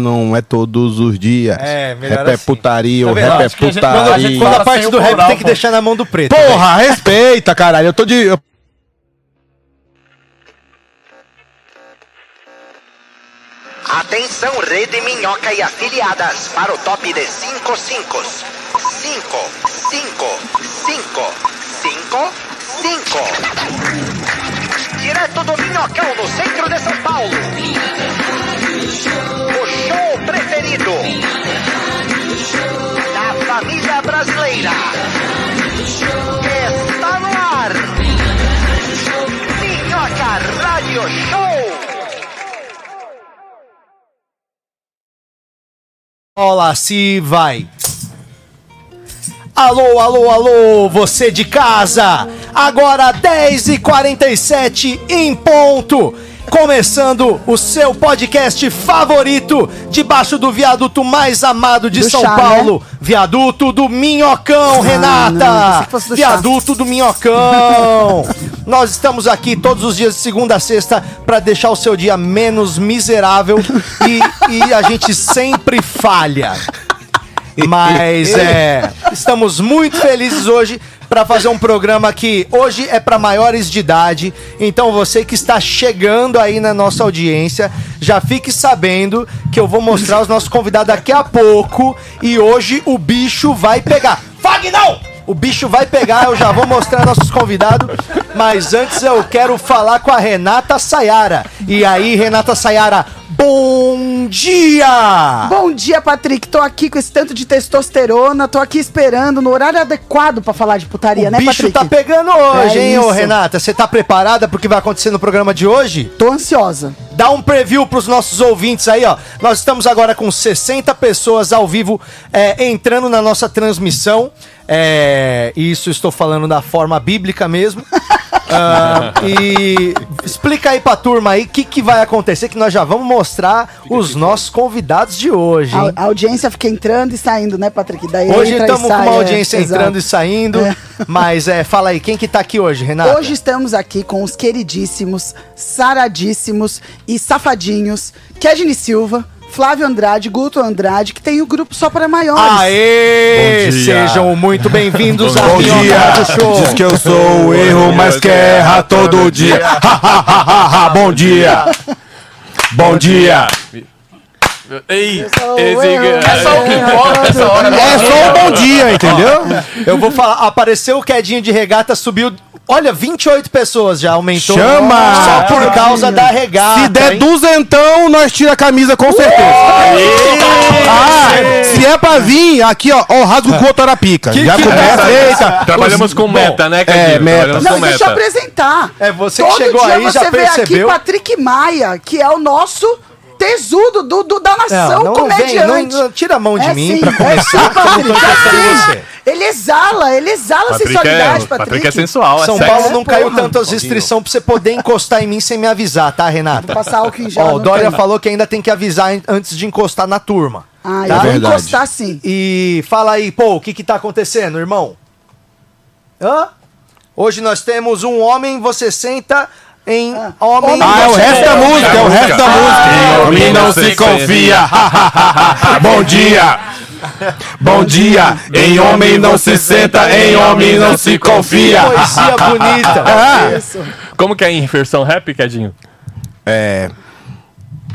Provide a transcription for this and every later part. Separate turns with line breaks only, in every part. não é todos os dias.
É, melhor
Rap é
assim.
putaria,
Tá
o
vendo?
rap é
Acho que a gente-
putaria.
quando a gente fala
Tá
a parte
sem
do
o
rap
coral,
tem que
pô.
deixar na mão do preto.
Porra, respeita, caralho. Eu tô de. eu-
Atenção, Rede Minhoca e afiliadas, para o top de 5 5. 5, 5, 5, 5, 5. Direto do Minhocão, no centro de São Paulo. O show preferido da família brasileira. Está no ar. Minhoca Rádio Show.
Olá, se vai. Alô, alô, alô, você de casa! Agora 10h47 em ponto! Começando o seu podcast favorito, debaixo do viaduto mais amado de
Do
São
chá,
Paulo, viaduto do Minhocão,
não, pensei
Renata!
que fosse do chá.
viaduto do Minhocão! Nós estamos aqui todos os dias de segunda a sexta para deixar o seu dia menos miserável e- e a gente sempre falha. Mas é, estamos muito felizes hoje para fazer um programa que hoje é para maiores de idade. Então você que está chegando aí na nossa audiência, já fique sabendo que eu vou mostrar os nossos convidados daqui a pouco e hoje o bicho vai pegar. Fagnão! O bicho vai pegar, eu já vou mostrar nossos convidados, mas antes eu quero falar com a Renata Sayara. E aí, Renata Sayara, bom dia!
Bom dia, Patrick. Tô aqui com esse tanto de testosterona. Tô aqui esperando no horário adequado pra falar de putaria,
O
né,
bicho
Patrick?
tá pegando hoje,
É
hein, ô
isso.
Renata? Você tá preparada pro que vai acontecer no programa de hoje?
Tô ansiosa.
Dá um preview pros nossos ouvintes aí, ó. Nós estamos agora com 60 pessoas ao vivo é, entrando na nossa transmissão. É, isso estou falando da forma bíblica mesmo. Ah, e explica aí pra turma aí o que, que vai acontecer, que nós já vamos mostrar os nossos convidados de hoje. hein?
A, a audiência fica entrando e saindo, né, Patrick? Daí
Hoje
entra e
estamos com
sai,
uma
é,
audiência
exato.
entrando e saindo.
É.
Mas é, fala aí, quem que tá aqui hoje, Renata?
Hoje estamos aqui com os queridíssimos, saradíssimos e safadinhos Kedney Silva, Flávio Andrade, Guto Andrade, que tem o grupo só para maiores.
Aê!
Bom dia.
Sejam muito bem-vindos ao
Bom
Minhoca
dia.
do Show.
Diz que eu sou o erro, mas que erra todo dia. Ha, ha, ha, ha, ha. Bom dia. Bom dia.
Ei,
sou
esse-
eu.
é só o que importa nessa hora. né?
É só um bom dia, entendeu?
Eu vou falar, apareceu o quedinho de regata, subiu. Olha, 28 pessoas já aumentou.
Chama!
Só por causa da regata.
Se der
hein?
duzentão, nós tira a camisa com certeza. Ah, se é pra vir, aqui ó, ó
Ah.
rasgo com o Torapica. Já começa,
é
eita.
Trabalhamos com meta, né,
é, meta.
Trabalhamos
Não,
com
e deixa eu
meta.
apresentar.
É, você que chegou aí, já
você vê aqui
percebeu?
Patrick Maia, que é o nosso tesudo do, do- da nação
É, não vem,
comediante.
não- não- tira a mão de mim pra
começar. É sim, Patrick,
eu tô
é
conversando
sim.
com você.
Ele exala, ele exala a
Patrick é,
sensualidade,
Patrick.
Patrick.
é sensual, é
São
sexy.
Paulo não
porra.
caiu tantas restrições pra você poder encostar em mim sem me avisar, tá, Renata?
Vou passar álcool em gel,
Ó, o
não
Dória
tem.
falou que ainda tem que avisar an- antes de encostar na turma.
Ah,
tá?
eu vou
Verdade.
encostar sim.
E fala aí, pô, o que que tá acontecendo, irmão? Hã? Hoje nós temos um homem, você senta em homem.
Ah, é o resto da música, é o resto da música.
Homem não se confia.
Bom dia. Bom dia. Em homem não se senta, em homem não se
Que
confia. Ah.
Poesia bonita.
Isso.
Como que é em versão rap, Cadinho?
É.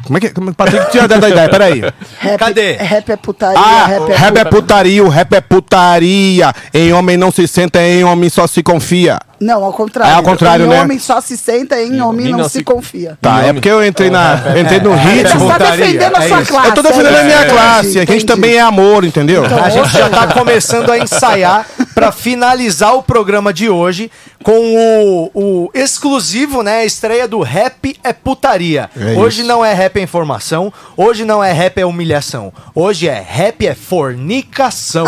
Como é que. Como, Patrick, tira da da ideia, peraí.
Rap,
Cadê?
Rap é putaria,
Ah,
rap é
rap é
puta-
putaria, o rap é putaria. Em homem não se senta, em homem só se confia.
Não, ao contrário.
É ao contrário,
em
né?
homem só se senta, em homem não, se, confia.
Tá, é porque eu entrei, na, entrei no
Você
ritmo.
está
é putaria,
defendendo a
é
sua
isso.
classe.
Eu tô defendendo
é
a minha
isso.
classe.
Entendi,
Aqui a gente
entendi. Então,
também é amor, entendeu?
A gente já tá começando a ensaiar pra finalizar o programa de hoje com o, o exclusivo, né? A estreia do Rap é Putaria.
É
hoje
isso.
não é rap é informação, hoje não é rap é humilhação, hoje é rap é fornicação.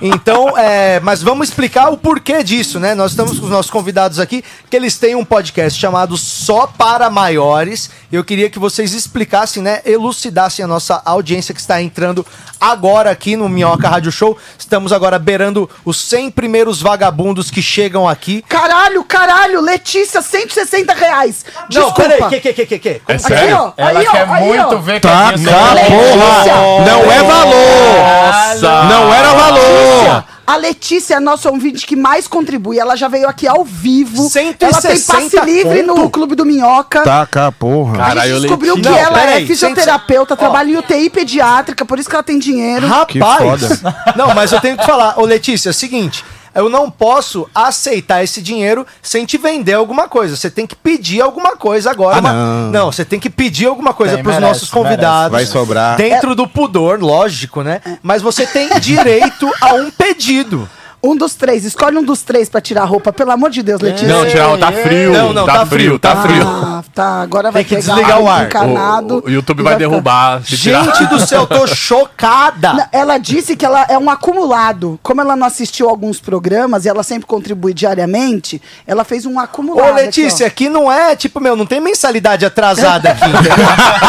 Então, é, mas vamos explicar o porquê disso, né? Nós estamos com os nossos convidados aqui, que eles têm um podcast chamado Só para Maiores. Eu queria que vocês explicassem, né? Elucidassem a nossa audiência que está entrando agora aqui no Minhoca Rádio Show. Estamos agora beirando os 100 primeiros vagabundos que chegam aqui.
Caralho, caralho, Letícia, 160 reais. Desculpa.
Não, peraí, que, que, que, que, que?
É
Aqui, ó.
sério?
Ela
aí, ó,
quer
aí,
muito
ó.
ver
Tá,
cabeça dela.
tá,
Letícia.
porra! Não é valor!
Nossa.
Não
Ah,
era valor!
A Letícia é a nossa ouvinte que mais contribui. Ela já veio aqui ao vivo.
160
ela tem passe livre no Clube do Minhoca.
Tá, cá, porra.
A
Caralho,
gente descobriu que
Letícia.
Não,
ela é
peraí,
fisioterapeuta,
160.
trabalha em UTI pediátrica, por isso que ela tem dinheiro.
Rapaz!
Que
Não, mas eu tenho que falar. Ô, Letícia, é o seguinte. Eu não posso aceitar esse dinheiro sem te vender alguma coisa. Você tem que pedir alguma coisa agora.
Ah,
mas-
não.
você tem que pedir alguma coisa
Tem,
para os
merece,
nossos convidados.
merece. Vai sobrar.
Dentro do pudor, lógico, né? Mas você tem direito a um pedido.
Um dos três, escolhe um dos três pra tirar a roupa, pelo amor de
É.
Deus, Letícia.
Não, Tiral, tá frio.
Não, não, tá frio,
tá frio.
Ah, tá, agora vai
Tem que
pegar
desligar o ar.
encarnado.
O, o YouTube
e
vai
ficar-
derrubar. Se tirar.
Gente do céu, eu tô chocada.
Não, Ela disse que ela é um acumulado. Como ela não assistiu alguns programas e ela sempre contribui diariamente, ela fez um acumulado.
Ô,
aqui, ó.
Letícia, aqui não é, tipo, meu, não tem mensalidade atrasada aqui, entendeu?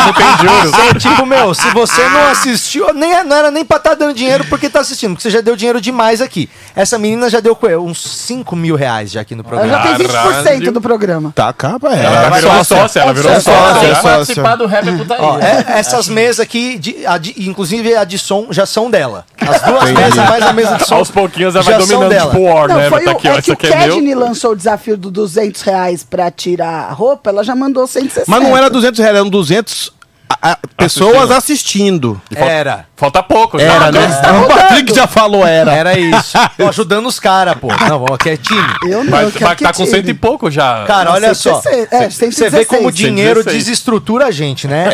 Não tem juros.
Você, tipo, meu, se você não assistiu, nem, é- não era nem pra estar dando dinheiro porque tá assistindo, porque você já deu dinheiro demais aqui. Essa menina já deu com eu, uns 5 mil reais já aqui no
ela
programa.
já tem 20%
Caralho.
do programa.
Tá, cá, pai.
Ela
Ela-
virou sócia, ela virou
É
Ela
sócia.
tem
Olha
que
só,
participar do rap é putaria.
Ó, é- essas mesas aqui, de- a de- inclusive a de som, já são dela. As duas
Entendi.
mesas, mais a mesa de som.
Aos pouquinhos ela vai
já são
dominando,
dela.
tipo, o War,
Não,
né?
foi
Tá
o,
aqui,
é
ó,
que
isso
o
aqui é meu.
Kedney lançou o desafio do 200 reais pra tirar a roupa, ela já mandou 160.
Mas não era 200 reais, eram 200 a- a- pessoas assistindo.
Era.
Falta pouco. já.
Era, né?
Tá
O Patrick já falou é. era.
Era isso. Tô ajudando os caras, pô. Não, aqui é time.
Eu não, eu
Mas,
quero
mas
que
tá com
tire. Tá
cento e pouco já.
Cara, olha só.
116,
Você
é,
vê como o
116.
dinheiro
116.
desestrutura a gente, né?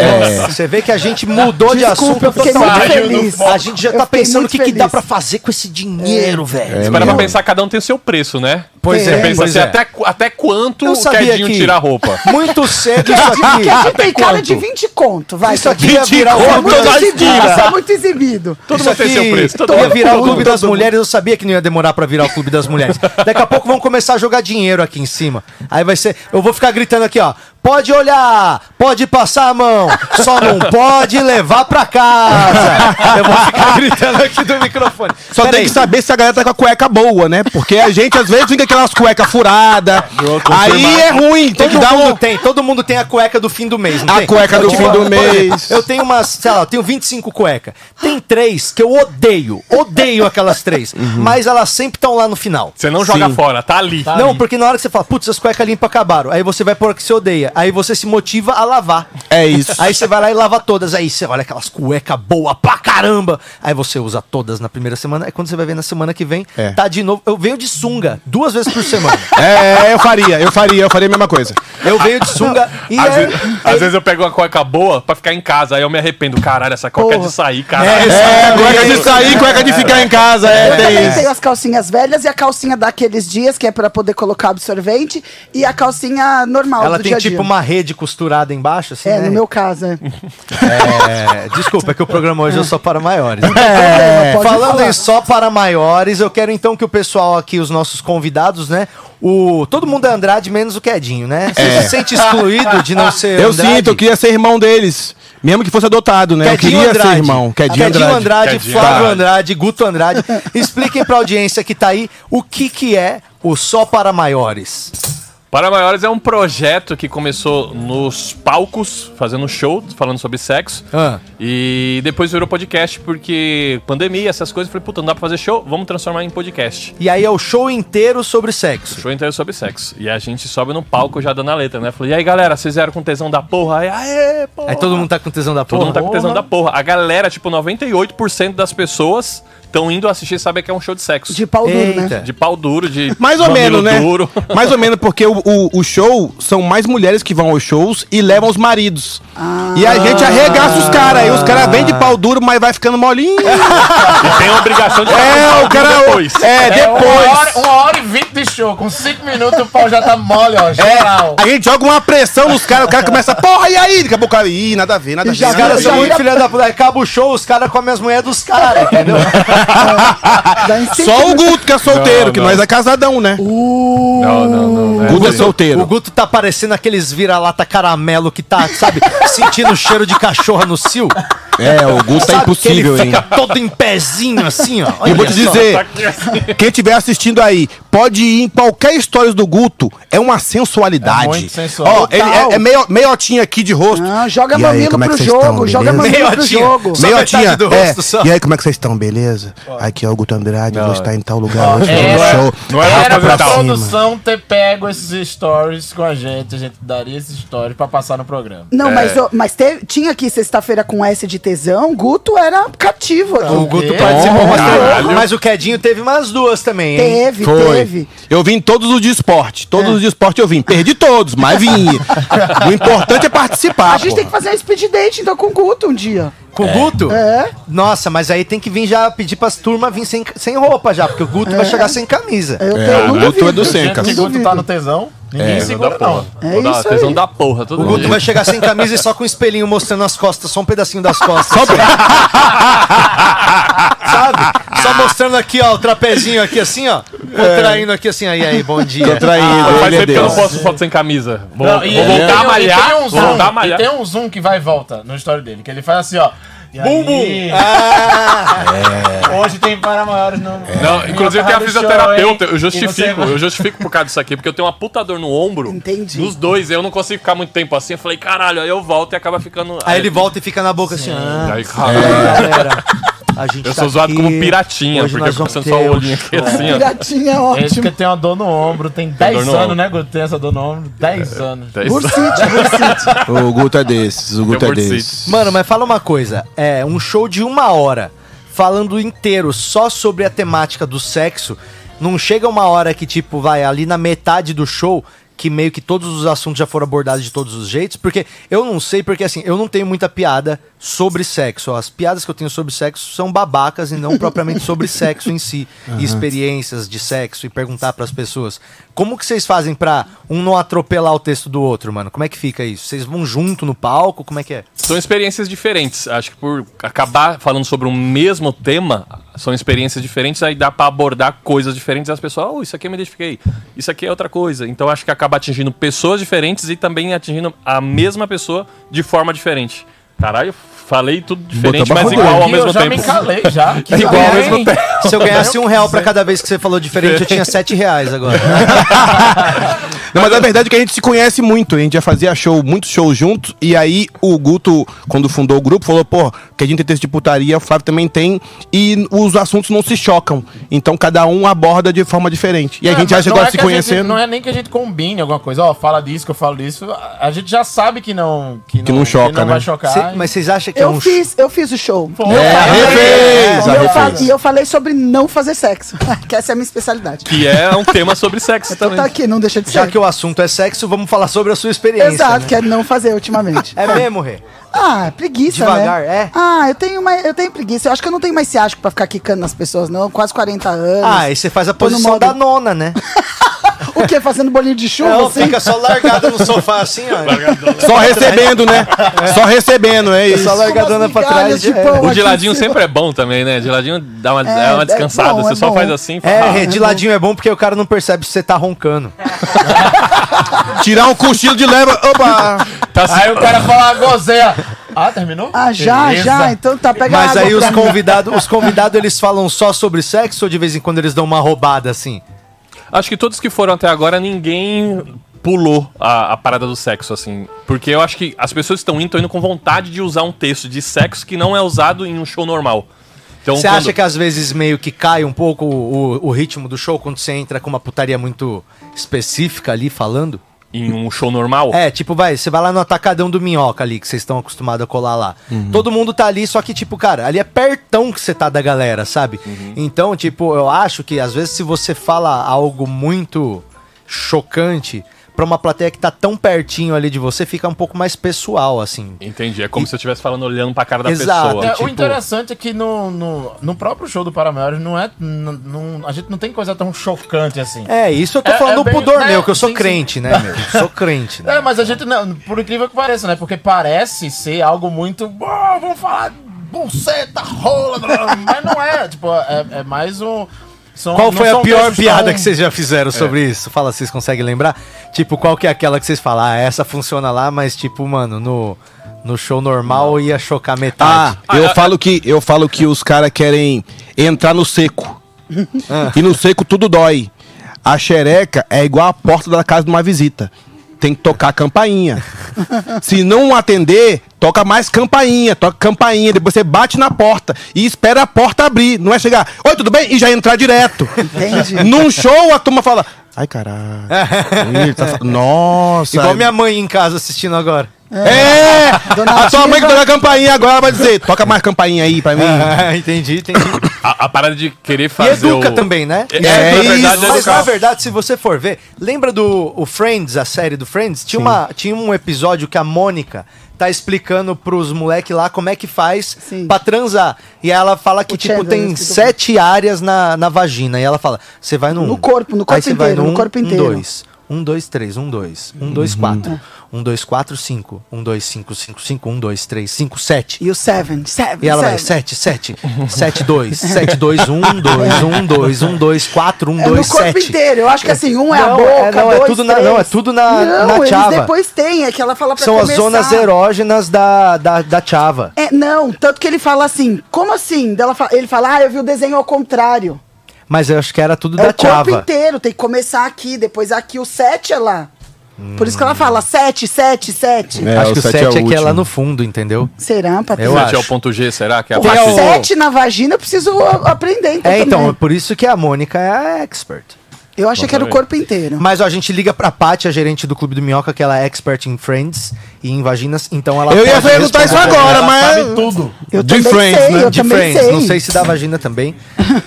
Você vê que a gente mudou de assunto.
É. Desculpa, eu fiquei muito
saindo
feliz.
A gente já
Eu
tá
fiquei
pensando o
muito
que, que dá
feliz. É.
pra fazer com esse dinheiro, velho.
Se parar pra pensar, cada um tem o seu preço, né?
Pois
Você
é,
pensa
pois
assim,
é.
até, qu- até quanto
Eu
o
sabia
Quedinho
que-
tira a roupa?
Muito cedo isso aqui.
Kedney tem cara
quanto?
é de 20 conto, vai.
Isso aqui
Kedney.
ia virar o
Você é
clube
muito
toda
das
exibido,
esquina.
você é muito exibido.
Todo
Isso
mundo tem
aqui
seu preço. Todo
ia
mundo.
virar o
Todo
clube
mundo.
das mulheres, eu sabia que não ia demorar pra virar o clube das mulheres. Daqui a pouco vão começar a jogar dinheiro aqui em cima. Aí vai ser. Eu vou ficar gritando aqui, ó. Pode olhar, pode passar a mão, só não pode levar pra casa. Eu vou ficar gritando aqui do microfone.
Só tem
Peraí.
que saber se a galera tá com a cueca boa, né? Porque a gente às vezes fica aquelas cuecas furadas. Aí é ruim, tem
Todo
que dar
mundo
um.
tem, todo mundo tem a cueca do fim do mês, não
A
tem?
cueca
Eu
do
digo,
fim do
por exemplo,
mês.
Eu tenho umas, sei lá, eu tenho 25 cuecas. Tem três que eu odeio, odeio aquelas três.
Uhum.
Mas elas sempre estão lá no final.
Você não joga fora, tá ali.
não, porque na hora que você fala, putz, as cuecas limpas acabaram. Aí você vai pôr a que você odeia. Aí você se motiva a lavar.
É isso.
Aí você vai lá e lava todas. Aí você olha aquelas cuecas boa pra caramba. Aí você usa todas na primeira semana. Aí quando você vai ver na semana que vem,
É.
tá de novo. Eu venho de sunga duas vezes por semana.
É, eu faria, eu faria, eu faria a mesma coisa.
Eu venho de sunga e
Às,
é-
vezes, às vezes eu pego uma cueca boa pra ficar em casa, aí eu me arrependo. Caralho, essa cueca é
Porra.
de sair, caralho.
É, cueca de sair, cueca de ficar em casa, é,
Eu também
tem isso.
tenho as calcinhas velhas e a calcinha daqueles dias, que é pra poder colocar absorvente, e a calcinha normal
Ela
do
tem
dia a
tipo
dia.
uma rede costurada embaixo, assim,
É,
né?
no meu caso, é.
É, desculpa, é que o programa hoje é só para maiores.
É, pode
Falando
falar.
em só para maiores, eu quero então que o pessoal aqui, os nossos convidados, né? O, todo mundo é Andrade, menos o Quedinho, né? Você
É.
se sente excluído de não ser
Eu
Andrade?
sinto, eu queria ser irmão deles. Mesmo que fosse adotado, né? Eu
Quedinho
queria
Andrade.
ser irmão.
Quedinho Andrade,
Quedinho
Flávio
Andrade.
Andrade, Guto Andrade. Expliquem pra audiência que tá aí o que que é o Só Para Maiores.
Para Maiores é um projeto que começou nos palcos, fazendo show, falando sobre sexo.
Ah.
E depois virou podcast, porque pandemia, essas coisas. eu Falei, puta, não dá pra fazer show? Vamos transformar em podcast.
E aí é o show inteiro sobre sexo.
Show inteiro sobre sexo. E a gente sobe no palco já dando a letra, né? Falei, e aí galera, vocês vieram com tesão da porra? Aí, aê, porra.
Aí todo mundo tá com tesão da porra.
Todo mundo tá com tesão da porra. A galera, tipo, 98% das pessoas estão indo assistir e sabem que é um show de sexo.
De pau duro,
Eita.
né?
De pau duro, de.
Mais ou
mamilo
menos, né?
duro.
Mais ou menos, porque o, o, o show, são mais mulheres que vão aos shows e levam os maridos. E a gente arregaça os caras. E os caras vêm de pau duro, mas vai ficando molinho.
E tem a obrigação de
É, o É, cara.
depois.
É,
Uma
depois.
hora, uma hora e vinte de show. Com cinco minutos o pau já tá mole, ó.
É,
Geral.
a gente joga uma pressão nos caras, o cara começa, porra, e aí? Daqui a pouco, ih, nada a ver, nada a ver.
E já
Os
nada a
caras
ver.
são muito filha da puta. Acaba o show, os caras comem as mulheres dos caras,
É,
entendeu?
Dá incentivo.
Ah, Só o Guto que é solteiro,
Não,
que
não.
nós é casadão, né?
Não, não, não.
Guto é solteiro.
O Guto tá parecendo aqueles vira-lata caramelo que tá, sabe, sentindo o cheiro de cachorra no cio.
É, o Guto tá
Sabe que
impossível,
ele
hein?
fica todo em pezinho, assim, ó.
E eu vou te
Olha só.
Tá
dizer, quem estiver assistindo aí, pode ir em qualquer história do Guto, é uma sensualidade.
É muito sensual.
Ó, ele é, é meio, meiotinho aqui de rosto.
Ah, joga
E aí,
mamilo
como é que
pro
vocês
jogo,
tão,
joga
beleza?
mamilo pro
Meiotinha.
jogo.
Só
Meiotinha,
metade do
é.
rosto, só.
E aí, como é que vocês estão, beleza? Aqui é o Guto Andrade, vou estar em tal lugar hoje,
Era-
no é show.
não é era
Era
Arrasta pra
pra
tal.
cima.
É. produção ter pego esses stories com a gente. A gente daria esses stories pra passar no programa.
Não,
É.
mas, ó, mas te- tinha aqui sexta-feira com S de tesão, Guto era cativo aqui.
O Guto
Quê?
participou, mas,
Caralho.
mas o Quedinho teve umas duas também, hein?
Teve,
Foi.
teve. É.
Eu vim em todos os de esporte. Todos os de esporte eu vim. Perdi todos, mas vim. o importante é participar.
a gente tem que
porra.
fazer um speed date, então, com o Guto um dia.
Com o Guto? É. Nossa, mas aí tem que vir já pedir pras turmas vir sem, sem roupa já, porque o Guto vai chegar sem camisa.
Eu,
É,
eu não
o Guto é
duvido.
do
Gente,
Sencas.
que Guto tá no tesão. Ninguém segura, não.
É
Toda-
isso
tesão
aí.
da porra, todo
O
mundo.
Guto vai chegar sem camisa e só com um espelhinho mostrando as costas, só um pedacinho das costas.
Só pra-
Sabe? Só mostrando aqui, ó, o trapezinho aqui assim, ó. Contraindo aqui assim, aí, aí, bom dia.
Traído,
Ah, faz
ele é
tempo que eu não
Deus.
posto foto sem camisa. Vou,
Não,
vou voltar
tem um-
a malhar.
E tem,
vou
um
voltar a
zoom, e
malhar.
tem um zoom que vai e volta no story dele. Que ele faz assim, ó. E aí? é Hoje tem para maiores no.
Não, inclusive tem a
Rádio
fisioterapeuta.
Show, hein?
Eu
E
justifico,
não sei-
eu justifico por causa disso aqui, porque eu tenho uma puta dor no ombro.
Entendi.
Nos dois, eu não consigo ficar muito tempo assim. Eu falei, caralho, aí eu volto e acaba ficando.
Aí ele volta e fica na boca assim, ah,
É.
Aí, caralho.
galera. A gente
Eu
tá
sou zoado
aqui,
como um piratinha,
hoje
porque eu
nós
fico
vamos
passando
ter
só o
um
olhinho aqui assim, ó.
Piratinha é
É isso
ótimo.
que tem uma dor no ombro, tem
dor
10
no
anos,
ombro.
né, Guto? Tem essa dor no ombro, 10 anos.
Tá isso.
Bursite, bursite.
O Guto é desses, o Guto
Tem
é
um Bursitis.
desses.
Mano, mas fala uma coisa. É, um show de uma hora, falando inteiro só sobre a temática do sexo, não chega uma hora que, tipo, vai ali na metade do show, que meio que todos os assuntos já foram abordados de todos os jeitos, porque eu não sei, porque assim, eu não tenho muita piada sobre sexo. As piadas que eu tenho sobre sexo são babacas e não propriamente sobre sexo em si, e experiências de sexo e perguntar pras pessoas. Como que vocês fazem pra um não atropelar o texto do outro, mano? Como é que fica isso? Vocês vão junto no palco? Como é que é?
São experiências diferentes. Acho que por acabar falando sobre o mesmo tema, são experiências diferentes, aí dá pra abordar coisas diferentes e as pessoas, oh, isso aqui eu me identifiquei, isso aqui é outra coisa. Então acho que acaba atingindo pessoas diferentes e também atingindo a mesma pessoa de forma diferente. Caralho, falei tudo
Botou
diferente,
pra
mas
fuder.
igual ao
Aqui
mesmo
eu já
tempo. É
me calei já.
Igual ao
Hein?
mesmo tempo.
Se eu ganhasse um real pra cada vez que você falou diferente, eu tinha sete reais agora.
Não, mas a verdade é que a gente se conhece muito, a gente já fazia show, muitos shows juntos, e aí o Guto, quando fundou o grupo, falou, pô, que a gente tem texto de putaria, o Flávio também tem, e os assuntos não se chocam. Então cada um aborda de forma diferente. E a gente
É,
já
mas
chegou
não
a
é
se
que gente-
conhecendo.
não é nem que a gente combine alguma coisa, ó, fala disso que eu falo disso. A- A gente já sabe que não. Que não,
não choca,
não
né? É,
vai chocar.
Cê- mas vocês acham que é
Eu
um ch-
fiz, eu fiz o show.
Pô, é,
refez,
E eu,
arrefez.
fa- e eu falei sobre não fazer sexo, que essa é a minha especialidade.
Que é um tema sobre sexo
Então
também.
tá aqui, não deixa de ser.
Já que o assunto é sexo, vamos falar sobre a sua experiência.
Exato,
né?
que é não fazer ultimamente.
É mesmo, Rê?
Ah, preguiça,
Devagar,
né?
é?
Ah, eu tenho, mais, eu tenho preguiça. Eu acho que eu não tenho mais ciático pra ficar quicando nas pessoas, não. Quase 40 anos.
Ah, e você faz a
Tô no
posição
modo-
da nona, né?
O quê? Fazendo bolinho de chuva,
Não,
assim?
fica só largada no sofá assim, ó.
Só recebendo, né? Só recebendo, é isso.
Só largadona
umas
pra trás.
migalhas de
já era.
pão.
O de ladinho sempre é bom também, né? De ladinho dá uma,
É,
é uma
é
descansada.
bom,
você
é
só
bom.
faz assim e
É,
fala,
Rê, de ladinho é bom porque o cara não percebe se você tá roncando.
Tirar um cochilo de leva. Opa!
tá assim,
Aí o cara fala, gozeia. Ah, terminou?
Ah, já,
Beleza. É,
já. Então tá, pega
Mas
água
aí os
pra mim.
convidados, os convidados eles falam só sobre sexo ou de vez em quando eles dão uma roubada assim?
Acho que todos que foram até agora, ninguém pulou a, a parada do sexo, assim. Porque eu acho que as pessoas que estão indo, estão indo com vontade de usar um texto de sexo que não é usado em um show normal. Então,
Você acha que às vezes meio que cai um pouco o, o- o ritmo do show quando você entra com uma putaria muito específica ali falando?
Em um show normal?
É, tipo, vai, você vai lá no atacadão do Minhoca ali, que vocês estão acostumados a colar lá. Todo mundo tá ali, só que, tipo, cara, ali é pertão que você tá da galera, sabe? Então, tipo, eu acho que às vezes se você fala algo muito chocante, pra uma plateia que tá tão pertinho ali de você, fica um pouco mais pessoal, assim.
Entendi. É como se eu estivesse falando olhando pra cara da
Exato.
pessoa.
então.
É,
tipo-
O interessante é que no, no, no próprio show do Paramaiores não é. não- não- a gente não tem coisa tão chocante assim.
É, isso eu tô
É-
falando
é
do
bem-
pudor
né?
meu, que eu sou
Sim, sim.
crente, né, meu? Sou crente, né?
É, mas a gente não, por incrível que pareça, né? Porque parece ser algo muito. "Ah, vamos falar buceta, rola, blá, blá", mas não é. Tipo, é, é mais um. são-
Qual
não
foi a
são
pior
textos
piada
tão-
que vocês já fizeram sobre isso? Fala, vocês conseguem lembrar? Tipo, qual que é aquela que vocês falam? Ah, essa funciona lá, mas tipo, mano, no, no show normal ia chocar
Ah,
metade.
eu falo que eu falo que os caras querem entrar no seco. E no seco tudo dói. A xereca é igual a porta da casa de uma visita. Tem que tocar a campainha. Se não atender, toca mais campainha, toca campainha, depois você bate na porta e espera a porta abrir. Não é chegar, oi, tudo bem? E já entrar direto.
Entendi.
Num show a turma fala, ai caralho. Ih, tá- Nossa.
Igual minha mãe em casa assistindo agora.
É!
Dona
a sua mãe que toca
Ativa.
a campainha agora ela vai dizer, toca mais campainha aí pra mim.
É.
Ah, entendi, entendi.
A, a parada de querer
E
fazer.
educa
o-
também, né?
É,
É
na verdade,
isso.
é
Mas
educar.
na verdade, se você for ver, lembra do o Friends, a série do Friends? Tinha, uma, tinha um episódio que a Mônica tá explicando pros moleques lá como é que faz
Sim.
pra transar. E ela fala que,
O
tipo,
Chandler, né,
tem
esse do-
sete áreas na, na vagina. E ela fala, você vai no
No
um.
corpo, no
Aí
corpo
você vai
inteiro, no corpo inteiro.
Um, dois. Um, dois, três, um, dois. Um,
Uhum.
dois, quatro.
É.
Um, dois, quatro, cinco. Um, dois, cinco, cinco, cinco. Um, dois, três, cinco, sete.
E o Seven, Seven,
E ela vai,
seven.
7, 7, 7, 2, 7, 2, 1, 2, 1, 2, 1, 2, 4, 1,
É
2,
no corpo
7.
inteiro. Eu acho que assim, um é a
Não,
boca,
é- não, é
dois,
tudo na-
três.
não, é tudo na-
Não,
na
eles
chava.
depois tem, é que ela fala pra
São as
começar.
zonas erógenas da, da, da chava.
É, não, tanto que ele fala assim, como assim? Dela fa- ele fala, ah, eu vi o desenho ao contrário.
Mas eu acho que era tudo
é
da
o corpo
chava.
inteiro, tem que começar aqui, depois aqui, o 7 é lá. Por isso que ela fala 7, 7, 7.
É,
acho
o
que o
sete
7
é o
é que é lá
último.
no fundo, entendeu?
Será,
Eu
Patrícia?
Sete
acho.
é o ponto G, será? Que é a
Porra,
Tem
parte.
o-
sete na vagina eu preciso a- aprender, então.
É, então, é
também.
por isso que a Mônica é a expert.
Eu achei que era o corpo inteiro.
Mas ó, a gente liga pra Paty, a gerente do Clube do Minhoca, que ela é expert em Friends e em vaginas, então ela
Eu ia
pode
perguntar isso
responder.
agora, mas.
um, Sabe tudo.
Eu
de
também
Friends,
sei,
né?
eu
de
também
Friends.
sei.
Não sei se da vagina também,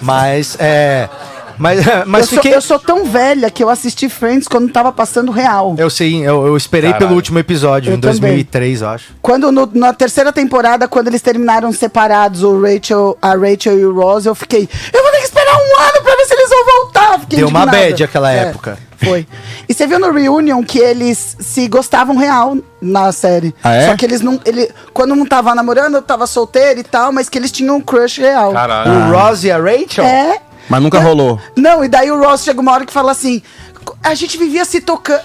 mas é. Mas, mas
eu,
fiquei.
sou, eu sou tão velha que eu assisti Friends quando tava passando real.
Eu sei, eu, eu esperei
Caralho.
pelo último episódio,
Eu
em
também.
2003, eu acho.
Quando no- na terceira temporada, quando eles terminaram separados, o Rachel, a Rachel e o Ross, eu fiquei. Eu vou ter que esperar um ano pra ver se eles vão voltar. Eu Fiquei
Deu uma
indignada. É,
bad aquela época.
Foi. E você viu no Reunion que eles se gostavam real na série.
Ah, é?
Só que eles não. Ele, quando um tava namorando, eu tava solteiro e tal, mas que eles tinham um crush real.
Caralho.
O Ross e a Rachel?
É.
Mas nunca rolou.
Não, e daí o Ross chega uma hora que fala assim. A gente vivia se tocando,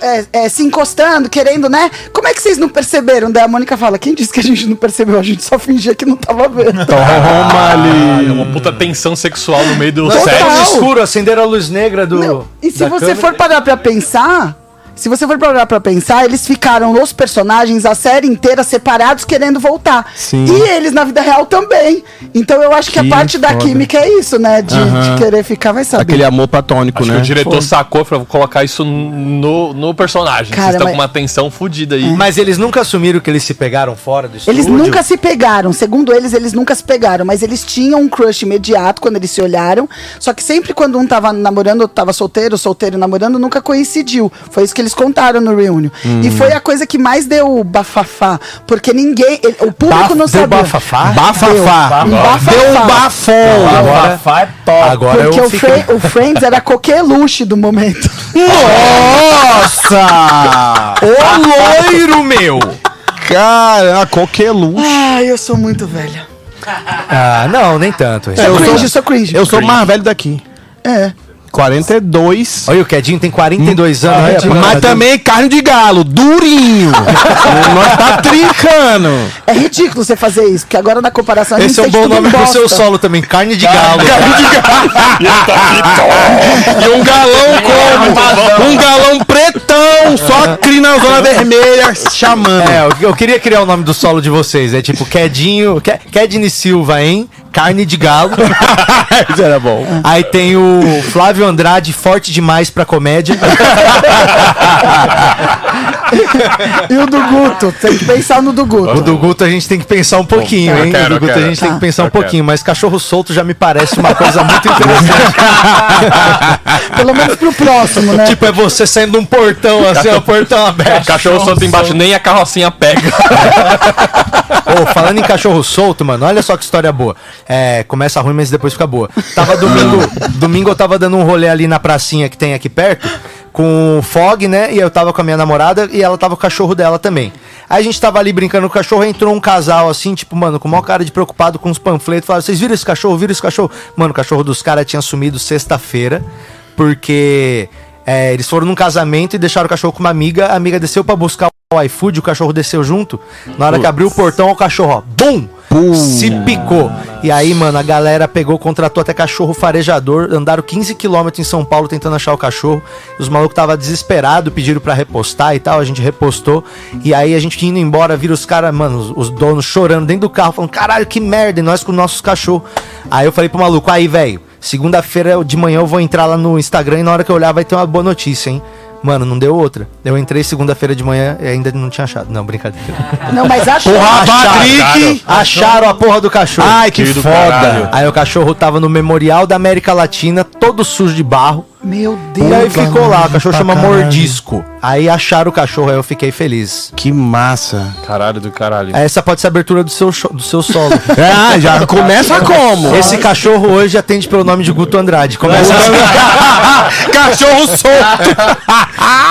se encostando, querendo, né? Como é que vocês não perceberam? Daí a Mônica fala: quem disse que a gente não percebeu? A gente só fingia que não tava
Tá
vendo.
Toma ali.
É uma puta tensão sexual no meio do
Não,
Total.
sexo.
ficaram no escuro, acenderam a luz negra do.
Não, E se
da
você
câmera.
for parar pra pensar. Se você for parar pra pensar, eles ficaram, os personagens, a série inteira separados, querendo voltar.
Sim.
E eles na vida real também. Então eu acho que,
Que
a parte da
foda.
química é isso, né? De, de
Aham.
querer ficar, vai saber.
Aquele amor platônico,
Acho
né?
que o diretor sacou e falou: vou colocar isso no, no personagem.
Cara,
Vocês estão
mas-
com uma tensão fodida aí.
Mas eles nunca assumiram que eles se pegaram fora do estúdio.
Eles nunca se pegaram, segundo eles, eles nunca se pegaram, mas eles tinham um crush imediato quando eles se olharam. Só que sempre quando um tava namorando, outro tava solteiro, solteiro namorando, nunca coincidiu. Foi isso que eles contaram no reunion. E foi a coisa que mais deu bafafá, porque ninguém, ele- o público
Baf-
não
deu
sabia.
bafafá?
Bafafá.
Deu, um bafafá.
Deu um bafão.
Agora-
Bafafá é top.
Agora
Porque
eu
o,
fiquei.
Fre- o Friends era coqueluche do momento.
Nossa!
Ô loiro, meu!
Cara, coqueluche.
Ai, eu sou muito velha.
Ah, não, nem tanto.
Sou
eu sou-
É cringe, sou cringe.
Eu sou o mais velho daqui.
É.
42.
Olha, o Quedinho tem 42 anos. né?
Ah, É, Mas também carne de galo, durinho. Nós tá trincando.
É ridículo você fazer isso, porque agora na comparação a gente
Esse é um
sente
bom
tudo
nome pro
bosta.
seu solo também, carne de galo.
E um
É,
galão
tá
como? Um galão pretão, só cri na zona vermelha, chamando.
É, eu, eu queria criar o nome do solo de vocês. É tipo Quedinho, Ke- Kedney Silva, hein? Carne de galo.
Isso era bom.
Aí tem o Flávio Andrade, forte demais pra comédia.
E o do Guto, tem que pensar no do
O
Guto.
do Guto a gente tem que pensar um pouquinho,
Eu
hein?
quero,
o do Guto
eu
a gente
quero.
tem que pensar um
Eu quero.
pouquinho, mas cachorro solto já me parece uma coisa muito interessante.
Pelo menos pro próximo, né?
tipo, é você saindo de um portão assim, um portão aberto.
É, Cachorro solto embaixo, nem a carrocinha pega.
Ô, falando em cachorro solto, mano, olha só que história boa. É, começa ruim, mas depois fica boa. Tava domingo, domingo eu tava dando um rolê ali na pracinha que tem aqui perto, com o Fog, né? E eu tava com a minha namorada e ela tava com o cachorro dela também. Aí a gente tava ali brincando com o cachorro, entrou um casal assim, tipo, mano, com o maior cara de preocupado com os panfletos. Falaram, vocês viram esse cachorro? Viram esse cachorro? Mano, o cachorro dos caras tinha sumido sexta-feira, porque... é, eles foram num casamento e deixaram o cachorro com uma amiga. A amiga desceu pra buscar o iFood, o cachorro desceu junto. Na hora que abriu o portão, o cachorro, ó, bum! Se picou. E aí, mano, a galera pegou, contratou até cachorro farejador. Andaram 15 quilômetros em São Paulo tentando achar o cachorro. Os malucos tava desesperado, pediram pra repostar e tal. A gente repostou. E aí a gente indo embora, vira os caras, mano, os, os donos chorando dentro do carro, falando: caralho, que merda, e nós com nossos cachorros. Aí eu falei pro maluco: aí, velho, segunda-feira de manhã eu vou entrar lá no Instagram e na hora que eu olhar vai ter uma boa notícia, hein? Mano, não deu outra. Eu entrei segunda-feira de manhã e ainda não tinha achado. Não, brincadeira.
Não, mas acho.
Patrick! Acharam a porra do cachorro. Ai,
que
foda. caralho.
Aí o cachorro tava no Memorial da América Latina, todo sujo de barro.
Meu
E aí
Deus.
ficou lá, o cachorro
pra
chama
caralho.
Mordisco. Aí acharam o cachorro, aí eu fiquei feliz.
Que massa.
Caralho do caralho.
Essa pode ser a abertura do seu, cho- do seu solo.
Ah, já começa como?
Esse cachorro hoje atende pelo nome de Guto Andrade. Começa
cachorro solto.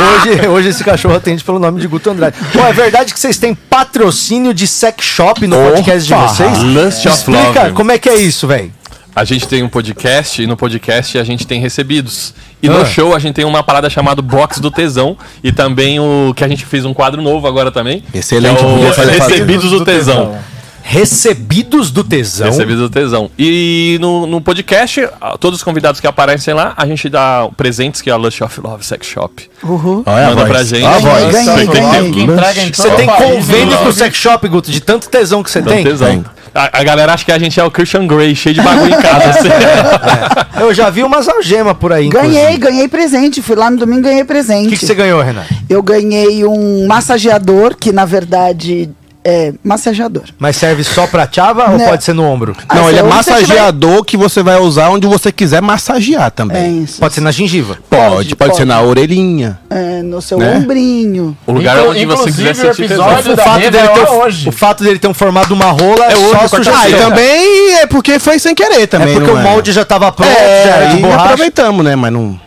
Hoje, hoje esse cachorro atende pelo nome de Guto Andrade. Pô, é verdade que vocês têm patrocínio de sex shop no podcast de vocês?
Lust of
Explica
Love.
como é que é isso, velho.
A gente tem um podcast e no podcast a gente tem recebidos. E no show a gente tem uma parada chamada Box do Tesão e também o que a gente fez um quadro novo agora também.
Excelente,
que é o
podia fazer
Recebidos do, tesão.
Recebidos do tesão.
Recebidos do tesão. E no, no podcast, a- todos os convidados que aparecem lá, a gente dá presentes que é a Lush of Love Sex Shop.
Uhum.
Olha
Manda pra gente.
Olha a
Ganhei,
voz.
ganhei,
Nossa,
ganhei.
que entrega em
Você
todo
tem
o país,
convênio
né?
com o sex shop, Guto, de tanto tesão que você
Então,
tem?
tesão. A, a galera acha que a gente é o Christian Grey, cheio de bagulho em casa. assim.
Eu já vi umas algemas por aí.
Ganhei,
inclusive.
ganhei presente. Fui lá no domingo e ganhei
O
presente.
que, que você ganhou, Renan?
Eu ganhei um massageador, que na verdade é massageador.
Mas serve só pra tchava ou
Né.
pode ser no ombro?
Ah,
Não, ele é
onde você
massageador que você vai usar onde você quiser massagear
É
também.
isso.
Pode ser na gengiva.
Pode, pode,
Pode,
ser
pode.
na orelhinha.
É, no seu
Né?
ombrinho.
o lugar
Inclu-
onde você
inclusive,
quiser sentir
o
tesão.
episódio-
O
da
fato,
Rede
dele
é
ter,
hoje.
o fato dele ter um formado uma rola é,
hoje,
só
quarta-feira.
Ah, e
sugestão.
também é porque foi sem querer também.
É porque
Ah, não
o molde já tava pronto, já
É,
era de
aí
borracha.
aproveitamos, né? Mas não.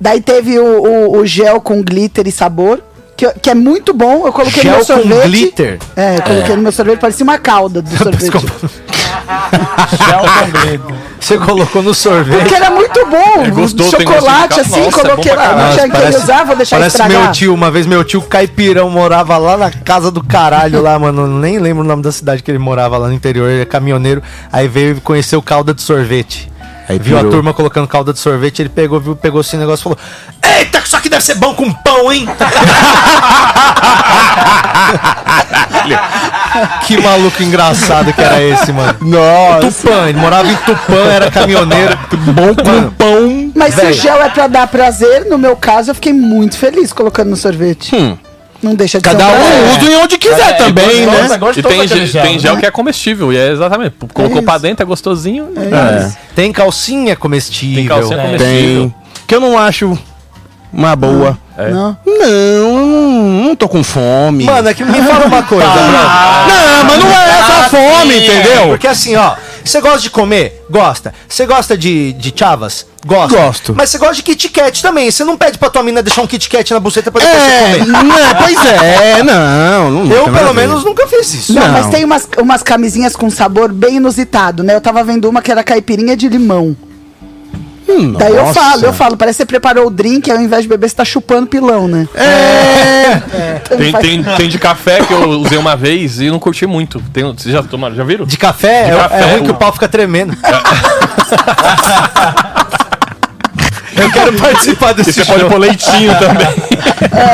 Daí teve o, o- o gel com glitter e sabor, que, eu- que é muito bom. Eu coloquei no
Gel
meu
com
sorvete.
glitter?
É, eu coloquei no meu sorvete, parecia uma calda do sorvete.
Você colocou no sorvete.
Porque era muito bom.
É, gostou, tem gosto
chocolate
de
assim,
calda. Nossa, é
coloquei
bom pra
lá. Não
caralho.
tinha que usar, vou deixar
parece
estragar.
meu tio, uma vez meu tio Caipirão morava lá na casa do caralho lá, mano. eu Nem lembro o nome da cidade que ele morava lá no interior, ele é caminhoneiro. Aí veio conhecer o calda de sorvete.
Aí
viu
pirou.
a turma colocando calda de sorvete, ele pegou, viu, pegou esse negócio e falou: Eita, isso aqui deve ser bom com pão, hein? que maluco engraçado que era esse, mano. Nossa. Tupã, ele morava em Tupã, era caminhoneiro. Bom com Um pão.
Mas
velho.
se o gel é pra dar prazer, no meu caso, eu fiquei muito feliz colocando no sorvete. Não deixa de ser
Cada um
prazer.
É.
usa em onde quiser também,
gostoso,
né?
é gostoso
E tem,
aquele
ge-
gel,
tem
né?
gel que é comestível, e é exatamente. Colocou pra dentro, é gostosinho. né?
Tem calcinha comestível.
Tem calcinha comestível.
é,
Tem. Que eu não acho uma boa.
Não.
Não, eu não, não tô com fome. Ah,
Mano, é que me fala uma coisa, bro.
não, mas não é essa fome, entendeu?
Porque assim, ó, você gosta de comer? Gosta. Você gosta de, de chavas? Gosta.
Gosto.
Mas você gosta de Kit Kat também. Você não pede pra tua mina deixar um Kit Kat na buceta pra depois
É,
você comer.
não, pois é, não. não
Eu,
tem nada a
pelo
ver.
menos, nunca fiz isso.
Não,
Não.
mas tem umas, umas camisinhas com sabor bem inusitado, né? Eu tava vendo uma que era caipirinha de limão.
Hum,
Daí eu
nossa.
falo, eu falo, parece que você preparou o drink, aí ao invés de beber, você tá chupando pilão, né? É!
Tem, tem, tem de café que eu usei uma vez e não curti muito. Tem, vocês já tomaram? Já viram?
De café,
De
é,
café,
é ruim
o-
que o pau fica tremendo. Eu quero quero participar desse
Você pode
show.
pôr leitinho também.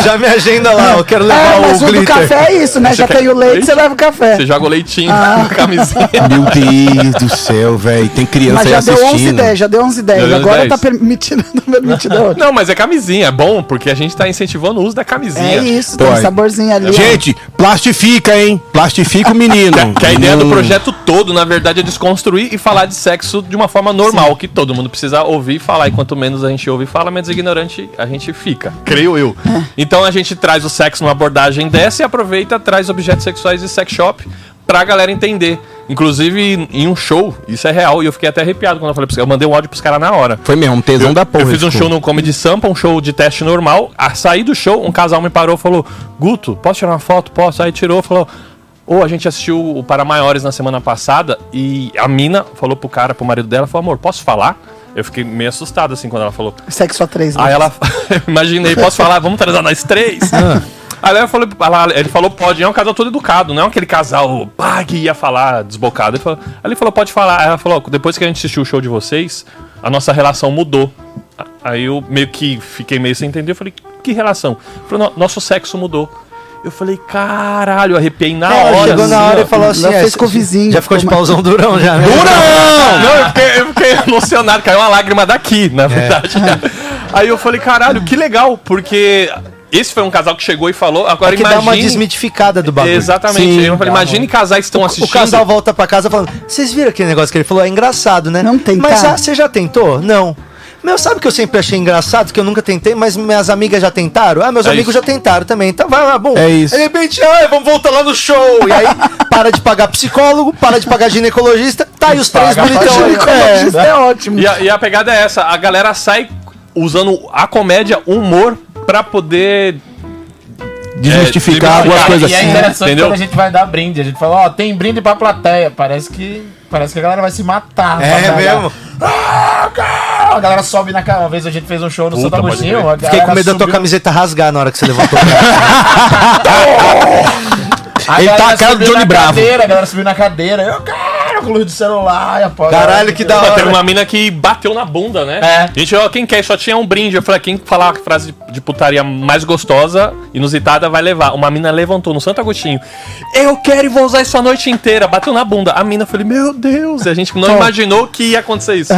Já me agenda lá, eu quero levar
É,
o
mas o do
glitter.
café é isso, né? Já tem o leite, você leva o café.
Você joga o leitinho na camisinha.
Meu Deus do céu, velho. Tem criança
Mas
aí
já deu 11
assistindo.
10, já deu 11 10.
Já deu 11,
Agora
10.
tá permitindo, não permitindo. a outra.
Não, mas é camisinha, é bom, porque a gente tá incentivando o uso da camisinha.
É isso,
Pô,
tem um
aí.
saborzinho ali. ó.
Gente, plastifica, hein? Plastifica o menino.
Que a ideia do
Hum.
projeto todo, na verdade, é desconstruir e falar de sexo de uma forma normal, que todo mundo precisa ouvir e falar. E quanto menos a gente ouve e fala, menos ignorante a gente fica. Creio eu.
É.
Então a gente traz o sexo numa abordagem dessa e aproveita, traz objetos sexuais e sex shop pra galera entender. Inclusive, em um show, isso é real, e eu fiquei até arrepiado quando eu falei pros caras. Eu mandei um áudio pros caras na hora.
Foi mesmo, um tesão da porra.
Eu fiz um
esse
show no Comedy Sampa, um show de teste normal. A sair do show, um casal me parou e falou: Guto, posso tirar uma foto? Posso? Aí tirou falou: Ô, a gente assistiu o Para Maiores na semana passada e a mina falou pro cara, pro marido dela, falou: Amor, posso falar? Eu fiquei meio assustado assim quando ela falou.
Sexo a
né?
né? 3.
Aí ela, imaginei, posso falar, vamos transar nós três?
Ah.
Aí eu falei, ela- ele falou, pode, é um casal todo educado, não é aquele casal pá, que ia falar desbocado. Ele falou, aí ele falou, pode falar. Aí ela falou, depois que a gente assistiu o show de vocês, a nossa relação mudou. Aí eu meio que fiquei meio sem entender, eu falei, que relação? Ele falou, "No- nosso sexo mudou. Eu falei, caralho, arrepiei na
Ela
hora.
Ah, chegou na
assim,
hora e
ó.
falou assim:
Ela
é,
fez com o vizinho,
Já ficou de
ficou
pauzão durão já. né?
Não, eu fiquei, eu fiquei emocionado, caiu uma lágrima daqui,
É.
na verdade. Aí eu falei, caralho, que legal, porque esse foi um casal que chegou e falou, agora
É que dá
imagine...
uma desmitificada do bagulho. Então,
Exatamente.
Sim.
eu falei, imagine casais que estão assistindo.
O casal volta pra casa falando: Vocês viram aquele negócio que ele falou? É engraçado, né?
Não tentar.
Mas ah, você já tentou? Não. Meu, sabe que eu sempre achei engraçado, que eu nunca tentei, mas minhas amigas já tentaram? Ah, meus
É
amigos
isso.
já tentaram também. Então vai lá, bom.
É isso.
De repente, ah, vamos voltar lá no show. E aí, para de pagar psicólogo, para de pagar ginecologista, tá aí os três
Paga pra
bonitão. aí. É.
Isso é ótimo.
E a, e a pegada é essa, a galera sai usando a comédia, o humor, pra poder...
Desmistificar
É,
algumas
desmistificar.
coisas
E é
assim.
interessante
Entendeu?
quando a gente vai dar brinde. A gente fala, ó, tem brinde pra plateia. Parece que, parece que a galera vai se matar. pra
É
pegar.
mesmo?
Ah, cara! A galera sobe na cara. Uma vez a gente fez um show no
Puta,
Santo
pode
Agostinho.
crer.
a
Fiquei
galera
com medo da tua
subiu-
camiseta rasgar na hora que você levantou. tá
A
Ele
galera
tá a cara do
subiu
Johnny
na
Bravo.
Cadeira, a galera subiu na cadeira. Eu, cara, com luz do celular. e a porra-
Caralho, que da hora.
Teve uma mina que bateu na bunda, né?
É.
Gente, ó, quem quer só tinha um brinde. Eu falei, quem falar a frase de, de putaria mais gostosa, inusitada, vai levar. Uma mina levantou no Santo Agostinho. Eu quero e vou usar isso a noite inteira. Bateu na bunda. A mina, eu falei, meu Deus. E a gente não imaginou que ia acontecer isso.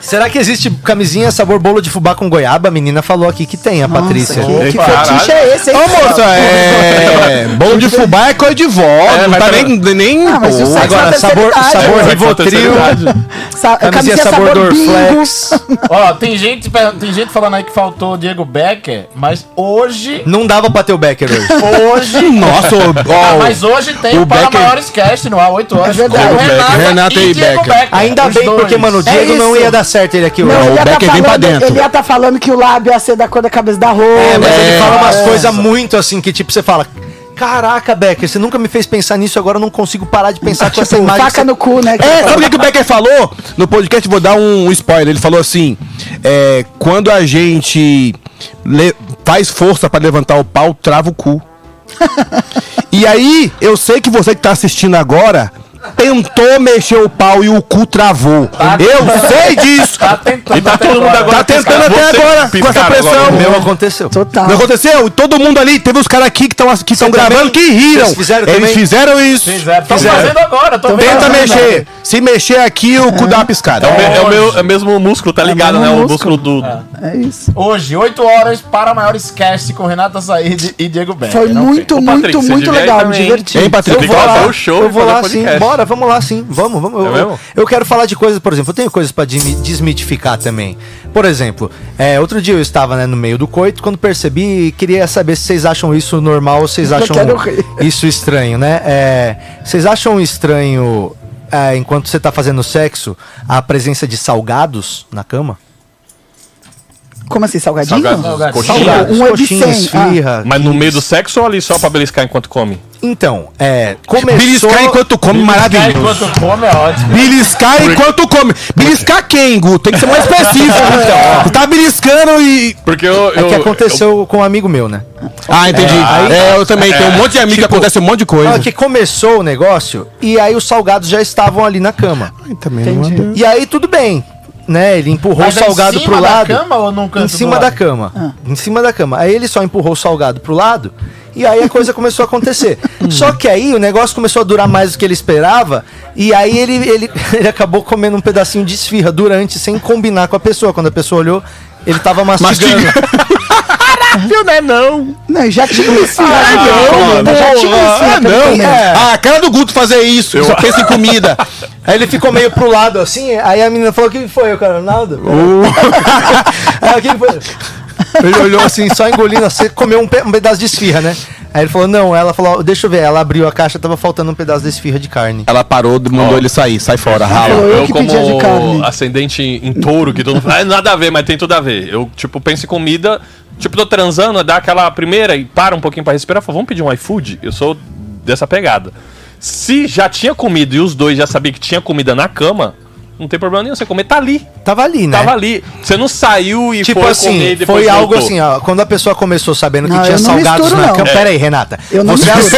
Será que existe camisinha sabor bolo de fubá com goiaba? A menina falou aqui que tem, a Patrícia.
Que, que
Caralho.
fetiche é esse, hein?
Ô, moça, é. Bolo de fubá é coisa de vó. não
vai
tá
pra-
nem. nem
Ah, mas
pô.
isso é
Agora,
só
sabor,
terceira idade.
É,
sabor
Vai
Rivotril.
Camisinha
Sa camisinha
sabor
sabor bingo.
Dorflex.
Ó, tem gente, pe- tem gente falando aí que faltou o Diego Becker, mas hoje.
Não dava pra ter o Becker hoje.
Hoje.
Nossa, ô,
Ah,
ó,
mas hoje tem
o
o Para
Becker-
Maiores Cast no ar, 8 horas.
É verdade.
com
Diego Becker. Renata e
Diego
Becker.
Ainda
os
bem,
dois.
porque, mano, o Diego É não
isso.
ia dar certo ele aqui hoje.
Não,
Não,
o
ele ia tá
Becker vem pra
falando,
dentro.
ele ia tá falando que o lábio ia ser da cor da cabeça da roupa.
É, mas ele
É.
fala umas coisas muito assim que, tipo, você fala. Caraca, Becker, você nunca me fez pensar nisso, agora eu não consigo parar de pensar com essa imagem.
Tipo, faca
que
no cu, né?
É, sabe o que, que o Becker falou? No podcast, vou dar um spoiler. Ele falou assim: é, quando a gente le- faz força pra levantar o pau, trava o cu. e aí, eu sei que você que tá assistindo agora tentou mexer o pau e o cu travou.
Tá.
eu sei disso!
Tá tentando.
E tá
até
todo mundo agora
Tá tentando até
Vocês
agora, com essa
piscaram
pressão.
O
agora.
meu aconteceu.
Total.
Não aconteceu? E Todo mundo ali, teve os caras aqui que estão que tão
Ah. também?
gravando que riram.
Vocês fizeram
Eles
também?
fizeram isso.
Fizeram. Tão Tá fazendo agora, tô vendo.
Tenta mexer. Se mexer aqui, o cu dá uma piscada.
Então,
É o, me- é o meu, é o mesmo músculo, tá ligado,
mesmo
né? O
músculo.
músculo do.
Ah.
É isso.
Hoje, 8 horas, Para Maiores Cast com Renata Said e Diego
É,
Becker.
Foi
Não
muito,
Ô, Patrick,
muito,
você
muito
devia ir
legal, me
também.
diverti.
Hein, Patrícia?
Tem que fazer o show
eu vou
e fazer
lá
o
sim,
podcast.
bora, vamos lá sim, vamos, vamos.
É
eu,
mesmo?
eu quero falar de coisas, por exemplo, eu tenho coisas pra desmi- desmitificar também. Por exemplo, é, outro dia eu estava né, no meio do coito, quando percebi, queria saber se vocês acham isso normal ou vocês
Eu
acham
quero rir.
isso estranho, né? É, vocês acham estranho, é, enquanto você tá fazendo sexo, a presença de salgados na cama?
Como assim, salgadinho?
Salgado.
Salgado.
Coxinha.
Um
coxinha,
obsceno, ah.
esfirra.
Mas no meio do sexo ou ali só pra beliscar enquanto come?
Então, é, começou...
Beliscar enquanto come,
Cara,
maravilhoso.
enquanto come é ótimo.
Beliscar enquanto come. Beliscar quem, Gu? Tem que ser
é
mais específico.
então.
Tu tá beliscando e.
Porque eu.
É
eu-
que aconteceu com um amigo meu, né?
Ah, entendi. É, eu também. Tem um monte de amigo que acontece um monte de coisa.
é.
Não, tá. Tipo, que começou o negócio e aí os salgados já estavam ali na cama.
Ai, também não é bom.
E aí tudo bem. né? Ele
Tá
empurrou
Mas
o
é em
salgado
cima
pro
da
lado.
cama ou num canto
em
do
cima
lado?
da
Ah.
cama. Em cima da cama. Aí ele só empurrou o salgado pro lado. E aí a coisa começou a acontecer. Hum. Só que aí o negócio começou a durar mais do que ele esperava. E aí ele, ele, ele acabou comendo um pedacinho de esfirra durante, sem combinar com a pessoa. Quando a pessoa olhou, ele tava mastigando.
Viu, né? Não.
Não, já tinha um esse
Ah, não,
Eu já tinha um esse
Ah, não.
é.
Ah, a cara do Guto fazer isso. Eu só penso em comida.
Aí ele ficou meio pro lado assim, aí a menina falou, o que foi, o cara, nada?
Uh.
aí, o que foi? Ele olhou assim, só engolindo, assim, comeu um, pe- um pedaço de esfirra, né? Aí ele falou, não, ela falou, deixa eu ver, ela abriu a caixa, tava faltando um pedaço de esfirra de carne.
Ela parou, mandou ele sair. Sai fora, rala.
eu
Eu,
que
como
pedi a de carne.
ascendente em touro, que todo mundo fala, "Ah, nada a ver, mas tem tudo a ver. Eu, tipo, penso em comida, tipo, tô transando, dá aquela primeira e para um pouquinho pra respirar, falo, vamos pedir um iFood? Eu sou dessa pegada. Se já tinha comido e os dois já sabiam que tinha comida na cama, não tem problema nenhum, você comer, tá ali.
Tava ali, né?
Tava ali. Você não saiu e
Tipo
foi comer e
assim,
depois
foi algo
voltou.
assim, ó. Quando a pessoa começou sabendo que
Não,
tinha
eu não
salgados
misturo,
na
não.
cama.
É.
Pera aí, Renata.
Eu não
você,
misturo.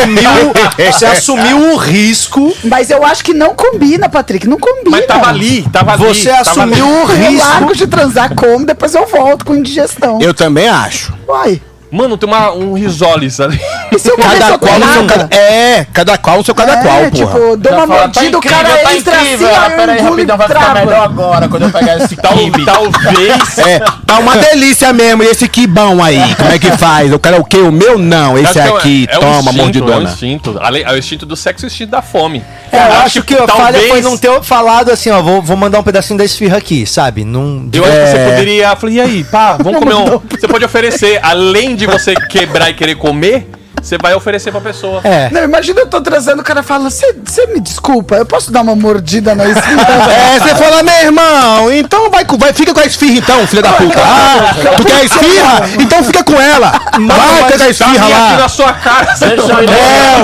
assumiu, você assumiu o risco.
Mas eu acho que não combina, Patrick. Não combina.
Mas tava ali, tava ali.
Você
tava ali.
assumiu o
Eu
risco.
largo de transar como, depois eu volto com indigestão.
Eu também acho.
Uai.
Mano, tem uma, um risoles ali.
E se eu começar
Cada
a
qual no seu
nada?
cada... É, cada qual no seu cada
é,
qual,
tipo,
porra.
dou uma
Fala,
mordida,
tá
o
incrível,
cara
tá
entra assim,
incrível. Ah,
aí
Pera
eu
aí,
engulo e
rapidão, vai ficar melhor
trava.
agora quando eu pegar esse
Tal,
kibe.
talvez.
É, tá uma delícia mesmo. E esse kibão aí, como é que faz? O cara o quê? O meu não. Esse
Acho que é o-
aqui,
é o
toma,
instinto, É o
mordidona.
instinto. Ale- É o instinto do sexo e o instinto da fome.
É, eu acho que a falha foi não ter falado assim, ó, vou, vou mandar um pedacinho da esfirra aqui, sabe? Não.
Eu acho que
É.
você poderia. Falei, e aí, pá, vamos comer um. Você pode oferecer, além de você quebrar e querer comer, você vai oferecer pra pessoa.
É.
Não, imagina eu tô transando, o cara fala, você me desculpa, eu posso dar uma mordida na esfirra?
É, você fala, meu irmão, então vai, com- vai fica com a esfirra então, filha da puta. Ah, tu quer a esfirra? Então fica com ela. Vai, pega a esfirra
E Ah, aqui na
lá.
sua cara. você
Deixa
não-
eu ir.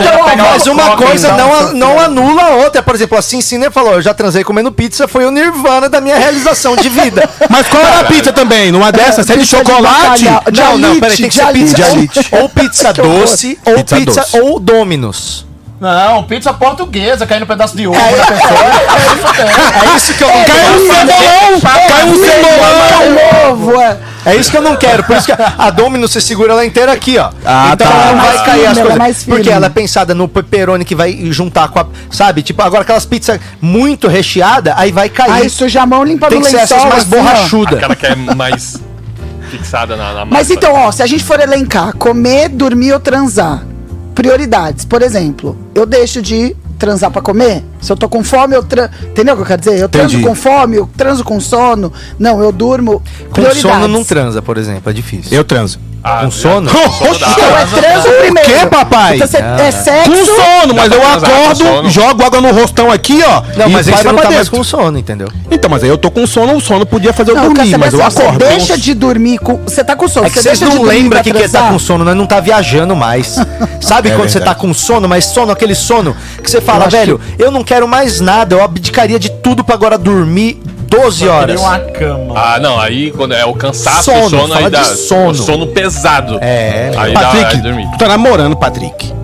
Então, ó,
Pegar
mas uma
coca,
coisa é
então.
não, a- não anula a outra. Por exemplo, a Cincine falou: eu já transei comendo pizza, foi o nirvana da minha realização de vida.
Mas qual era a pizza também? Numa dessa, se é de
pizza de
chocolate?
bacalhau. De
não, não,
alite,
peraí, tem que
de
ser pizza.
alite.
Ou, ou pizza
Que horror.
doce, ou
Pizza
pizza,
doce.
ou Dominus.
Não, pizza portuguesa, caindo um pedaço de ovo na pessoa.
É isso que eu não
Caiu um
quero.
cebolinho! Caiu um cebolinho!
É ovo, é.
É isso que eu não quero. Por isso que a Dominus você segura ela inteira aqui, ó.
Ah,
então
tá.
ela
Ela
não
é
vai
mais
cair
firme,
as
ela é
coisas.
mais firme.
porque ela é pensada no pepperoni que vai juntar com a. Sabe? Tipo, agora aquelas pizzas muito recheadas, aí vai cair.
Aí suja a mão, limpa
Tem
Ah, do
que ser
lençol.
essas mais
assim, ó.
borrachudas.
Aquela que é mais fixada na, na
Mas
massa.
então, ó, se a gente for elencar, comer, dormir ou transar, prioridades. Por exemplo, eu deixo de transar pra comer? Se eu tô com fome, eu transo. Entendeu o que eu quero dizer? Eu transo
Entendi.
com fome, eu transo com sono. Não, eu durmo.
Com sono
prioridades.
não transa, por exemplo, é difícil.
Eu transo.
Ah,
com um sono?
Então é transo primeiro.
quê, papai?
Então, você
Ah.
é sexo.
Com sono, mas eu
transar com
acordo,
sono.
jogo água no rostão aqui, ó.
Não,
e
mas aí
vai
você não
pra
tá mais
dentro.
com sono, entendeu?
É
Então, mas aí eu tô com sono, o sono podia fazer eu
Não, eu
dormir,
quero saber
mas eu
assim, você
acordo.
deixa de dormir com. Você tá com sono.
É que vocês
deixa de
não
dormir
lembram
pra
que, que tá
transar?
com sono, nós não tá viajando mais. Sabe
É
quando você
verdade.
tá com sono, mas sono, aquele sono que você fala, velho, eu não quero mais nada, eu abdicaria de tudo pra agora dormir 12 horas.
um
cama.
Ah, não, aí quando é o cansaço,
Sono,
o sono
fala
aí dá.
de sono.
o sono pesado.
É,
aí dá, aí
Patrick,
dormir.
tu tá namorando, Patrick.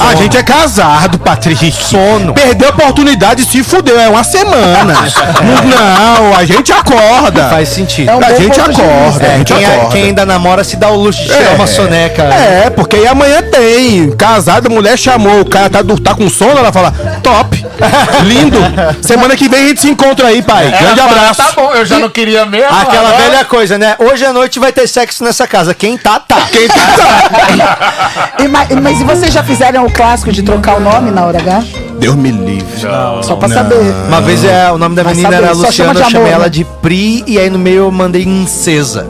A gente é casado, Patrick.
Sono.
Perdeu a oportunidade e se fudeu. É uma semana. não, a gente acorda.
Faz sentido.
É um
a
bom
gente
ponto de
acorda.
vista.
a
É,
gente
quem,
então acorda.
quem ainda namora se dá o luxo de tirar uma soneca.
É, porque aí amanhã tem. Casada, mulher chamou, o cara tá, do- tá com sono, ela fala, top, lindo. Semana que vem a gente se encontra aí, pai. Grande abraço.
Tá bom, eu já não queria mesmo.
Aquela
agora-
velha coisa, né? Hoje à noite vai ter sexo nessa casa. Quem tá, tá.
Quem tá, tá.
E, ma- e- mas e vocês já fizeram o clássico de trocar o nome na hora H?
Deus me livre.
Só pra saber.
Uma vez é, o nome da
Vai
menina
saber,
era
só chama
Luciana,
de
eu chamei
amor,
ela
né?
de Pri e aí no meio eu mandei Incesa.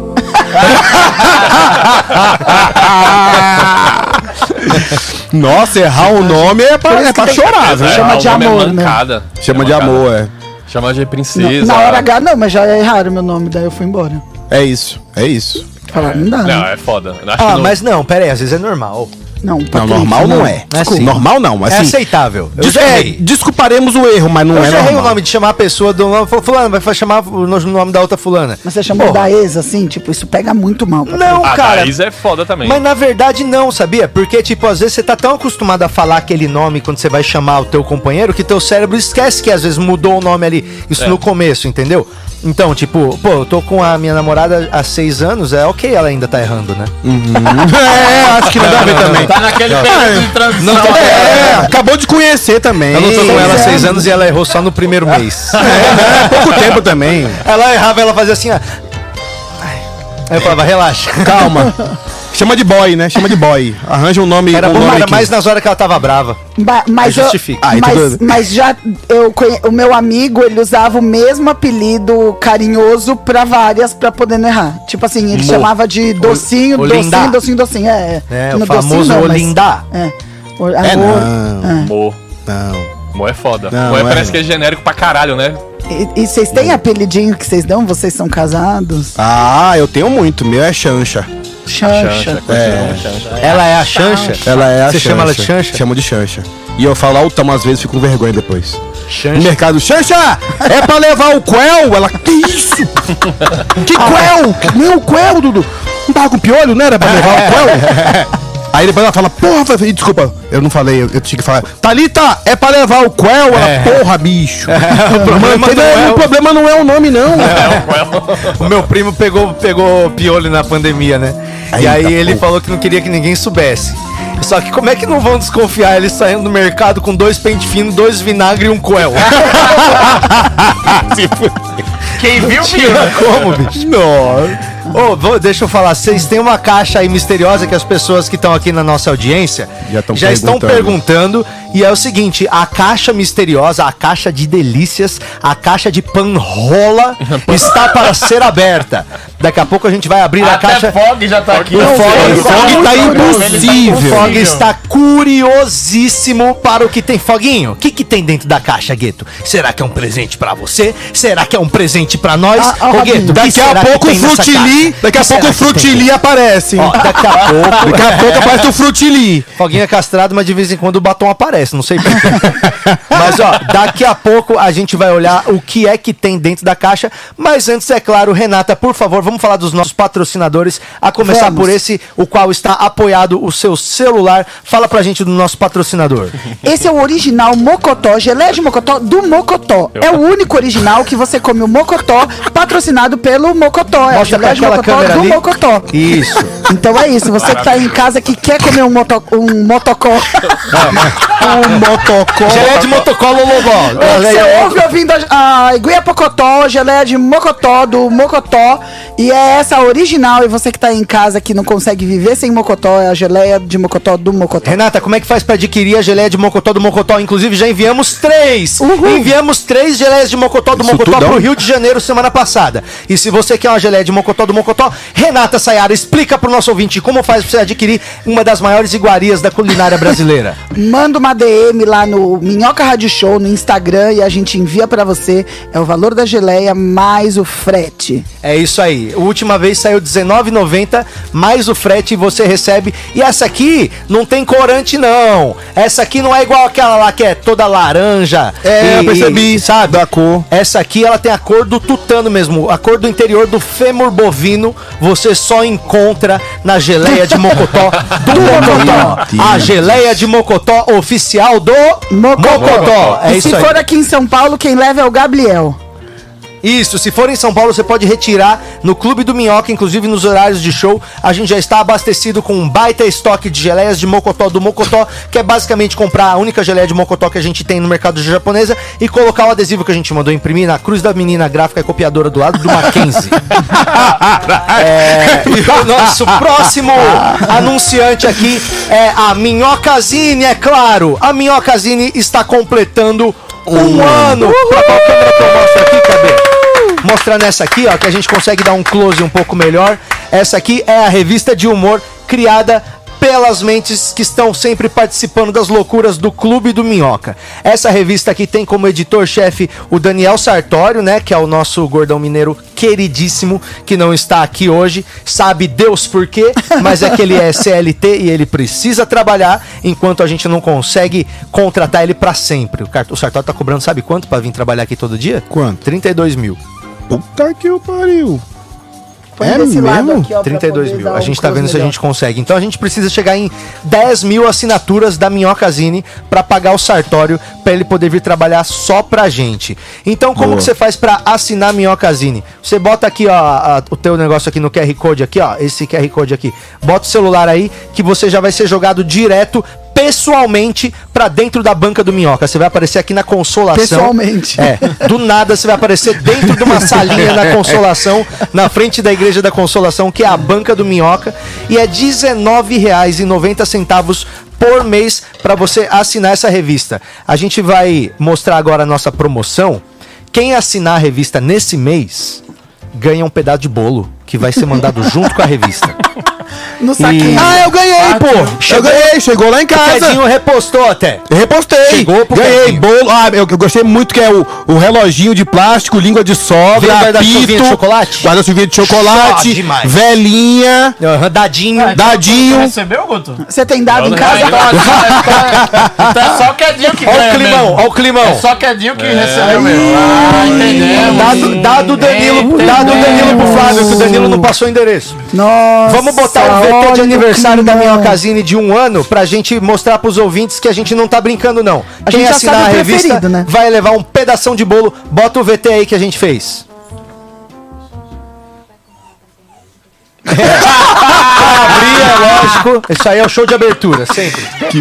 Nossa, errar o nome é pra, é pra chorar, né?
Chama
o
de
nome
amor, né?
mancada.
Chama
É
de
mancada.
amor, é.
Chama de
Não,
princesa.
na hora H não, mas já erraram meu nome, daí eu fui embora.
É isso, é isso.
Falaram, não dá. né?"
Não, é foda. Eu acho que
Ah,
não-
mas não, pera aí, às vezes é normal.
Não, um
Não,
Patrick,
normal não é.
Tá Não é
Desculpa,
assim.
Normal não,
é
assim.
aceitável. Eu
Des-
já
é,
errei.
desculparemos o erro, mas não
Eu
é
já errei o
normal.
nome de chamar a pessoa do nome. Falou, fulano, vai chamar o no- nome da outra fulana.
Mas você chamou
Pô,
da ex, assim, tipo, isso pega muito mal. Patrick.
Não,
A
cara.
Thaís é foda também.
Mas na verdade não, sabia? Porque, tipo, às vezes você tá tão acostumado a falar aquele nome quando você vai chamar o teu companheiro que teu cérebro esquece que às vezes mudou o nome ali. Isso no começo, entendeu? Então, tipo, pô, eu tô com a minha namorada há seis anos, é ok ela ainda tá errando, né?
é, acho que não dá a ver também.
Tá naquele período de transição.
Não, tá-
É, acabou de conhecer também.
Eu não tô com ela assim, né? há
É,
seis anos e ela errou só no primeiro mês.
é, pouco tempo também.
ela errava, ela fazia assim, ó. Aí eu falava, relaxa.
Calma. Chama de boy, né? Chama de boy. Arranja um nome.
Era
um
bom,
nome
era
que-
mais nas horas que ela tava brava.
Ba- Mas,
Aí
eu-
justifica.
Ah, então
mas,
tudo-
mas já eu conhe- o meu amigo, ele usava o mesmo apelido carinhoso pra várias, pra poder não errar. Tipo assim, ele chamava de docinho,
o
docinho,
Lindá.
docinho, docinho. É,
É,
No
o famoso
docinho não, mas-
Olindá.
É. O
É,
amor.
não.
Mo.
Não.
Mo é foda.
Não,
Mo é-
é
parece
não.
que é genérico pra caralho, né?
E e vocês têm apelidinho que vocês dão? Vocês são casados?
Ah, eu tenho muito. Meu é chancha.
Chancha.
Continua, chancha.
Ela é a chancha.
Ela é a
É. Você chama ela de chancha?
Chamo de chancha. E eu falo altão às vezes, fico com vergonha depois. No
Chancha.
mercado, chancha! É pra levar o quel? Ela, que isso? Que quel? Que- Não, o quel, Dudu. Não tava com piolho, né? Era pra levar o quel? Aí depois ela fala, porra, vai- ih, desculpa, eu não falei, eu, eu tinha que falar. Thalita, é pra levar o quel? Ela, porra, bicho. o, problema
não é o-
o problema não é o nome, não.
um, é
O meu primo pegou, pegou piolho na pandemia, né? e
Eita,
aí ele
pô.
falou que não queria que ninguém soubesse. Só que como é que não vão desconfiar ele saindo do mercado com dois pente fino, dois vinagre e um coel?
Quem viu, viu.
Tira como, bicho? Ô, vou- deixa eu falar, vocês têm uma caixa aí misteriosa que as pessoas que estão aqui na nossa audiência
Já tão
estão perguntando. E é o seguinte: a caixa misteriosa, a caixa de delícias, a caixa de panrola está para ser aberta. Daqui a pouco a gente vai abrir a
Até
caixa.
Fog já tá aqui.
O Fog,
o Fog
está
tá
impossível.
impossível.
O Fog está curiosíssimo para o que tem. Foguinho, o que, que tem dentro da caixa, Gueto? Será que é um presente para você? Será que é um presente para nós?
Ah, ah,
Ô, Gueto, o que
Daqui a
será que
pouco o
tem nessa
frutili,
caixa?
daqui a pouco o
O que será que tem?
frutili aparece. hein?
Ó, daqui a pouco.
Daqui a pouco aparece o frutili.
Foguinho é castrado, mas de vez em quando o batom aparece, não sei porquê. mas ó, daqui a pouco a gente vai olhar o que é que tem dentro da caixa. Mas antes, é claro, Renata, por favor, vamos falar dos nossos patrocinadores, a começar
Vamos.
por esse, o qual está apoiado o seu celular. Fala pra gente do nosso patrocinador.
Esse é o original Mocotó, gelé de Mocotó do Mocotó. É o único original que você come o Mocotó, patrocinado pelo Mocotó. É a
Mostra pra
gelé de
aquela
Mocotó
câmera
do
ali.
Mocotó.
Isso.
Então é isso, você que tá aí em casa que quer comer um, moto, um motocó,
O motocó.
Gelé de motocolo Lobó.
você ouve ouvindo a, a iguia pocotó, geleia de mocotó, do mocotó, e é essa a original, e você que tá aí em casa que não consegue viver sem mocotó, é a geleia de mocotó do mocotó.
Renata, como é que faz pra adquirir a geleia de mocotó do Mocotó? Inclusive, já enviamos três!
Uhul.
Enviamos três geleias de mocotó do
Isso é um-
Mocotó
tudão.
pro Rio de Janeiro semana passada. E se você quer uma geleia de mocotó do Mocotó, Renata Sayara, explica pro nosso ouvinte como faz pra você adquirir uma das maiores iguarias da culinária brasileira.
Manda uma DM lá no Minhoca Rádio Show, no Instagram, e a gente envia pra você. É o valor da geleia mais o frete.
É isso aí. A última vez saiu R$19,90, mais o frete você recebe. E essa aqui não tem corante, não. Essa aqui não é igual aquela lá que é toda laranja.
É, eu percebi,
sabe?
da cor.
Essa aqui ela tem a cor do tutano mesmo, a cor do interior do fêmur bovino. Você só encontra na geleia de mocotó do Mocotó.
Deus.
A geleia de mocotó oficial do
Mocotó.
Mocotó. É
e se
isso aí.
for aqui em São Paulo, quem leva é o Gabriel.
Isso, se for em São Paulo, você pode retirar no Clube do Minhoca, inclusive nos horários de show. A gente já está abastecido com um baita estoque de geleias de mocotó do Mocotó, que é basicamente comprar a única geleia de mocotó que a gente tem no mercado japonesa e colocar o adesivo que a gente mandou imprimir na cruz da menina gráfica e copiadora do lado do Mackenzie. É, e o nosso próximo anunciante aqui é a Minhocazine, é claro. A Minhocazine está completando um ano. Pra qual câmera que eu mostro aqui, cadê? Mostrar nessa aqui, ó, que a gente consegue dar um close um pouco melhor. Essa aqui é a revista de humor criada pelas mentes que estão sempre participando das loucuras do Clube do Minhoca. Essa revista aqui tem como editor-chefe o Daniel Sartório, né, que é o nosso gordão mineiro queridíssimo, que não está aqui hoje, sabe Deus por quê, mas é que ele é CLT e ele precisa trabalhar, enquanto a gente não consegue contratar ele para sempre. O, Cart- o Sartório tá cobrando sabe quanto para vir trabalhar aqui todo dia?
Quanto?
32 mil.
Puta que o pariu.
Põe
É
desse lado
mesmo?
aqui, ó. pra
32
poder
mil.
dar
A
um
gente tá
close
vendo se a
melhor.
gente consegue. Então a gente precisa chegar em 10 mil assinaturas da Minhocazine pra pagar o sartório pra ele poder vir trabalhar só pra gente. Então como
Boa.
que você faz pra assinar a Minhocazine? Você bota aqui, ó, a- o teu negócio aqui no QR Code aqui, ó, esse QR Code aqui. Bota o celular aí que você já vai ser jogado direto pessoalmente pra dentro da banca do Minhoca. Você vai aparecer aqui na consolação.
Pessoalmente.
É, do nada você vai aparecer dentro de uma salinha na Consolação, na frente da Igreja da Consolação, que é a banca do Minhoca, e é R$19,90 por mês para você assinar essa revista. A gente vai mostrar agora a nossa promoção. Quem assinar a revista nesse mês ganha um pedaço de bolo que vai ser mandado junto com a revista.
No saquinho.
Ah, eu ganhei, pô! Eu ganhei, chegou lá em
tá. O
casa.
Quedinho repostou até.
Eu repostei.
Chegou pro
ganhei
Quedinho.
bolo. Ah, eu, eu gostei muito que é o, o reloginho de plástico, língua de sogra,
Vem o
apito,
guarda-chuvinha de chocolate?
guarda-chuvinha de
Só
chocolate,
demais.
velhinha.
Aham, Dadinho.
Ah, então
Dadinho.
Você recebeu, Guto?
Você tem dado em
Ah,
casa?
então-
então, então é só o Quedinho que
Olha
ganha
o climão,
mesmo.
olha o climão.
É só o Quedinho que recebeu mesmo. Ah, entendemos.
É, Dado, dado Danilo,
Entendemos.
dado Danilo pro Flávio, que o Danilo não passou o endereço.
Nossa.
Vamos botar o VT de
olha o
aniversário da
climão.
Minhocasine de um ano pra gente mostrar pros ouvintes que a gente não tá brincando, não.
A
Quem
gente já
assinar a
sabe o
revista
preferido, né?
vai levar um pedação de bolo. Bota o VT aí que a gente fez. Abrir, é lógico. Isso aí é o show de abertura, sempre.
Que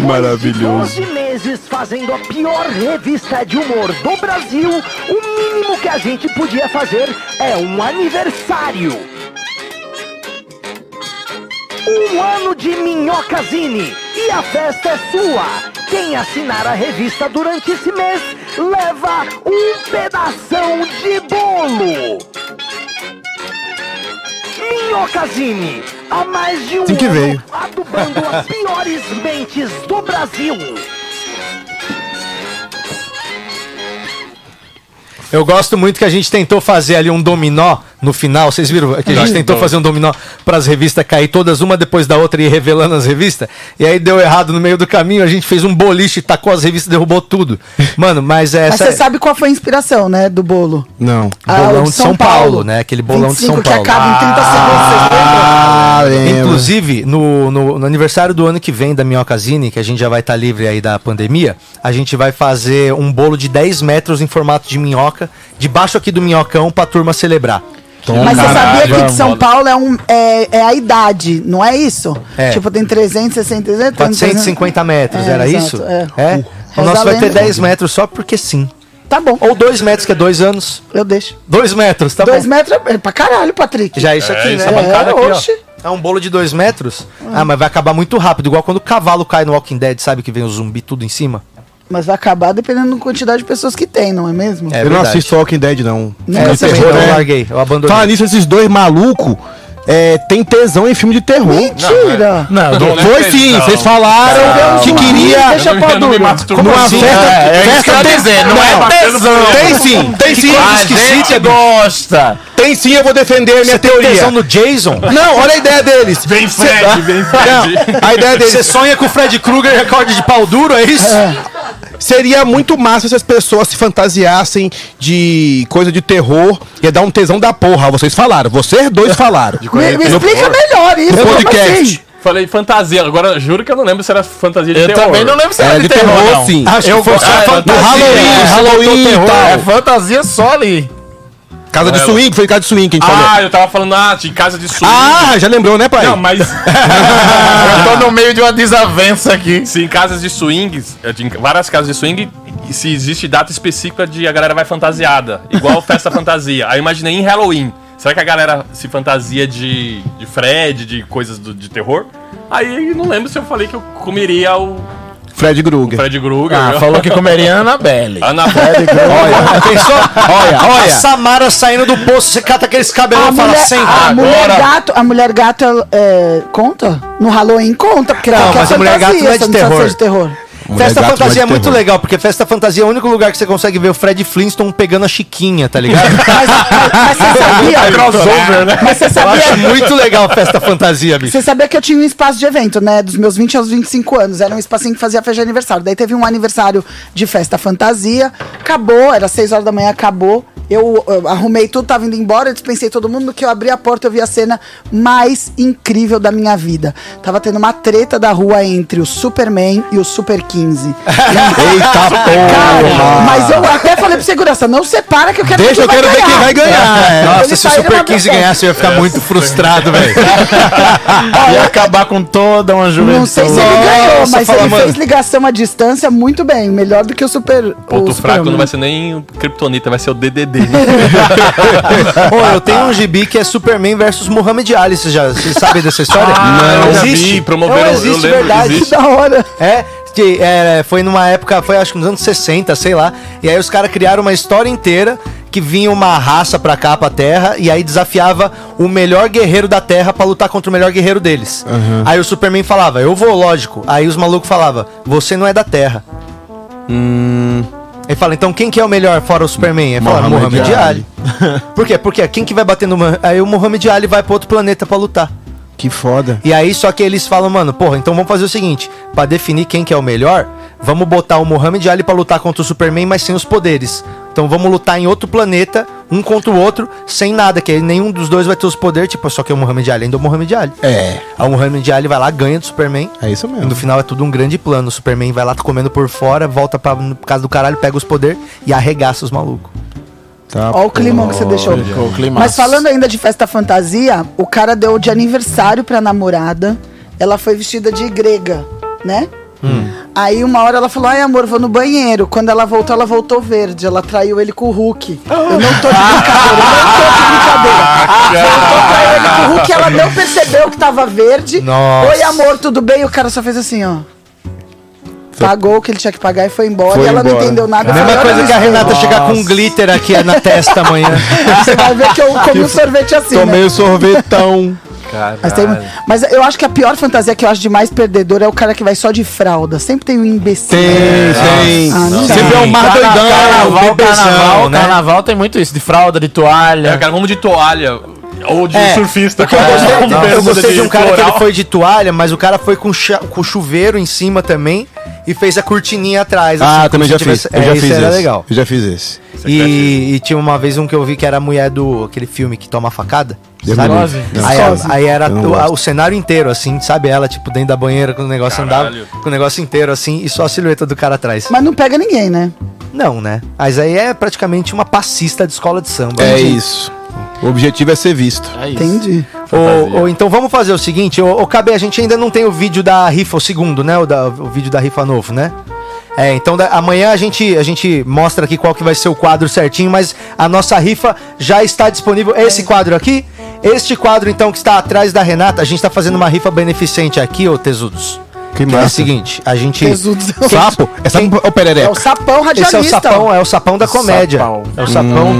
12
maravilhoso.
meses fazendo a pior revista de humor do Brasil, o mínimo que a gente podia fazer é um aniversário. Um ano de Minhocazine e a festa é sua. Quem assinar a revista durante esse mês leva um pedação de bolo. Minhocazine, há mais de um
Assim que
ano
veio.
adubando as piores mentes do Brasil.
Eu gosto muito que a gente tentou fazer ali um dominó no final. Vocês viram que a gente tentou fazer um dominó para as revistas cair todas uma depois da outra e ir revelando as revistas. E aí deu errado no meio do caminho. A gente fez um boliche, tacou as revistas, derrubou tudo. Mano, mas é
Mas
essa é
você sabe qual foi a inspiração, né? Do bolo.
Não.
Ah,
bolão
o
de São, Paulo, né? Aquele bolão de São
25
Paulo.
que acaba em 30 segundos. vocês lembram?
Ah, Inclusive.
Inclusive, no, no- no aniversário do ano que vem da Minhocazine, que a gente já vai estar livre aí da pandemia, a gente vai fazer um bolo de 10 metros em formato de minhoca, debaixo aqui do minhocão, pra turma celebrar. É um
Mas você
Caralho,
sabia que de São
mano.
Paulo é, um, é, é a idade, não é isso?
É.
Tipo, tem 360... tem
450 metros,
É,
era
exato,
isso?
É.
É. O
Reza
nosso
a
vai ter
lenda.
10 metros só porque sim.
Tá bom,
Ou 2 metros, que é 2 anos.
eu deixo.
2 metros, tá
Dois
bom?
metros é pra caralho, Patrick.
Já é isso
É,
aqui,
essa
né?
bancada aqui, ó.
oxe. É um bolo de 2 metros? Ah, mas vai acabar muito rápido, igual quando o cavalo cai no Walking Dead, sabe que vem o zumbi tudo em cima?
Mas vai acabar dependendo da quantidade de pessoas que tem, não é mesmo?
É
eu não
verdade.
assisto Walking Dead, não.
Não,
É
eu
de
também
terror,
não,
né?
eu larguei, eu abandonei.
Fala nisso, esses dois malucos é, tem tesão em filme de terror.
é.
Mentira!
Não,
Não, não
foi
é
sim,
tesão.
vocês falaram que queria
Deixa
Eu
pau
não me
duro.
masturbo
numa
assim,
festa,
né? É isso
festa
que eu ia dizer, não é tesão.
Tem sim, tem sim.
gente gosta.
Tem sim, eu vou defender a minha
Você tem tesão
teoria.
no Jason?
Não, olha a ideia deles.
Vem Fred, vem Fred.
Não, a ideia
Você
deles
sonha com o Fred Krueger recorde de pau duro, é isso?
seria muito massa se as pessoas se fantasiassem de coisa de terror. Ia dar um tesão da porra. Vocês falaram, vocês dois falaram.
É.
é.
Me, me explica melhor isso.
No
como
podcast.
assim?
Falei fantasia, agora juro que eu não lembro se era fantasia de
Eu
terror.
também não lembro se era
É de terror, sim.
Acho que foi
Ah, é
No
fantasia.
Halloween, Halloween e
É
tal.
fantasia só ali.
Casa de
Ela.
swing, foi casa de swing que a gente falou.
Ah, eu tava falando, ah, de casa de sul.
Ah, já lembrou, né, pai?
Não, mas.
eu tô no meio de uma desavença aqui.
Se em casas de swings, é, de- em várias casas de swing, e se existe data específica de a galera vai fantasiada. Igual festa fantasia. Aí eu imaginei em Halloween. Será que a galera se fantasia de, de Fred, de coisas do- de terror? Aí não lembro se eu falei que eu comeria o
Fred Krueger.
Fred Krueger. Ah,
Ah, falou que comeria a Annabelle.
Ah,
Ana
Olha, pensou?
Olha,
A
olha.
Samara saindo do poço, você cata aqueles cabelos
A
e fala
mulher,
sem
a mulher gato, a mulher gato ela, é, conta? No Halloween conta, porque ela
Não,
quer
mas a mulher gato não é de
só precisa
terror.
ser de terror.
Mulher
Festa
gato
fantasia
vai
é
de
muito
terror.
legal, porque festa fantasia é o único lugar que você consegue ver o Fred Flintstone pegando a Chiquinha, tá ligado?
Mas, mas- mas você sabia?
crossover, né?
Mas você
Eu
sabia?
acho muito legal a festa fantasia, bicho.
Você sabia que eu tinha um espaço de evento, né? Dos meus 20 aos 25 anos. Era um espacinho que fazia festa de aniversário. Daí teve um aniversário de festa fantasia. Acabou, era 6 horas da manhã, acabou. Eu, eu arrumei tudo, tava indo embora, eu dispensei todo mundo. No que eu abri a porta, eu vi a cena mais incrível da minha vida. Tava tendo uma treta da rua entre o Superman e o Super 15.
Eita porra!
Mas eu até falei pro segurança, não separa que eu quero
Deixa, eu
vai
quero ver quem
ganhar.
vai ganhar. é.
Eles
Nossa,
tá
se o
saíram
Super
na
15
verdade.
ganhasse, eu ia ficar
É.
muito frustrado, velho. Ia acabar com toda uma juventude.
Não sei se ele ganhou,
Nossa,
mas
fala,
ele
mano.
fez ligação à distância muito bem. Melhor do que o Super.
Ponto
o
fraco
Superman.
não vai ser nem o Kryptonita, vai ser o DDD.
Ô, eu tenho um gibi que é Superman versus Muhammad Ali. Vocês já vocês sabem dessa história?
Ah, eu já vi,
existe.
promoveram-
não
eu
existe,
lembro que
verdade.
existe.
Da hora.
É, que, é, foi numa época, foi acho que nos anos 60, sei lá. E aí os caras criaram uma história inteira que vinha uma raça pra cá, pra terra, e aí desafiava o melhor guerreiro da terra pra lutar contra o melhor guerreiro deles. Aí o Superman falava, eu vou, lógico. Aí os malucos falavam, você não é da terra. Ele fala, então quem que é o melhor fora o Superman? Ele fala,
Muhammad
Muhammad Ali.
Ali.
Por quê? Porque quem que vai bater no... Mu- Aí o Muhammad Ali vai pra outro planeta pra lutar.
Que foda.
E aí, só que eles falam, mano, porra, então vamos fazer o seguinte: pra definir quem que é o melhor, vamos botar o Muhammad Ali pra lutar contra o Superman, mas sem os poderes. Então vamos lutar em outro planeta, um contra o outro, sem nada, que aí nenhum dos dois vai ter os poderes, tipo, só que o Muhammad Ali ainda é o Muhammad Ali.
É.
Aí o Muhammad Ali vai lá, ganha do Superman.
É isso mesmo.
No final é tudo um grande plano. O Superman vai lá, tá comendo por fora, volta pra no- casa do caralho, pega os poderes e arregaça os malucos.
Tá,
Olha o climão que você deixou. Mas falando ainda de festa fantasia, o cara deu de aniversário pra namorada. Ela foi vestida de grega, né?
Hum.
Aí uma hora ela falou: ai amor, vou no banheiro. Quando ela voltou, ela voltou verde. Ela traiu ele com o Hulk. Eu não tô de brincadeira, eu não tô de brincadeira. Voltou, traiu ele com é o Hulk, ela não percebeu que tava verde.
Ah. Nossa.
Oi, amor, tudo bem? E o cara só fez assim, ó. Pagou o que ele tinha que pagar e foi embora.
Foi
e ela não
embora.
entendeu nada.
É A
Falei,
mesma
olha
coisa que a
isso.
Renata chegar com um glitter aqui na testa amanhã.
Você vai ver que eu comi um sorvete assim. né?
Tomei o sorvetão.
Mas, tem- um- mas eu acho que a pior fantasia que eu acho de mais perdedor é o cara que vai só de fralda. Sempre tem um imbecil.
Tem, tem.
Ah, não dá.
Sempre é um mar
Carna-
doidão.
Carnaval,
bebezão,
carnaval,
né?
carnaval tem muito isso, de fralda, de
É,
toalha.
cara, vamos de toalha. Ou de
É,
surfista.
Eu gostei,
com
não, eu
bermuda
gostei de um cara que
floral.
ele foi de toalha, mas o cara foi com, cha- com chuveiro em cima também e fez a cortininha atrás.
Ah,
assim, como
também
se
já
tivesse-
fiz. Eu
É,
já
isso
fiz é
era
esse.
legal.
Eu já fiz esse.
E, e tinha uma vez um que eu vi que era a mulher do aquele filme que toma facada.
Deus
sabe?
me livre. Não.
Aí, ela-
Sose.
aí era
Eu não
o, a-
gosto.
o cenário inteiro, assim, sabe? Ela, tipo, dentro da banheira, quando o negócio
Caralho.
andava, com o negócio inteiro, assim, e só a silhueta do cara atrás.
Mas não pega ninguém, né?
Não, né? Mas aí é praticamente uma passista de escola de samba.
É
né?
isso. O objetivo é ser visto.
Entendi.
Ou, ou então vamos fazer o seguinte, ô ô, KB, a gente ainda não tem o vídeo da rifa, o segundo, né? O, da- o vídeo da rifa novo, né? É, então da- amanhã a gente, a gente mostra aqui qual que vai ser o quadro certinho, mas a nossa rifa já está disponível. Esse quadro aqui, este quadro então que está atrás da Renata, a gente está fazendo uma rifa beneficente aqui, ô Tesudos.
Que
É
massa.
o seguinte, a gente...
Tesudos é o-
Sapo?
É sapo ou
É
perereca?
o sapão
Esse
radialista.
é o sapão, é o sapão da comédia.
Sapão.
É o sapão.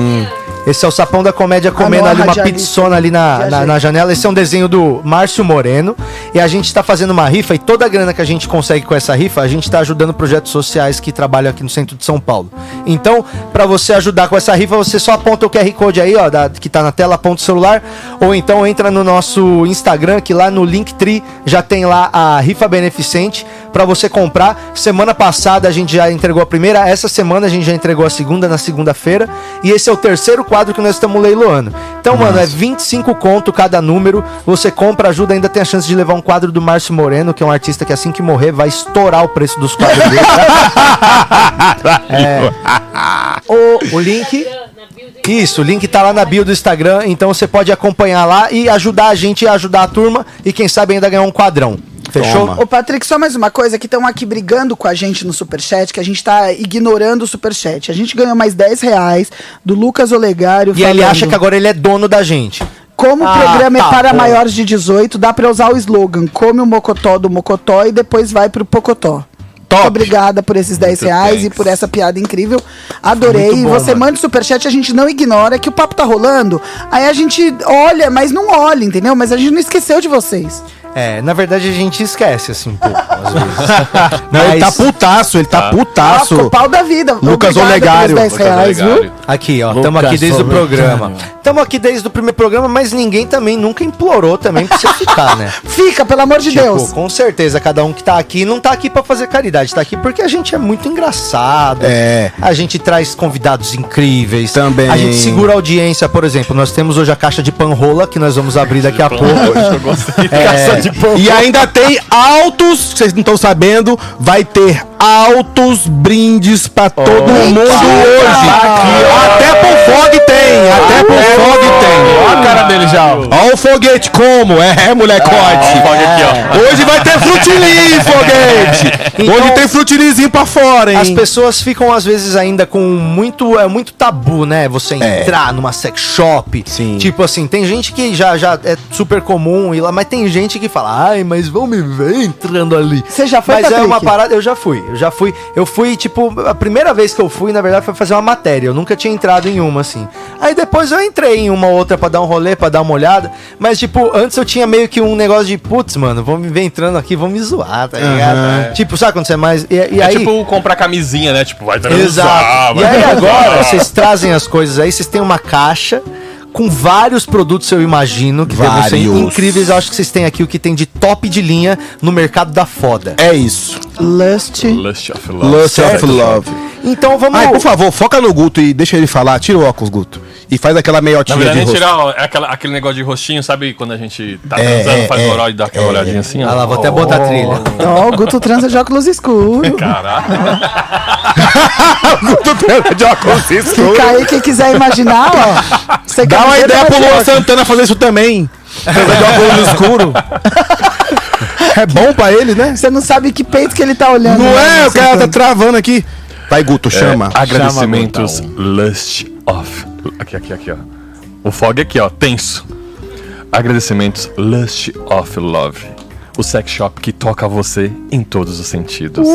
Esse é o sapão da comédia comendo
Ah, não,
ali uma
radialista.
pizzona ali na, na,
Viajei.
na janela. Esse é um desenho do Márcio Moreno. E a gente tá fazendo uma rifa e toda a grana que a gente consegue com essa rifa, a gente tá ajudando projetos sociais que trabalham aqui no centro de São Paulo. Então, pra você ajudar com essa rifa, você só aponta o QR Code aí, ó, da- que tá na tela, aponta o celular. Ou então entra no nosso Instagram, que lá no Linktree já tem lá a rifa beneficente pra você comprar. Semana passada a gente já entregou a primeira, essa semana a gente já entregou a segunda na segunda-feira. E esse é o terceiro quadro que nós estamos leiloando. Então, mano, é 25 conto cada número. Você compra, ajuda, ainda tem a chance de levar um quadro do Márcio Moreno, que é um artista que assim que morrer vai estourar o preço dos quadros dele.
É,
o, o link. Isso, o link tá lá na bio do Instagram, então você pode acompanhar lá e ajudar a gente a ajudar a turma e quem sabe ainda ganhar um quadrão. Fechou?
Ô, Patrick, só mais uma coisa, que estão aqui brigando com a gente no Superchat, que a gente tá ignorando o Superchat. A gente ganhou mais 10 reais do Lucas Olegário.
E ele
falando,
acha que agora ele é dono da gente.
Como o
Ah,
programa
tá,
é para
pô.
maiores de 18, dá pra usar o slogan, come o mocotó do mocotó e depois vai pro pocotó. Muito obrigada por esses 10 reais e por essa piada incrível. Adorei.
Muito bom,
Você
mano.
manda o superchat, a gente não ignora que o papo tá rolando. Aí a gente olha, mas não olha, entendeu? Mas a gente não esqueceu de vocês.
É, na verdade a gente esquece, assim, um pouco, às vezes.
Não, ele tá
Mas-
putaço, ele tá
Ah, ficou
putaço.
pau da vida.
Lucas
Obrigada
Olegário.
pelos 10
Lucas
reais, viu?
Olegário.
Aqui, ó,
Lucas
estamos aqui desde o
Soletânio.
programa. Estamos aqui desde o primeiro programa, mas ninguém também nunca implorou também pra você ficar, né?
Fica, pelo amor de
Tipo,
Deus.
com certeza, cada um que tá aqui não tá aqui pra fazer caridade, tá aqui porque a gente é muito engraçado.
É.
A gente traz convidados incríveis.
Também.
A gente segura a audiência, por exemplo, nós temos hoje a caixa de panrola que nós vamos abrir daqui a pouco.
É, E ainda tem altos, que vocês não estão sabendo, vai ter altos brindes pra todo mundo hoje. Até pro Fog tem, até pro Fog tem.
Olha a cara dele já. ó.
Ó o foguete como, é, molecote. Hoje vai ter frutilim, foguete. Hoje
Então-
tem frutilizinho pra fora, hein.
As pessoas ficam às vezes ainda com muito é muito tabu, né? Você
É.
entrar numa sex shop.
Sim.
Tipo assim, tem gente que já já é super comum ir lá, mas tem gente que fala: "Ai, mas vão me ver entrando ali".
Você já foi,
Mas é
Patrick?
uma parada, eu já fui. Eu já fui, eu fui tipo, a primeira vez que eu fui, na verdade, foi fazer uma matéria. Eu nunca tinha entrado em uma assim. Aí depois eu entrei em uma ou outra pra dar um rolê, pra dar uma olhada, mas tipo, antes eu tinha meio que um negócio de putz, mano, vão me ver entrando aqui, vão me zoar, tá ligado? Tipo, sabe quando você é mais e, e
É
aí
tipo comprar camisinha, né? Tipo, vai transar,
Ah,
Exato. E
vai
aí
é
transar.
agora vocês trazem as coisas aí, vocês têm uma caixa com vários produtos, eu imagino, que devem ser
Vários.
incríveis. Eu acho que vocês têm aqui o que tem de top de linha no mercado da foda.
É isso.
Lust.
Lust of love.
Lust of Love.
Então vamos.
Ai, por favor, foca no Guto e deixa ele falar. Tira o óculos, Guto. E faz aquela
Na
meiotinha
verdade,
de
nem
rosto.
tirar ó, é aquela- aquele negócio de rostinho, sabe? Quando a gente tá
É,
transando,
é,
faz
é,
o oral e dá aquela
é,
olhadinha assim.
Ah lá, vou até botar a trilha.
Ó, o Guto transa de óculos escuros.
Caralho.
Guto tem de óculos escuros.
Fica aí quem quiser imaginar, ó. Você
Dá
quer
uma
ver,
ideia
dá
pro
de
Luan
óculos.
Santana fazer isso também. Fazer de óculos escuro. É bom pra ele, né?
Você não sabe que peito que ele tá olhando.
Não é?
né,
O cara
Luan
tá
Santana? É.
travando aqui. Vai, Guto, chama.
Agradecimentos Lust of. Aqui, aqui, aqui, ó. O fog aqui, ó, tenso. Agradecimentos Lust of Love. O sex shop que toca você em todos os sentidos.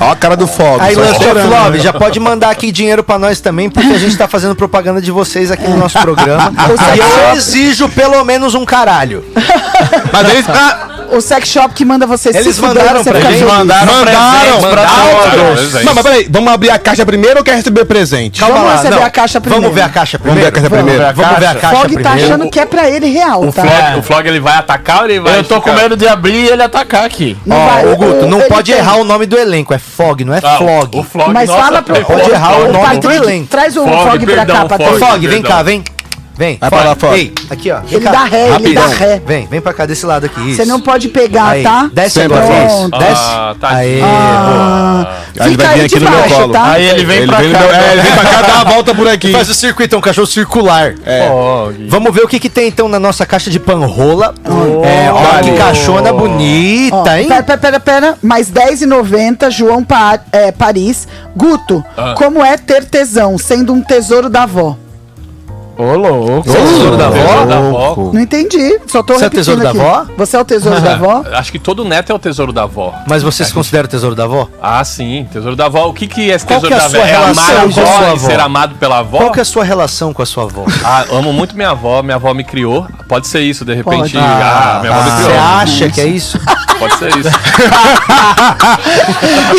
Ó a cara do Fogo.
Aí,
só
Lust of
chorando.
Love, já pode mandar aqui dinheiro pra nós também, porque a gente tá fazendo propaganda de vocês aqui no nosso programa. e eu exijo pelo menos um caralho.
Mas eles. Ah,
O sex shop que manda você
Eles
fuder,
mandaram
você
pra
fica
gente.
feliz.
mandaram, mandaram,
presentes pra
mandaram.
todos.
Não, mas peraí, vamos abrir a caixa primeiro ou quer receber presente?
Calma Vamos receber a caixa primeiro.
Vamos ver a caixa
Vamos ver a
primeiro.
caixa primeiro.
Vamos ver a caixa
Fog tá
primeiro.
achando que é pra ele real,
O
tá?
flog, o flog ele vai atacar ou ele vai.
Eu tô com
ficar-
medo de abrir e ele atacar aqui.
Não
Ó,
vai-
o Guto, não
é ele
pode
tem.
errar o nome do elenco, é Fog, não é
Ah,
Flog.
O flog
Mas
nossa,
fala pro.
perdão,
Pode errar o
flog,
nome
perdão.
do elenco.
Traz o
Fog,
Fog pra cá,
perdão,
Ô,
Patrick.
Fog.
Fog, vem
perdão.
cá, vem. Vem.
Vai pra lá, Fog.
Ei, aqui, ó. Vem
Ele
cá.
dá ré, ele dá
Rapidão.
ré.
Vem, vem pra cá desse lado aqui.
Você
isso.
não pode pegar,
Aí,
tá?
Desce
Sempre
agora.
assim.
Isso. Desce.
Ah, tá.
Aí
Aí,
ele
Fica
vai
aí
vir aqui
de
no meu
baixo,
colo.
tá?
Aí Ah, ele vem
Ele
pra
vem no
cá. né?
meu-
né?
é, ele vem pra cá, dá uma volta por aqui.
boa. Faz o circuito, é um cachorro circular.
É.
Vamos ver o que, que tem então na nossa caixa de panrola. É, olha que caixona bonita,
Ó,
hein?
Pera, pera, pera, pera. Mais R$10,90, João Pa- é, Paris. Guto,
Ah.
como é ter tesão, sendo um tesouro da avó?
Ô, louco.
Tesouro da
Tesouro
avó.
da avó.
Não entendi, só tô
Você é o
repetindo
tesouro da
aqui.
avó?
Você é o tesouro da avó?
Acho que todo neto é o tesouro da avó.
Mas você se considera o tesouro da avó?
Ah, sim. Tesouro da avó. O que, que é esse
Qual
tesouro
que é
da
a
avó?
sua
É
relação
amar a
com a
avó
sua
e
avó?
ser amado pela avó?
Qual que é a sua relação com a sua avó?
Ah, amo muito minha avó. Minha avó me criou. Pode ser isso, de repente.
Pode.
Ah, minha avó me
Você
criou.
acha que é isso?
Pode ser isso.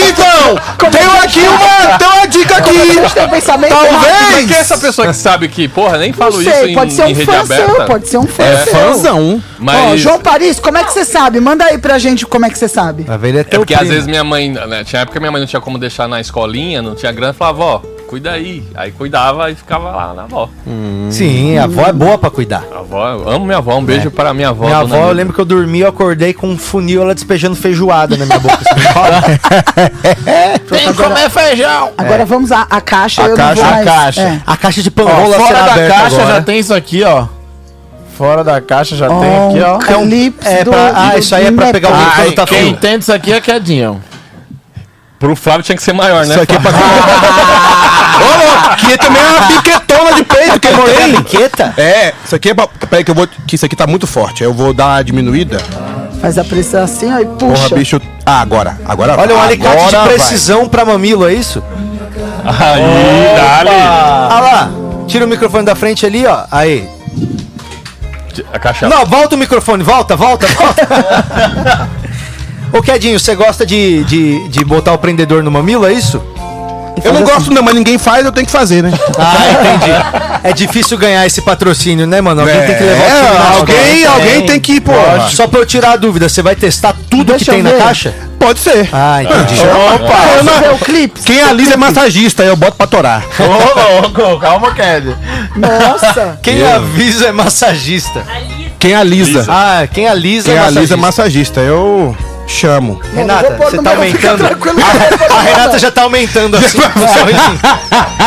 Então, tenho aqui uma, tem uma dica
Você tem
aqui.
pensamento errado.
Mas
Talvez.
que é essa pessoa que sabe que, porra, nem
Não
falo isso
sei,
em,
pode ser um
em rede
fã
aberta. É,
seu, pode ser um fã seu.
Mas
Ó, João Paris, como é que você sabe? Manda aí pra gente como é que você sabe.
A velha é
é
teu
porque às
primo.
vezes minha mãe, né, tinha época que minha mãe não tinha como deixar na escolinha, não tinha grana, falava, ó, cuida aí. Aí cuidava e ficava lá na avó.
Sim, a avó é boa pra cuidar.
A avó, eu amo minha avó, um beijo para minha avó.
É. Minha
né,
dona
avó, eu
Nilda.
lembro que eu dormi, eu acordei com um funil, ela despejando feijoada na minha boca. assim.
Tem que comer feijão.
Agora vamos à à caixa,
A
eu não
caixa,
vou
a
mais.
caixa.
é.
a caixa de
Ó,
panrola
fora
será
da
aberta
caixa
agora.
já tem isso aqui, ó. Fora da caixa já tem aqui, ó.
Um clips
É
do-
pra, ah,
do-
isso aí é pra
do
pegar o
metal.
rim quando tá
Quem
frio.
entende isso aqui é quedinho.
Pro Flávio tinha que ser maior, né?
Isso aqui é pra. Ô, louco, que também é uma piquetona de
é
peito que eu morei.
Quieta?
É, isso aqui é pra. Peraí, que eu vou. Que isso aqui tá muito forte. Eu vou dar uma diminuída.
Faz a pressão assim, ó, e
Porra,
puxa.
bicho. Ah, agora. Agora
Olha, um alicate de
Agora
precisão pra mamilo, é isso?
Aí, dali.
Ah lá, tira o microfone da frente ali, ó. Aí.
A caixa.
Não, volta o microfone, volta, volta, volta. Ô, Quedinho, você gosta de, de, de botar o prendedor no mamilo, é isso?
E
Eu não
faz assim.
gosto, não, mas ninguém faz, eu tenho que fazer, né?
Ah, entendi. É difícil ganhar esse patrocínio, né, mano? Alguém tem que levar o
É,
time na mão.
alguém, alguém tem que ir, pô.
Só pra eu tirar a dúvida, você vai testar tudo
Deixa
que tem
eu
na
ver.
caixa?
Pode ser.
Ah, entendi.
Eu
Opa!
vou Ah, ver o clipe.
Quem alisa é massagista, eu boto pra torar.
Ô, louco, calma, Kelly.
Nossa.
Ah,
Quem avisa é massagista.
Quem alisa.
Ah, quem alisa
Quem
é
alisa é
massagista.
massagista, eu chamo.
Renata, você tá aumentando? A Renata já tá aumentando assim.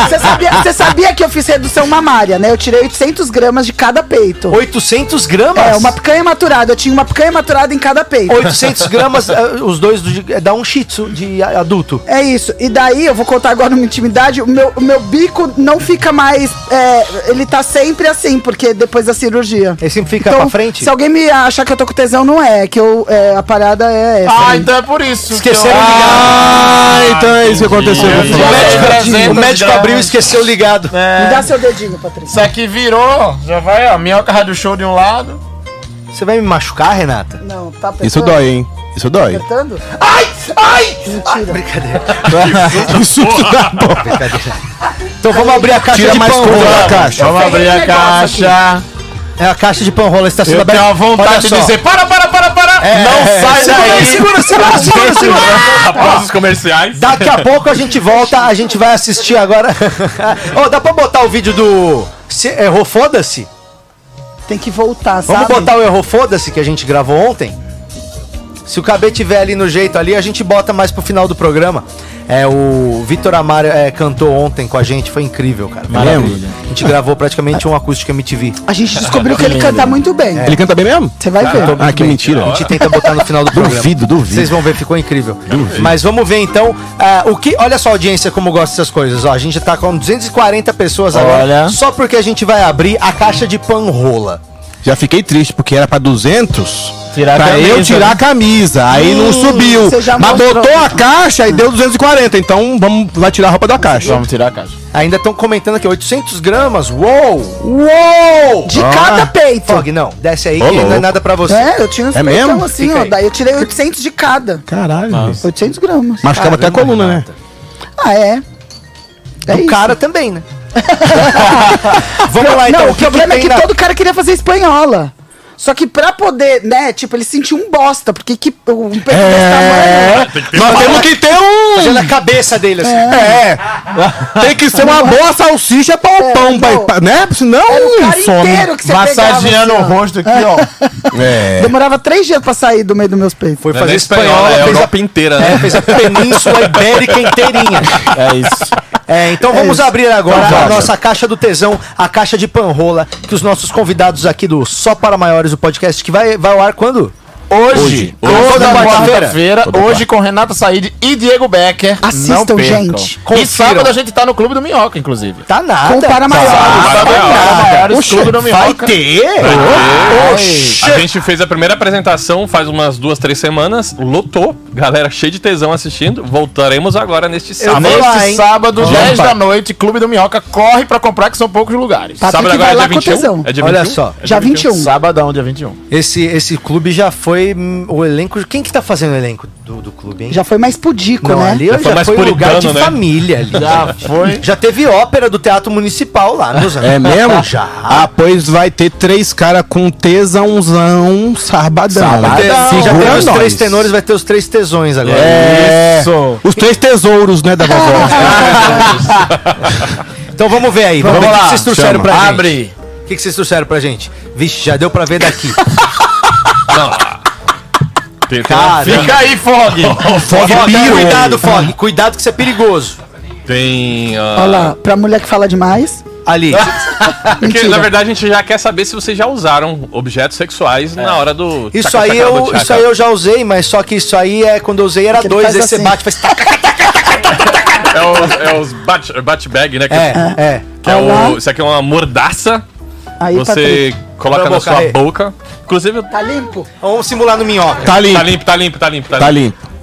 Você sabia, você sabia que eu fiz redução mamária, né? Eu tirei 800 gramas de cada peito.
800 gramas?
É, uma picanha maturada. Eu tinha uma picanha maturada em cada peito.
800 gramas, eh, os dois do- eh, dá um shih tzu de a- adulto.
É isso. E daí, eu vou contar agora uma intimidade, o meu, o meu bico não fica mais. é, ele tá sempre assim, porque depois da cirurgia.
Ele sempre fica pra frente.
Então, Se alguém me achar que eu tô com tesão, não é. Que eu, é, a parada é essa.
Ah,
né?
então é por isso.
Esqueceram
que eu-
Ah, então é isso que aconteceu.
entendi.
meu
O
filho.
médico,
Trezentos
o médico
gramas.
abriu e esqueceu ligado.
Me dá seu dedinho, Patrícia.
Isso aqui virou, já vai, ó, minhoca rádio show de um lado.
Você vai me machucar, Renata?
Não, tá apertando.
Isso dói, hein? Isso dói.
Apertando? Mentira.
Brincadeira.
Isso dá, pô.
Então vamos abrir a caixa
Tira
de
mais
pão
coisa
rola.
da caixa.
Vamos abrir a caixa.
É a caixa de pão rola, está sendo
Eu tenho a vontade de dizer, para, para, para, para!
É.
não sai daí!
Segura, segura, segura, segura.
Após os comerciais. é
Daqui a pouco a gente volta, a gente vai assistir agora. Ô, dá pra botar o vídeo do. Se, errou, foda-se?
Tem que voltar, sabe?
Vamos botar o erro foda-se que a gente gravou ontem? Se o KB tiver ali no jeito ali, a gente bota mais pro final do programa. É, o Vitor Amaro é, cantou ontem com a gente, foi incrível, cara.
Maravilha.
A gente gravou praticamente um acústico MTV.
A gente descobriu que ele canta muito bem.
Ele canta bem mesmo?
Você vai ver.
Ah, que mentira.
A gente tenta botar no final do programa.
Duvido, duvido.
Vocês vão ver, ficou incrível. Mas vamos ver então ah, o que. Olha só a audiência como gosta dessas coisas. Ó, a gente tá com 240 pessoas agora.
Olha.
Só porque a gente vai abrir a caixa de panrola.
Já fiquei triste, porque era pra 200.
Tirar a
pra
camisa,
eu tirar a camisa. Aí não subiu.
Hum, você já
Mas
mostrou.
botou a caixa e deu 240. Então vamos lá tirar a roupa da caixa.
Vamos tirar a caixa.
Ainda estão comentando aqui, 800 gramas? Uou!
Uou!
De cada peito.
Fog, não, desce aí
Ô,
que não é
louco.
nada pra você.
É, eu tinha uns
É mesmo?
peitão assim,
Fica
ó.
aí.
Daí eu tirei 800 de cada.
Caralho.
800 gramas.
Machucava até a coluna, né?
Ah, é. É
O
isso.
cara também, né? Vamos lá então.
Não, o problema é
tem
que
na-
todo cara queria fazer espanhola. Só que pra poder, né, tipo, ele sentiu um bosta, porque que, um peito desse tamanho.
É. Nós temos que ter
Olha
um.
na cabeça dele assim.
É. Tem que ser uma boa salsicha pra o
É,
pão,
não.
pra- pra- né? Senão.
Era o cara
some.
inteiro que você
Massageando o
pegava. assim, ó.
rosto aqui, ó.
É.
Demorava três dias pra sair do meio dos meus peitos.
Foi
Não é nem
fazer espanhola,
é a
fez, a,
Europa inteira, né?
é, fez a península ibérica inteirinha.
É isso.
É, então vamos abrir agora
Então
a
bora.
nossa caixa do tesão, a caixa de panrola, que os nossos convidados aqui do Só Para Maiores, o podcast, que vai, vai ao ar quando?
Hoje,
Hoje.
toda
Toda
quarta-feira, hoje com Renata Said e Diego Becker.
Assistam,
Não percam.
gente.
E sábado a gente tá no Clube do Minhoca, inclusive. é
Tá nada.
Compara um maior.
Tá,
Maiores Clube do
Vai
Minhoca.
ter?
A gente fez a primeira apresentação faz umas duas, três semanas, lotou, galera cheia de tesão assistindo. Voltaremos agora neste sábado.
vou lá,
Neste
hein?
sábado,
Opa.
10 da noite, Clube do Minhoca. Corre pra comprar, que são poucos lugares. um
Patrick
Sábado
vai
agora é
lá
dia
com
21.
tesão.
É dia
Olha
21?
só,
É dia
Já 21.
Tá.
Sabadão, dia 21.
Esse, esse clube já foi hum, o elenco. Quem que tá fazendo o elenco do, do clube, hein?
Já foi mais pudico,
não,
né?
ali já,
foi mais
foi um lugar de
puritano, né?
família ali.
Já foi.
Já teve ópera do Teatro Municipal lá, meus amigos.
É mesmo?
Já.
Ah, pois vai ter três caras com tesãozão sabadão.
Te- Sim, já
Segura
teve os
nós.
três tenores, vai ter os três tesões agora.
É.
Isso.
Os três tesouros, né, da vovó.
Então vamos ver aí.
Vamos
ver O que
lá,
que vocês trouxeram
chama.
pra gente?
Abre.
O que que vocês trouxeram pra gente? Vixe, já deu pra ver daqui.
Tem- tem-
Cara.
Fica aí, Fog.
Fog
Fog,
pirou.
cuidado, Fog. Cuidado que isso é perigoso.
Tem. ah,
Olha lá, pra mulher que fala demais.
Ali.
Porque,
Mentira.
na verdade, a gente já quer saber se vocês já usaram objetos sexuais na hora do.
É. Isso
tchaca,
aí,
tchaca,
eu,
do tchaca.
isso aí eu já usei, mas só que isso aí é quando eu usei era
Porque ele
dois,
faz
aí você
assim.
bate e faz. tac.
É, o- é os bat- bat-bag, né? Que
É, é.
que é o-
Olá.
isso aqui é uma mordaça.
Aí,
você coloca
Pra
na
boca,
sua
aí.
boca. Inclusive, eu-
Tá limpo?
Vamos simular no minhoca.
Tá ali.
tá limpo, tá limpo, tá limpo.
Tá
Tá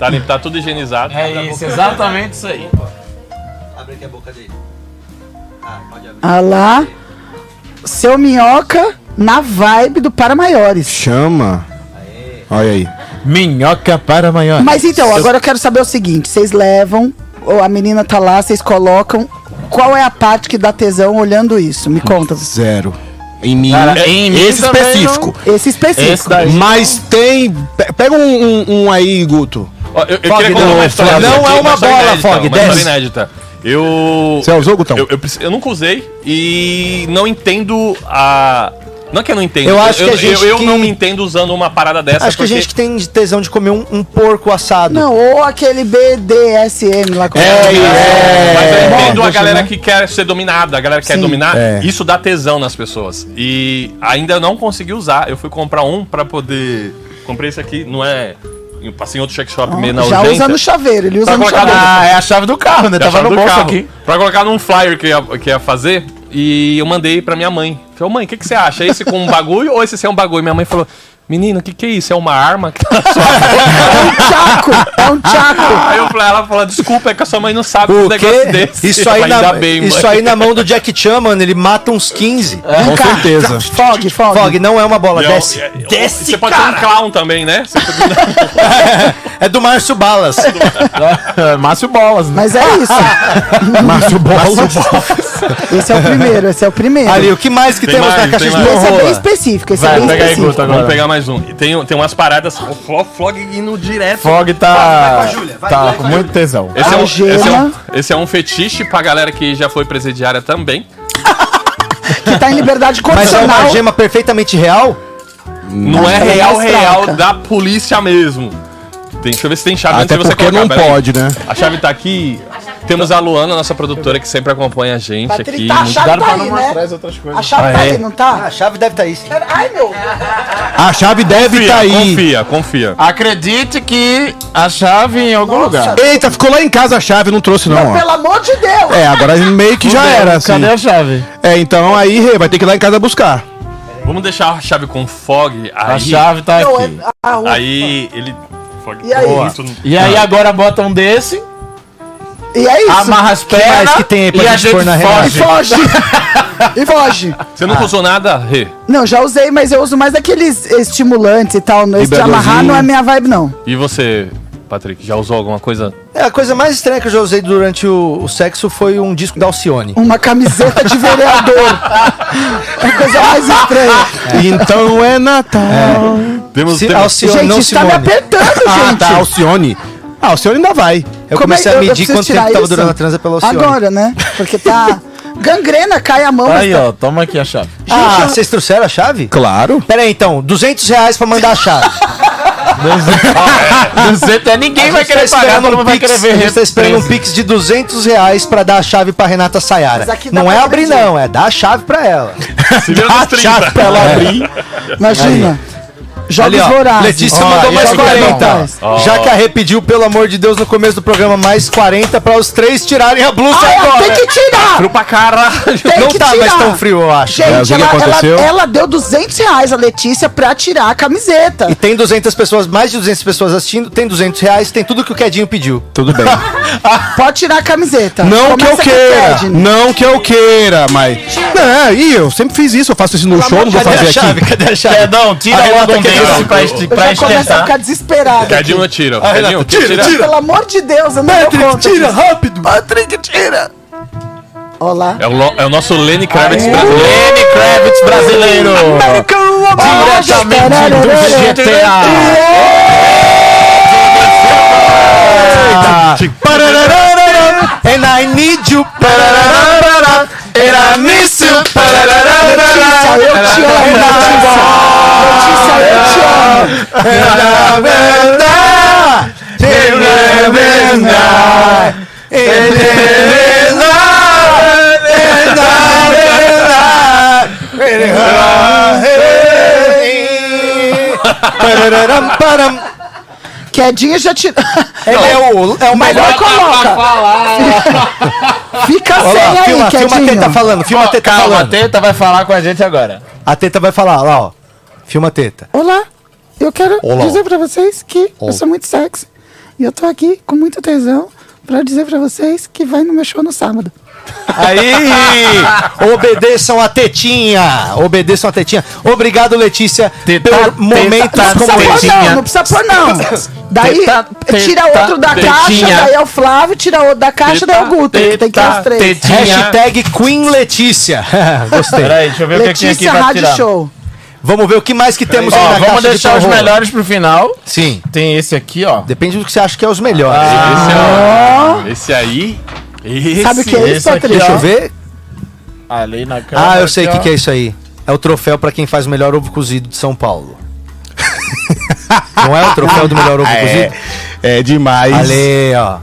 limpo, tá tudo higienizado.
É isso, exatamente isso aí.
Abre aqui a boca dele.
Ah lá. Seu minhoca na vibe do Para Maiores.
Chama. Olha aí.
Minhoca para maior.
Mas então, agora eu quero saber o seguinte: vocês levam ou a menina tá lá, vocês colocam. Qual é a parte que dá tesão olhando isso? Me conta.
Zero. Em mim,
É.
Cara, em mim
esse
também
específico.
Esse específico.
Esse
é.
daí.
Mas tem. pe- Pega um, um- um aí, Guto.
Ó, eu, eu
Fog,
queria contar
não,
uma história.
Fog, não
aqui,
é uma
história
bola,
inédita,
Fog,
Uma
desce.
história inédita. Eu.
Você é usou, Gutão?
Eu, eu, preci- eu nunca usei e não entendo a. Não é que eu não entendo.
Eu acho que a gente
eu, eu
que-
não me entendo usando uma parada dessa.
Acho que a gente que tem tesão de comer um, um porco assado.
Não, ou aquele BDSM
É,
lá com
é,
Mas eu entendo
Mordas,
a galera
né?
que quer ser dominada, a galera que quer
Sim.
dominar,
É.
isso dá tesão nas pessoas. E ainda não consegui usar. Eu fui comprar um pra poder. Comprei esse aqui, não é. eu Passei em outro check shop meio na
Já
urgência.
usa no chaveiro, ele usa
Pra
no
colocar
chaveiro.
Ah, é a chave do carro, né?
Da
Tava
chave
no
do
bolso
carro,
aqui.
Pra colocar num flyer que ia, que ia fazer. E eu mandei pra minha mãe. Falei, mãe, o que, que você acha? É Esse com um bagulho ou esse sem um bagulho? Minha mãe falou, menino, o que, que é isso? É uma arma? que tá na sua mão?"
É um tchaco, é um tchaco.
aí eu falei, ela falou, desculpa, é que a sua mãe não sabe um
O
negócio
quê?
desse.
Isso,
Eu
aí
falei,
na,
"Ainda bem,
isso
mãe."
aí na mano do Jack Chan, mano, ele mata uns 15.
Com certeza.
Fog, fog.
Fog, não é uma bola,
E é um-
desce.
é- Você pode ser um clown também, né? Você pode-
É do Márcio Balas.
Márcio Bolas, né?
Mas é isso.
Márcio Bola.
Esse é o primeiro, esse é o primeiro.
Ali, o que mais que
Tem
temos
mais,
na caixa
tem
de
mais.
Esse é bem
horror?
específico, esse é
Vai,
bem
pega aí,
específico.
Guto,
Vamos
agora.
pegar mais um. E tem, tem umas paradas. O Flo- Flog indo direto.
Fog
Vai,
tá.
vai com a Júlia, vai,
Tá
vai,
com
vai,
muito tesão.
Esse é, um,
Algema.
esse, é um, esse é um fetiche pra galera que já foi presidiária também.
que tá em liberdade
Mas é
condicional.
uma gema perfeitamente real?
Não é
Não,
real,
mas
real
troca.
da polícia mesmo. Tem- Deixa eu ver se tem chave
Até
antes de você
porque não
peraí.
pode, né?
A chave tá aqui. Temos a Luana, nossa produtora, que sempre acompanha a gente aqui.
tá, a chave tá aí,
Mas
né?
traz outras coisas.
A chave tá aí, não
Ah,
tá?
a chave deve estar aí. sim.
Ai, meu.
A chave deve
Confia,
tá aí.
confia, confia.
Acredite que a chave em algum lugar.
Eita, ficou lá em casa a chave, não trouxe não, ó.
Pelo amor de Deus.
É, agora meio que já era, assim.
Cadê a chave?
É, então aí, Rê, vai ter que ir lá em casa buscar.
Vamos deixar a chave com fog aí.
A chave tá
Não,
aqui.
é- ah, o-
Aí ele. Fog
E aí?
Boa. Isso-
E aí agora bota um desse,
E é isso.
amarra as
mais
pernas
que tem aí pra
e a
gente
gente
pôr na
E
foge.
foge. e foge.
Você nunca usou nada, Rê?
Não, já usei, mas eu uso mais daqueles estimulantes e tal. Esse de
Vibradorzinho.
amarrar não é minha vibe, não.
E você, Patrick, já usou alguma coisa?
É, a coisa mais estranha que eu já usei durante o, o sexo foi um disco da Alcione.
Uma camiseta de vereador. é a coisa mais estranha.
Então é Natal.
Temos,
Se-
temos-
Alcione,
gente,
não
isso tá me
Simone.
apertando,
Ah,
gente.
tá, Alcione. Ah, Alcione ainda vai.
Eu
Como é que
comecei a
eu- eu
medir
preciso
quanto tempo
tirar
tava
isso?
durando a transa pela Alcione.
Agora, né? Porque tá. Gangrena, cai a mão. mas
Aí, ó, toma aqui a chave.
Ah, vocês trouxeram a chave?
Claro.
Pera aí, então, 200 reais pra mandar a chave.
Não sei, até ninguém vai querer pagar, todo mundo vai querer ver.
tá A gente tá esperando um
represa.
pix de 200 reais pra dar a chave pra Renata Sayara.
Mas aqui dá
Não
pra
é abrir,
dividir.
não, é dar a chave pra ela.
se vira
Ah,
nos 30.
Imagina. Jogos
ó,
vorazes.
Letícia
Ó,
mandou
e
mais
esse aqui é
40.
bom.
Já que a Rê pediu, pelo amor de Deus, no começo do programa, mais 40 pra os três tirarem a blusa
Ai, ela
agora.
tem Ah, que tirar!
Frio pra caralho.
Tem
Não
que
tá mais
tirar.
tão frio, eu acho.
É, o
Gente,
que que
ela, ela-
aconteceu?
ela deu 200 reais a Letícia pra tirar a camiseta.
E tem 200 pessoas, mais de 200 pessoas assistindo, tem 200 reais, tem tudo que o Quedinho pediu.
Tudo bem.
Pode tirar a camiseta.
Não que eu
Começa com o
queira.
Ted. né?
Não que eu queira, mas. É, e eu sempre fiz isso. Eu faço isso no show, não vou fazer
a chave?
aqui.
Cadê a chave?
Perdão, tira
Aí
logo
ela
um
tem que- é
desse pra, este,
Eu
pra
Então
já começo a
esquentar.
ficar desesperada.
Cadinho eu tiro. Cadinho,
tira,
tira.
tira.
Pelo amor de Deus, eu não dou conta. disso.
rápido! Patrick, tira!
Olha lá.
É o, lo- é o nosso Lenny Kravitz brasileiro.
Lenny Kravitz brasileiro. Tá Diretamente
né?
do GTA.
And I need you! parararara, And I miss you! parararara,
Letícia, eu te amo, Letícia. Letícia, eu te amo.
Pararam, param.
Quedinha já tirou.
Ele é o, é o melhor.
Agora coloca. Fica
Olha lá, filma, tá
sem aí,
filma a teta
Quedinho.
falando, filma a teta
Calma, a
falando.
teta vai falar com a gente agora.
A teta vai falar, lá, ó. Filma a teta.
Olá, eu quero dizer pra vocês que eu sou muito sexy. E eu tô aqui com muito tesão pra dizer pra vocês que vai no meu show no sábado.
Aí! Obedeçam a tetinha! Obedeçam a tetinha. Obrigado, Letícia,
Teta-
por momentos
teta-
como
teta-
esse.
tetinha.
Não, não precisa pôr, não. Daí
Teta,
tira
teta,
outro da
tetinha.
caixa, daí é o Flávio, tira outro da caixa, daí é o Guto.
Teta,
Tem que ter os três.
tetinha.
Hashtag Queen Letícia. Gostei.
Peraí, deixa eu ver o que eu tinha
Letícia
aqui pra
Rádio
tirar.
Show.
Vamos ver o que mais que temos
Ó,
aí na
vamos
caixa de
deixar os
terror.
melhores pro final.
Sim.
Tem esse aqui, ó.
Depende do que você acha que é os melhores.
Ah,
Ah.
Esse, ó, esse aí. Esse,
Sabe o que é isso,
esse aqui,
Patrícia?
Deixa eu ver.
Ali na câmera.
Ah, eu sei o que, que é isso aí. É o troféu pra quem faz o melhor ovo cozido de São Paulo. Não é o troféu do melhor ovo
Ah,
cozido?
É demais.
Ale, ó.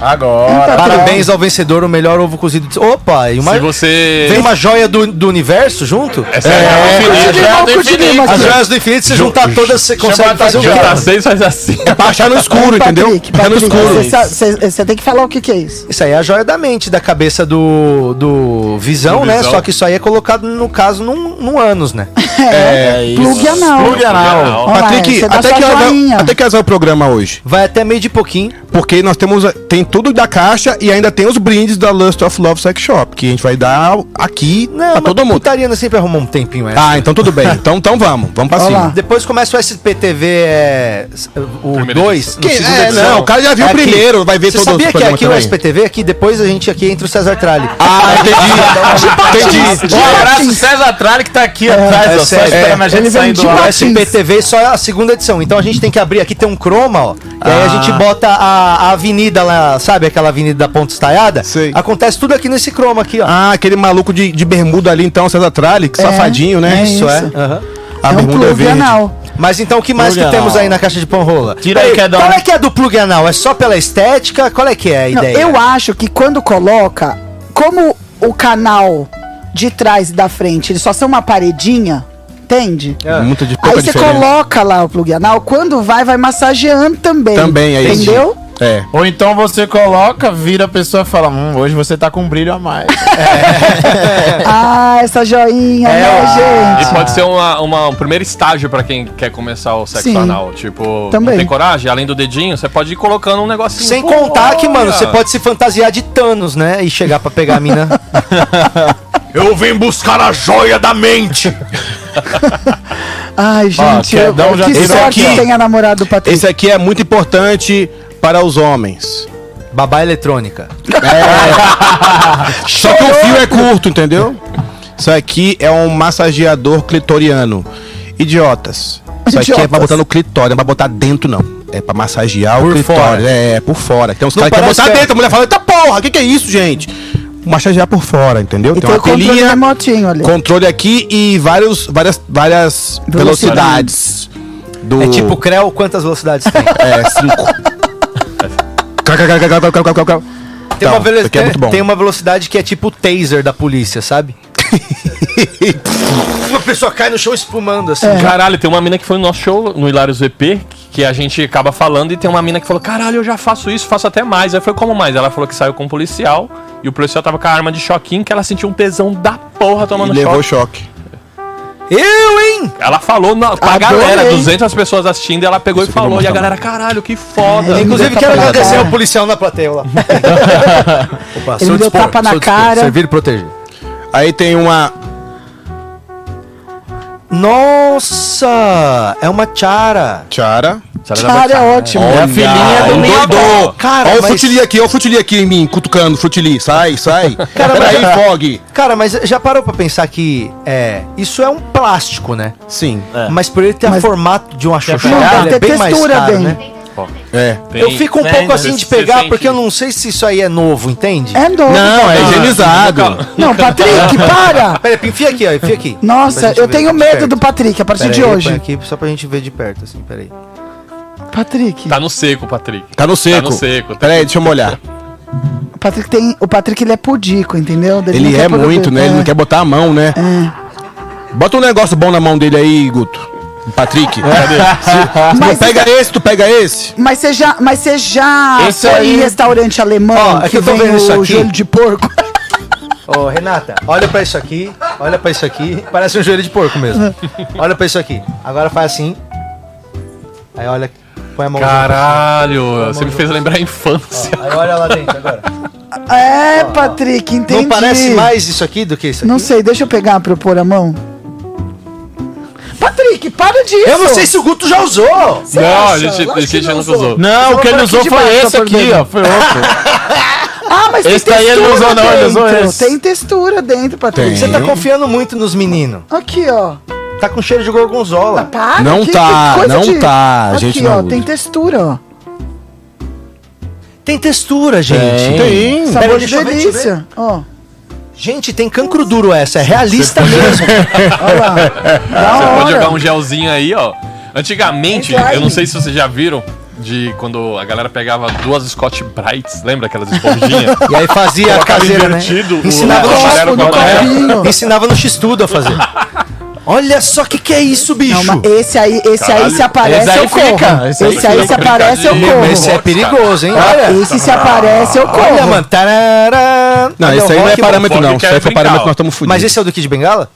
Agora.
é. Parabéns ao vencedor, o melhor ovo cozido de Opa, e uma...
Se você.
vem uma joia do, do universo junto?
Essa é,
Cu de limão, cu de lima.
As joias do infinito, se juntar todas, você consegue fazer o quê?
Junta seis, faz assim.
Baixar no escuro, entendeu?
Patrick,
Baixar no
Patrick,
escuro.
você sabe- Você você tem que falar o que que é isso.
Isso aí é a joia da mente, da cabeça do, do visão,
Do
né?
Visão.
Só que isso aí é colocado, no caso, num, num ânus, né?
É isso.
Plug anal.
Plug
um
anal.
Olha lá,
Patrick,
você dá
até
sua
que, horas vai,
joinha.
até que horas vai o programa hoje?
Vai até meio de pouquinho.
Porque nós temos. Tem tudo da caixa e ainda tem os brindes da Lust of Love Sex Shop, que a gente vai dar aqui pra
mas
todo mundo.
putariana sempre arruma um tempinho, é.
Ah, então tudo bem. Então, então vamos, vamos pra
Olha
cima.
lá.
Depois começa o SPTV é, s- o
Primeira
2,
Que- é, não, o cara já viu o
aqui.
primeiro, vai ver
Você
todos os
sabia que
programas
aqui o
também?
SPTV, aqui depois a gente aqui entra o César Tralli.
Ah, entendi. entendi.
Um abraço pro César Tralli que tá aqui atrás, ó. Só
É, sério.
esperando a gente
Ele vem
sair do
de
ar.
O
Patins.
SPTV só é a segunda edição, então a gente tem que abrir aqui, tem um croma, ó. E aí a gente
Ah.
bota a, a avenida lá, sabe aquela avenida da Ponta Estaiada?
Sei.
Acontece tudo aqui nesse croma aqui, ó.
Ah, aquele maluco de, de bermuda ali, então, César Tralli, que safadinho, né?
é isso.
Aham.
A
É um
bermuda é
plug
verde.
anal.
Mas então o que mais
Plug
que
anal.
temos aí na caixa de pão rola?
Tira aí,
Ei,
Quedão.
Qual é que é do plug anal? É só pela estética? Qual é que é a
Não,
ideia?
eu acho que quando coloca, como o canal de trás e da frente, ele só são uma paredinha, entende?
Muito de É. pouca
Aí você
diferença.
coloca lá o plug anal, quando vai, vai massageando também.
Também, é isso.
Entendeu?
É.
Ou então você coloca, vira a pessoa e fala: Hum, hoje você tá com um brilho a mais.
Ah, essa joinha, né, gente?
Ah.
E pode ser uma, uma- um primeiro estágio pra quem quer começar o sexo
Sim.
anal. Tipo,
Também.
não tem coragem? Além do dedinho, você pode ir colocando um negocinho.
Sem
Pô,
contar que, mano,
olha.
você pode se fantasiar de Thanos, né? E chegar pra pegar a mina.
Eu vim buscar a joia da mente.
Ai, gente, eu-
Quedão já
que
tirou
sorte
aqui.
que tem a namorada do Patrick.
Esse aqui é muito importante para os homens.
Babá eletrônica.
Só que o fio é curto, entendeu? Isso aqui é um massageador clitoriano. Idiotas. Isso aqui é pra
Idiotas.
botar no clitório, não é pra botar dentro, não. É pra massagear o
Por
clitório.
fora.
É, é, por fora. Tem uns
Não
caras que querem
parece
botar
que é-
dentro. A mulher fala, eita porra, o que, que é isso, gente? Massagear por fora, entendeu?
E tem o controle remotinho ali.
controle aqui e vários, várias, várias velocidades.
Velocidades.
Do...
É tipo Creu, quantas velocidades tem?
É, cinco. Cra, cra, cra, cra, cra, cra, cra, cra.
Tem, uma
Então, isso
velo-
aqui é muito bom.
tem uma velocidade que é tipo o taser da polícia, sabe? uma pessoa cai no chão espumando, assim.
É.
Caralho, tem uma mina que foi no nosso show, no Hilários VP, que a gente acaba falando e tem uma mina que falou, caralho, eu já faço isso, faço até mais. Aí foi como mais? Ela falou que saiu com um policial e o policial tava com a arma de choquinho que ela sentiu um tesão da porra tomando
Levou
choque.
choque.
Eu, hein?
Ela falou na, pra
Adorei.
galera, 200 pessoas assistindo, ela pegou e falou.
vamos
E a
lá.
galera, caralho, que foda.
É,
Inclusive,
Ele
quero
deu tapa na
agradecer
cara.
ao policial na plateia lá. Opa,
Ele deu tapa na
sou dispor.
cara.
Servir e proteger.
Aí tem uma
Nossa! É uma tiara.
tiara.
Cara, é ótimo.
Olha,
a filhinha do
um
Minha
doidô.
Cara,
Olha o
mas-
frutili aqui, olha o frutili aqui em mim, cutucando, frutili. Sai, sai.
Cara, mas-
Peraí, Fog.
Cara, mas já parou pra pensar que é, isso é um plástico, né?
Sim.
Mas por ele ter o formato de uma
Não
xoxada,
dá
ele é
ter
bem mais
textura
caro,
bem.
né?
É.
Eu fico um
Tem,
pouco
né?
assim de
Você
pegar,
sente-
porque eu não sei se isso aí é novo, entende?
É novo.
Não, é higienizado.
Não, Patrick, para!
Pera, enfia aqui, ó, enfia aqui.
Nossa, eu tenho medo do Patrick a partir
Pera
de
aí,
hoje.
põe aqui só pra gente ver de perto, assim, peraí.
Patrick.
Tá no seco, Patrick.
Tá no seco.
Tá no seco.
Peraí, deixa eu molhar.
O Patrick tem. O Patrick ele é pudico, entendeu?
Ele
não quer
é
poder-
muito, né? Ele não
é.
quer botar a mão, né? Bota um negócio bom na mão dele aí, Guto. Patrick. Se- se
Mas-
tu pega esse, tu pega esse.
É. Mas você já, mas você já
Esse
foi
aí-
em restaurante alemão
Ó, é que eu tô vendo isso aqui.
o joelho de porco?
Ô, Renata, olha pra isso aqui, olha pra isso aqui. Parece um joelho de porco mesmo. Olha pra isso aqui. Agora faz assim. Aí olha, põe a mão.
Caralho, você me fez lembrar a infância.
Aí olha lá dentro agora.
É, Patrick, entendi.
Não parece mais isso aqui do que isso aqui?
Não sei, deixa eu pegar pra eu pôr a mão. Patrick, para disso!
Eu não sei se o Guto já usou.
Você
Não,
acha?
a gente-
Lógico
a gente
que
não usou.
Não, o que ele
Vamos
usou
aqui de
foi
baixo,
esse
tá
aqui, ó. Foi outro.
Ah, mas
Esse daí ele não usou, não, ele usou
dentro.
esse.
Tem textura dentro, Patrick.
Você tá confiando muito nos meninos.
Aqui, ó.
Tá com cheiro de gorgonzola.
Para,
Não
que-
tá,
que coisa
não tá, a
Aqui,
gente não
ó,
usa.
tem textura, ó.
Tem textura, gente.
Tem.
Sabor
Pera,
de
deixa eu ver, deixa eu
delícia. Ó,
Gente, tem cancro duro essa. É realista mesmo.
olha lá.
Você
Da
pode jogar
hora.
um gelzinho aí, ó. Antigamente,
É slime.
eu não sei se vocês já viram, de quando a galera pegava duas Scott Brights, lembra aquelas esponjinhas?
E aí fazia a
Colocava
caseira, né?
invertido o
Ensinava no
colher
X-
Copo
com
no
a maré.
copinho.
Ensinava no X-Tudo a fazer. Olha só o que, que é isso, bicho.
Não, mas esse aí, esse aí
Caralho.
se aparece,
Esse aí
eu corro.
fica,
Esse
esse
aí,
aí
se aparece, eu
Brincadeira.
corro.
Mas esse é
Nossa,
perigoso, hein?
Ah,
Olha.
Esse é se aparece, eu corro.
Olha, mano. Tarará.
Não,
Olha,
isso
o
aí não é
rock, mano.
parâmetro,
Rock
não. Isso aí
quer
foi
brincar,
parâmetro que
ó.
nós estamos fudidos.
Mas esse é o do Kid Bengala?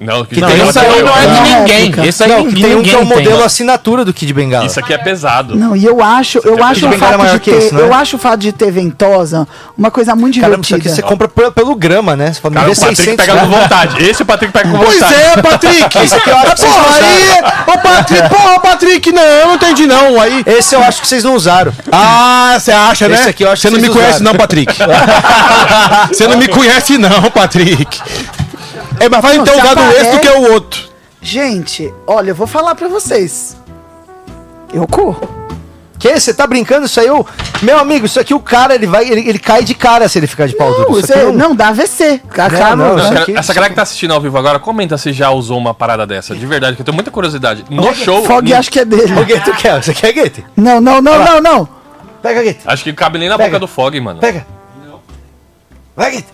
Não, que
Não,
tem
esse
um
aí não é
Não,
de
é
ninguém.
época.
Esse aí
que tem um que é o
ninguém
modelo assinatura do Kid Bengala.
Isso aqui é pesado.
Não, e eu acho, eu
quer
acho o
brincar
fato
maior
de
que
ter,
esse, né?
eu acho o fato de ter ventosa uma coisa muito
Caramba, isso aqui você
divertida.
compra pe- pelo grama, né? Você fala, me
Cara,
dê
Tá, o Patrick
600
pega com
gramas.
vontade. Esse o Patrick pega com vontade.
é, Patrick!
Isso aqui eu acho que vocês
Porra,
usaram.
aí! Ô, Patrick, porra, Patrick, não, eu não entendi, não. Aí.
Esse eu acho que vocês não usaram.
Ah, você acha, né?
Esse aqui eu acho
Você
que
não me
vocês
conhece,
usaram.
não, Patrick. Você não me conhece, não, Patrick. É, mas vai
Não,
então
se
o gado
aparece-
esse do que o outro.
Gente, olha, eu vou falar pra vocês. Eu corro.
Que? Você tá brincando? Isso aí eu... Meu amigo, isso aqui o cara, ele vai... Ele, ele cai de cara se ele ficar de pau
Não,
duro. Isso aqui é um-
você, é- não dá AVC. Acaba,
não,
né?
Não, cara,
aqui-
essa galera que tá assistindo ao vivo agora, comenta se já usou uma parada dessa. De verdade, que eu tenho muita curiosidade. No show. hum,
Fog
no-
acho que é dele.
O que tu quer? Você quer, Guete?
Não, não, não, não, não.
é Pega, Guete.
acho que cabe nem na
Pega.
boca do Fog, mano.
Pega. Vai, Guete.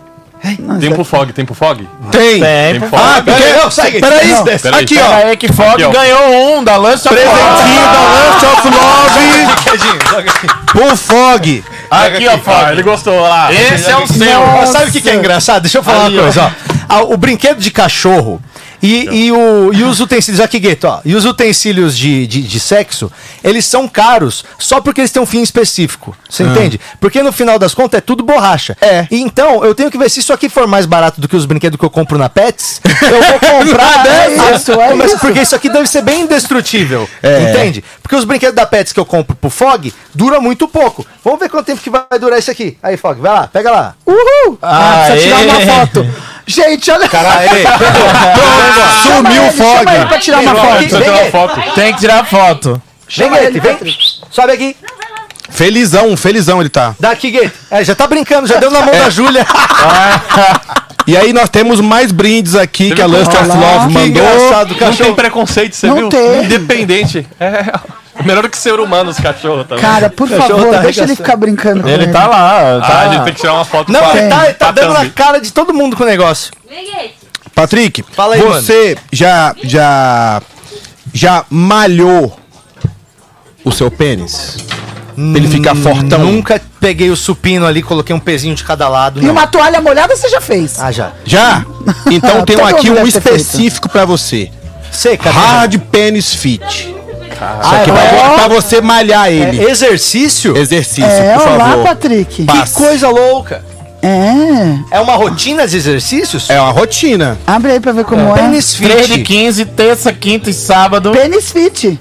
Tem pro Fog, tem pro Fog?
Tem.
É,
Tem
um
pro Fog.
Ah, porque...
Peraí, não, sai, Guete.
Peraí,
Não.
Peraí.
aqui, ó.
Peraí que Fog
Aqui, ó.
ganhou um da Lance of
Presentinho da Lunch of Love
Quedinho, joga aqui.
pro Fog.
Aqui, ó,
Ah,
Fog.
ele gostou lá.
Esse é o seu.
Mas sabe o que, que é engraçado? Deixa eu falar
Ali,
uma
ó.
coisa, ó. Ah, O brinquedo de cachorro e, e o, e os utensílios, aqui, Gueto, ó. E os utensílios de, de, de sexo, eles são caros só porque eles têm um fim específico. Você
Ah.
entende? Porque no final das contas é tudo borracha. É. Então, eu tenho que ver se isso aqui for mais barato do que os brinquedos que eu compro na Pets. Eu vou comprar
É isso, é
Mas
isso. É.
porque isso aqui deve ser bem indestrutível. Entende? Porque os brinquedos da Pets que eu compro pro Fog dura muito pouco. Vamos ver quanto tempo que vai durar isso aqui. Aí, Fog, vai lá, pega lá.
Uhul! Ah, precisa tirar
Aê!
uma foto. Gente, olha. Chama
Sumiu o
ele, chama ele
Fog.
pra tirar uma
Ei,
foto.
Fog.
Precisa tirar uma foto.
Tem que tirar foto.
Vem,
Chama ele,
Guete, vem.
Patrick.
Sobe aqui.
Felizão, felizão ele tá.
Dá aqui, Guete. É, já tá brincando, já deu na mão
é.
da Júlia.
E aí nós temos mais brindes aqui que a Lust of
Olá.
Love
Que
mandou.
engraçado,
Não tem
cachorro.
preconceito, você
Não
viu?
tem.
Independente. É. Melhor que ser humano, os cachorros também.
Cara, por
tá
favor, deixa ele ficar brincando com ele.
Ele tá lá.
ah,
Tá
a gente tem que tirar uma foto
Não,
pra-
ele tá, ele tá
pra
dando na
thumb.
cara de todo mundo com o negócio.
Patrick,
Fala aí,
você já já já malhou o seu pênis? Pra ele ficar fortão.
Hum, Nunca peguei o supino ali, coloquei um pezinho de cada lado.
E
não.
uma toalha molhada você já fez.
Ah, já.
Já? Então
Todo
tem um aqui
mundo
um
deve ter feito.
específico pra você.
Seca.
Hard Penis Fit. Ah, Isso aqui
é
pra,
bom? É
pra você malhar ele.
Exercício?
Exercício,
é,
por
olá,
favor.
Patrick.
Pa-
Que coisa louca.
É.
É uma rotina de exercícios?
É uma rotina.
Abre aí pra ver como é. Pênis,
Pênis
3 de
fit.
15, terça, quinta e sábado.
fit.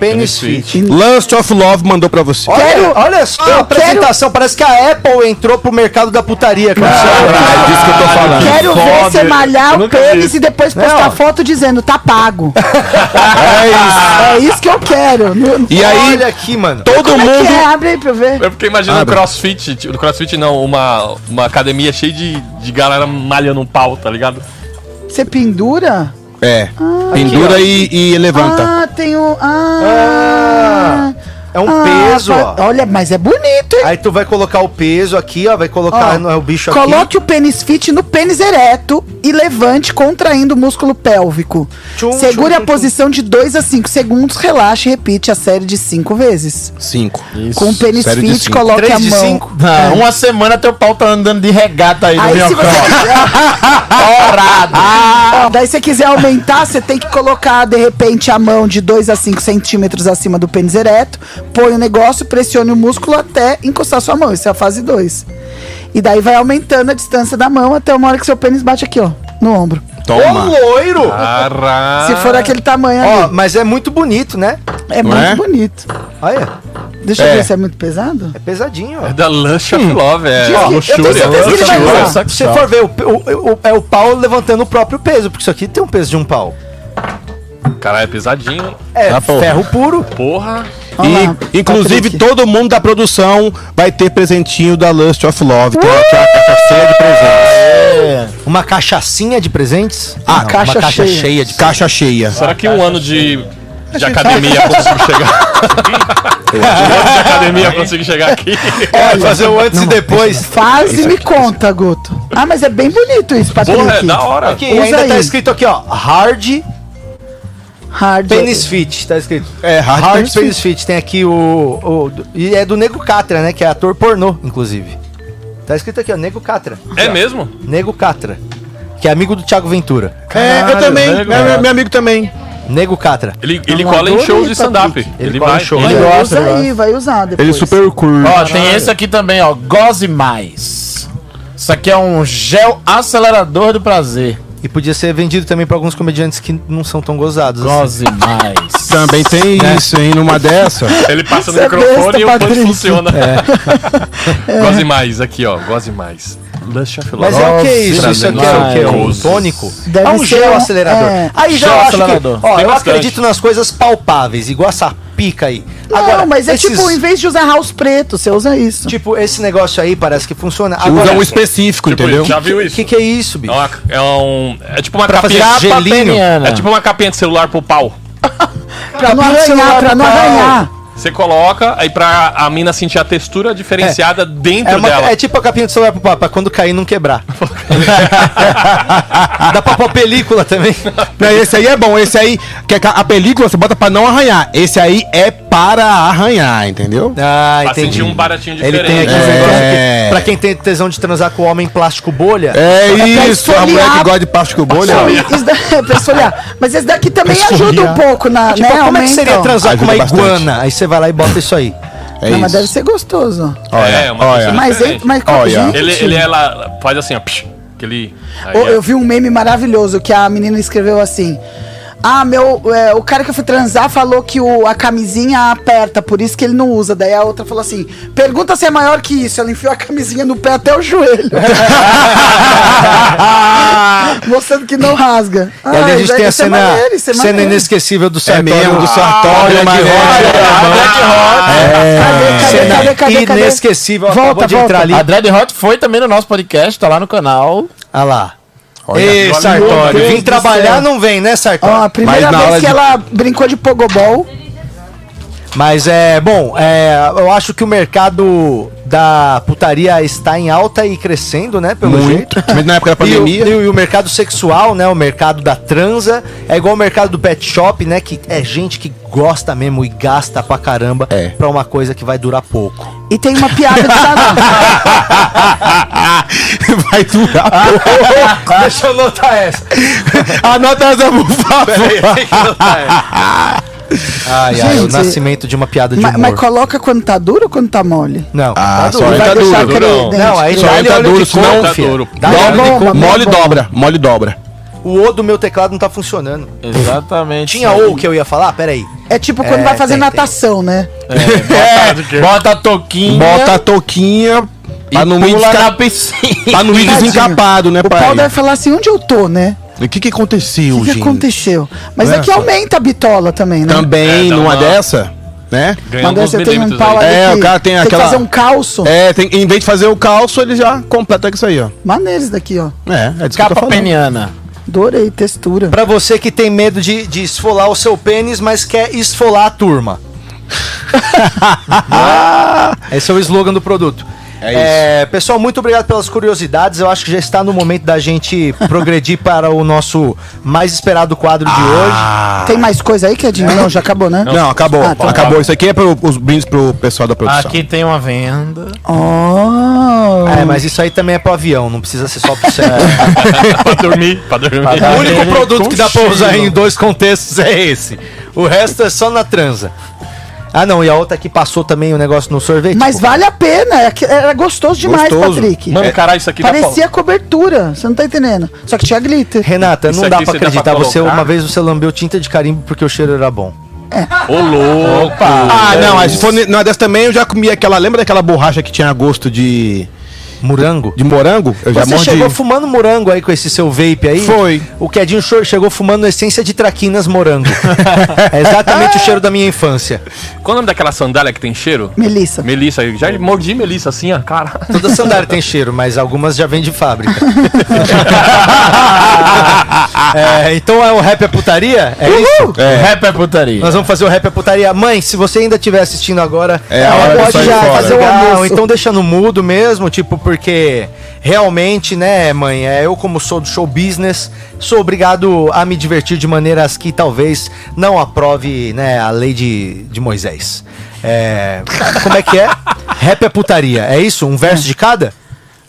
Pênis fit.
Lust of Love mandou pra você.
Olha,
Quero-
olha só a
eu quero-
apresentação. Parece que a Apple entrou pro mercado da putaria. cara.
Ah,
É disso que eu tô falando.
Quero ver você malhar o pênis e depois postar
Não.
foto dizendo, tá pago.
É isso.
é isso que eu quero. No-
E aí,
Olha aqui, mano.
todo
Como é
mundo.
que é? Abre aí pra eu ver.
Eu fiquei imaginando
Abre.
um crossfit, tipo, crossfit não, uma, uma academia cheia de, de galera malhando um pau, tá ligado?
Você pendura?
É. Pendura e, e levanta.
Ah, tem um... Ah...
É um
Ah,
peso,
pa-
ó.
Olha, mas é bonito, hein?
Aí tu vai colocar o peso aqui, ó. Vai colocar
Ó,
no, é o bicho aqui.
Coloque o pênis fit no pênis ereto e levante contraindo o músculo pélvico.
Tchum,
Segure
tchum,
a
tchum,
posição de 2 a 5 segundos, relaxe e repite a série de 5 vezes.
Cinco.
Com o pênis
série de
fit,
cinco.
coloque
Três
a
de
mão.
cinco?
É.
Ah, Uma semana teu pau tá andando de regata aí no
Aí
meu
se você quiser, ó, daí se quiser aumentar, você tem que colocar de repente a mão de 2 a 5 centímetros acima do pênis ereto, põe o negócio, pressione o músculo até encostar sua mão. Isso é a fase 2. E daí vai aumentando a distância da mão até uma hora que seu pênis bate aqui, ó, no ombro.
Toma.
loiro!
Ah.
Se for aquele tamanho
Ó,
ali.
mas é muito bonito, né?
É muito
é?
bonito.
Olha,
Deixa
É.
eu ver se é muito pesado.
é pesadinho, ó.
É da lancha filó, velho.
Diz que- eu tenho certeza que ele vai
É, luxúria,
gostar.
saco
Se você
sal.
for ver, o, o- o- é o pau levantando o próprio peso, porque isso aqui tem um peso de um pau.
Caralho, é pesadinho, hein?
É
Tá, porra.
ferro puro.
Porra.
Olha lá,
E, inclusive,
Patrick.
todo mundo da produção vai ter presentinho da Lust of Love. Tem aqui a
Uh!
cachaceira de
É.
presentes.
Uma cachaçinha de presentes?
Ah,
uma
caixa cheia.
de
Caixa cheia. É,
Será que um ano de, de academia consigo chegar? um ano de academia consigo chegar aqui?
Olha, fazer o antes e depois.
Faz e me conta, Guto. Ah, mas é bem bonito isso, Patrick.
Porra, é da hora.
Aqui,
Usa
ainda tá
aí.
escrito aqui, ó. Hard
Hard.
Penis Fit, tá escrito.
É, hard
Hard
penis
Penis, Fit. Tem aqui o, o- do- E é do Nego Catra, né? Que é ator pornô, inclusive. Tá escrito aqui, ó. Nego Catra.
É mesmo?
Nego Catra. Que é amigo do Thiago Ventura.
É, eu também.
né,
Meu-
cara?
Meu, meu amigo também.
Nego Catra.
Ele, ele
Não,
cola em
adorei,
shows de stand-up.
Patrick.
Ele,
cola em
vai.
show. né?
ele-
Ele
gosta,
usa
ele
aí, vai usar depois.
Ele é super curto.
Ó, tem esse aqui também, ó. Goze mais. Isso aqui é um gel acelerador do prazer.
E podia ser vendido também pra alguns comediantes que não são tão gozados. assim.
Goze mais.
Também tem
Né?
isso, hein? Numa dessa.
ele passa no
Você é
microfone
besta,
e o punch
Patrick.
funciona. Goze mais, aqui, ó. Goze mais. Lancha filó.
Mas é o que é isso?
Nossa,
Isso aqui é o que? É um
mas-
tônico?
Deve
é um
ser
gel
um-
acelerador.
é.
Aí já
Gel
eu acho
acelerador.
que. Ó,
Tem
eu
bastante.
acredito nas coisas palpáveis, igual essa pica aí.
Não, mas é
esses-
tipo, em vez de usar house preto, você usa isso.
Tipo, esse negócio aí parece que funciona.
Usa um específico,
Tipo,
entendeu?
Já viu
O
isso?
que, que é isso,
É,
bicho?
uma- é um. É tipo uma
Pra fazer
capinha.
gelinho?
É tipo uma capinha de celular pro pau.
pra não
é um
arranhar, pra não arranhar.
Você coloca, aí pra a mina sentir a textura diferenciada dentro
É, uma-
dela.
é tipo a capinha do celular pro papo, pra quando cair não quebrar. Dá pra pôr película também.
Não, esse aí é bom, esse aí, que a a película você bota pra não arranhar. Esse aí é para arranhar, entendeu?
Ah,
pra sentir um baratinho
Ele
diferente.
tem aqui um
É.
negócio que, pra quem tem tesão de transar com o homem plástico bolha,
É
pra
isso, a
esfoliar-
mulher que gosta de plástico bolha.
Não, isso da- é pra esfoliar. Mas esse daqui também ajuda um pouco na.
Tipo,
né,
como é que
aumenta,
seria
ó.
transar com uma
Ajuda bastante.
iguana? Aí você vai lá e bota isso aí.
É
Não, mas
isso.
deve ser gostoso.
Olha,
É, uma
olha.
coisa-
Mas,
diferente.
hein, mas
Olha.
um
gente,
Ele, é ele ela faz assim, ó. Psh, aquele. aí
eu,
é-
eu vi um meme maravilhoso que a menina escreveu assim. Ah, meu. é, o cara que eu fui transar falou que o- a camisinha aperta, por isso que ele não usa. Daí a outra falou assim: pergunta se é maior que isso. Ela enfiou a camisinha no pé até o joelho. Mostrando que não rasga.
E ali a
Ai,
gente
daí
tem a
isso é
cena,
maneiro, isso é
cena
maneiro.
inesquecível do
É
Sartório.
mesmo, do
Ah,
Sartório,
Black
mas é.
Rock.
Ah,
Ah, Cadê, cadê,
É, Cena
cadê, cadê, cadê?
inesquecível.
Volta,
Acabou de
volta.
entrar ali.
A Dread Hot foi também no nosso podcast, tá lá no canal.
Olha Ah lá.
Olha.
Ei,
Meu
Sartório.
Deus
Vim
do
trabalhar,
céu.
não vem, né, Sartório?
Ó, a
Mas
primeira
na
vez
hora
que
de-
ela brincou de pogobol.
Mas é, bom, é, eu acho que o mercado da putaria está em alta e crescendo, né, pelo jeito.
Muito. Mas na época da
E o,
pandemia.
e o- e o mercado sexual, né? O mercado da transa. É igual o mercado do pet shop, né? Que é gente que gosta mesmo e gasta pra caramba
É.
pra uma coisa que vai durar pouco.
E tem uma piada de salão. Ah.
Vai durar.
Deixa eu anotar essa.
Anota essa, por favor.
Ai, ai, o
Gente,
nascimento de uma piada de
Ma-
humor.
mas, coloca quando tá duro ou quando tá mole?
Não,
Ah,
tá
só
duro.
entra
Vai deixar né?"
duro.
aquele
Não,
dente. Não, aí
Só
dá-lhe
entra
óleo
duro,
de
senão
coco,
tá
filho.
duro.
Dá-lhe
Tá
óleo de
bom,
coco.
mas-
Mole dobra, mole dobra.
O O do meu teclado não tá funcionando.
Exatamente.
Tinha O que eu ia falar? Ah, Peraí.
É tipo quando
É,
vai fazer
tem,
natação, né?
É, bota a toquinha.
Bota a touquinha pra não ir
pula na
desca-
piscina.
pra não ir
Tadinho.
desencapado, né,
O pau
pai?
deve falar assim, onde eu tô, né?
O que que aconteceu,
O que, que
gente?
aconteceu? Mas é que aumenta a bitola também, né?
Também
É, dá
numa
uma-
dessa, né?
Ganha
Quando
alguns
você tem um
milímetros
pau
aí.
ali
É,
que
o cara tem
que
aquela-
fazer um calço.
É, tem, em vez de fazer o calço, ele já completa com isso aí, ó.
Maneiro isso daqui, ó.
É, é disso que eu tô
Capa
falando.
peniana.
Adorei, textura.
Pra você que tem medo de, de esfolar o seu pênis, mas quer esfolar a turma. Esse é o slogan do produto.
É isso.
É, pessoal, muito obrigado pelas curiosidades. Eu acho que já está no momento da gente progredir para o nosso mais esperado quadro de hoje.
Ah.
Tem mais coisa aí, Quedinho? Não, já acabou, né?
Não, acabou.
Ah, tá.
Acabou. Isso aqui é pro, os brindes pro pessoal da produção.
Aqui tem uma venda.
Oh.
É, mas isso aí também é pro avião, não precisa ser só pro céu.
pra dormir, pra dormir.
O único produto que dá pra usar em dois contextos é esse. O resto é só na transa. Ah, não, e a outra que passou também o negócio no sorvete.
Mas
pô.
vale a pena, é que- era gostoso demais,
Gostoso.
Patrick.
Mano, caralho, isso aqui tá
Parecia cobertura, você não tá entendendo. Só que tinha glitter.
Renata,
Isso
não dá
aqui
pra
você dá pra
acreditar. você,
colocar?
uma vez você lambeu tinta de carimbo porque o cheiro era bom.
dá pra... Ô, louco!
Ah,
é
não, mas se for ne- numa dessa também, eu já comi aquela. Lembra daquela borracha que tinha gosto de,
Morango?
de morango? Eu já
Você chegou
mordi.
fumando morango aí com esse seu vape aí?
Foi.
O Quedinho Shor- chegou fumando essência de traquinas morango. é exatamente o cheiro da minha infância.
Qual é o nome daquela sandália que tem cheiro?
Melissa.
Melissa. eu Já mordi Melissa assim, ó, cara.
Toda sandália tem cheiro, mas algumas já vem de fábrica. É, então é o rap é putaria? É isso?
Rap é putaria.
Nós vamos fazer o rap é putaria. Mãe, se você ainda estiver assistindo agora,
É a hora de
pode
sair
já
fora.
fazer o
Legal,
almoço.
isso.
Então deixa no mudo mesmo, tipo, porque realmente, né, mãe, é, eu como sou do show business, sou obrigado a me divertir de maneiras que talvez não aprove, né, a lei de, de Moisés. É, como é que é? rap é putaria. É isso? Um verso de cada?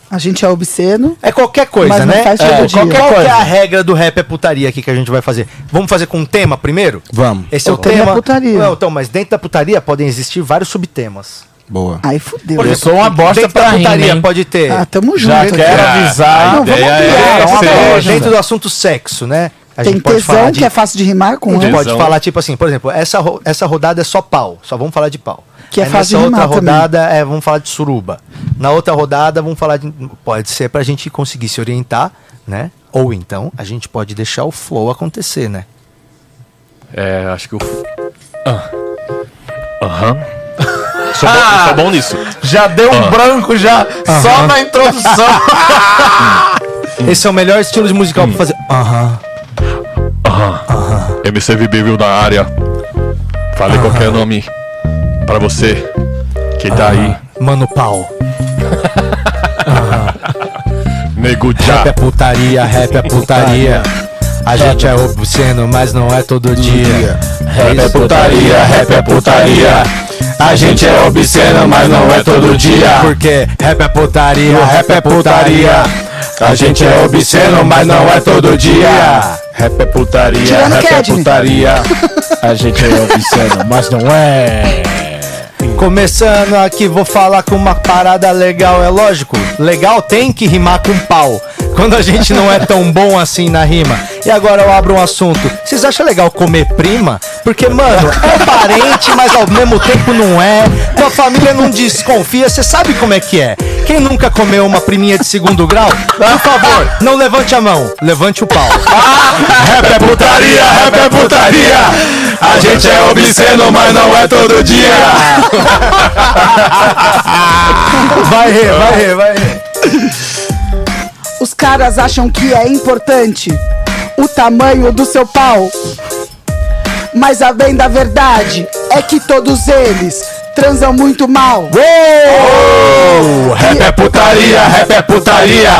A gente é obsceno.
É qualquer coisa,
Mas não
né?
faz todo
é,
dia.
Qualquer
Qual
Qual
que
é
é
a regra do rap é putaria aqui que a gente vai fazer? Vamos fazer com um tema primeiro?
Vamos.
Esse é o,
O tema
tema.
é putaria.
Não, então, mas dentro da putaria podem existir vários subtemas.
Boa.
Aí fudeu.
Eu sou uma bosta
dentro
pra
da
rir,
putaria
hein?
pode ter.
Ah, tamo junto.
Já
aqui.
quero avisar.
Não,
a
vamos
ideia
ampliar,
é
vamos
essa.
ampliar.
É,
Nossa.
dentro do assunto sexo, né? A
Tem tesão que é fácil de rimar
A
com
gente
né?
pode
Tesão.
falar, tipo assim, por exemplo, essa, ro- essa rodada é só pau, só vamos falar de pau.
Que é
Aí
fácil de
Nessa outra
rimar também.
rodada, é, vamos falar de suruba. Na outra rodada, vamos falar de. Pode ser pra gente conseguir se orientar, né? Ou então, a gente pode deixar o flow acontecer, né?
É, acho que o... Ah. Aham. Sou, bom, sou bom nisso.
Já deu um branco já, só na introdução.
Esse é o melhor estilo de musical pra fazer.
MCV Bill na área. Falei qualquer nome pra você que tá aí.
Mano, pau.
Nego
Rap é
já.
putaria, rap é putaria. A gente é obsceno, mas não é todo dia. Rap é putaria, rap é putaria. A gente é obsceno, mas não é todo dia. Porque rap é putaria, rap é putaria. A gente é obsceno, mas não é todo dia.
Rap é putaria,
Tirando
rap é
Kedney.
putaria. A gente é obsceno, mas não é.
Começando aqui, vou falar com uma parada legal, é lógico. Legal tem que rimar com pau. Quando a gente não é tão bom assim na rima. E agora eu abro um assunto. Vocês acham legal comer prima? Porque, mano, é parente, mas ao mesmo tempo não é. Tua família não desconfia, você sabe como é que é. Quem nunca comeu uma priminha de segundo grau? Por favor, não levante a mão, levante o pau.
Rap é putaria, rap é putaria. A gente é obsceno, mas não é todo dia.
Vai rir, vai rir, vai rir.
Os caras acham que é importante o tamanho do seu pau. Mas a bem da verdade é que todos eles transam muito mal.
Rap é putaria, rap é putaria.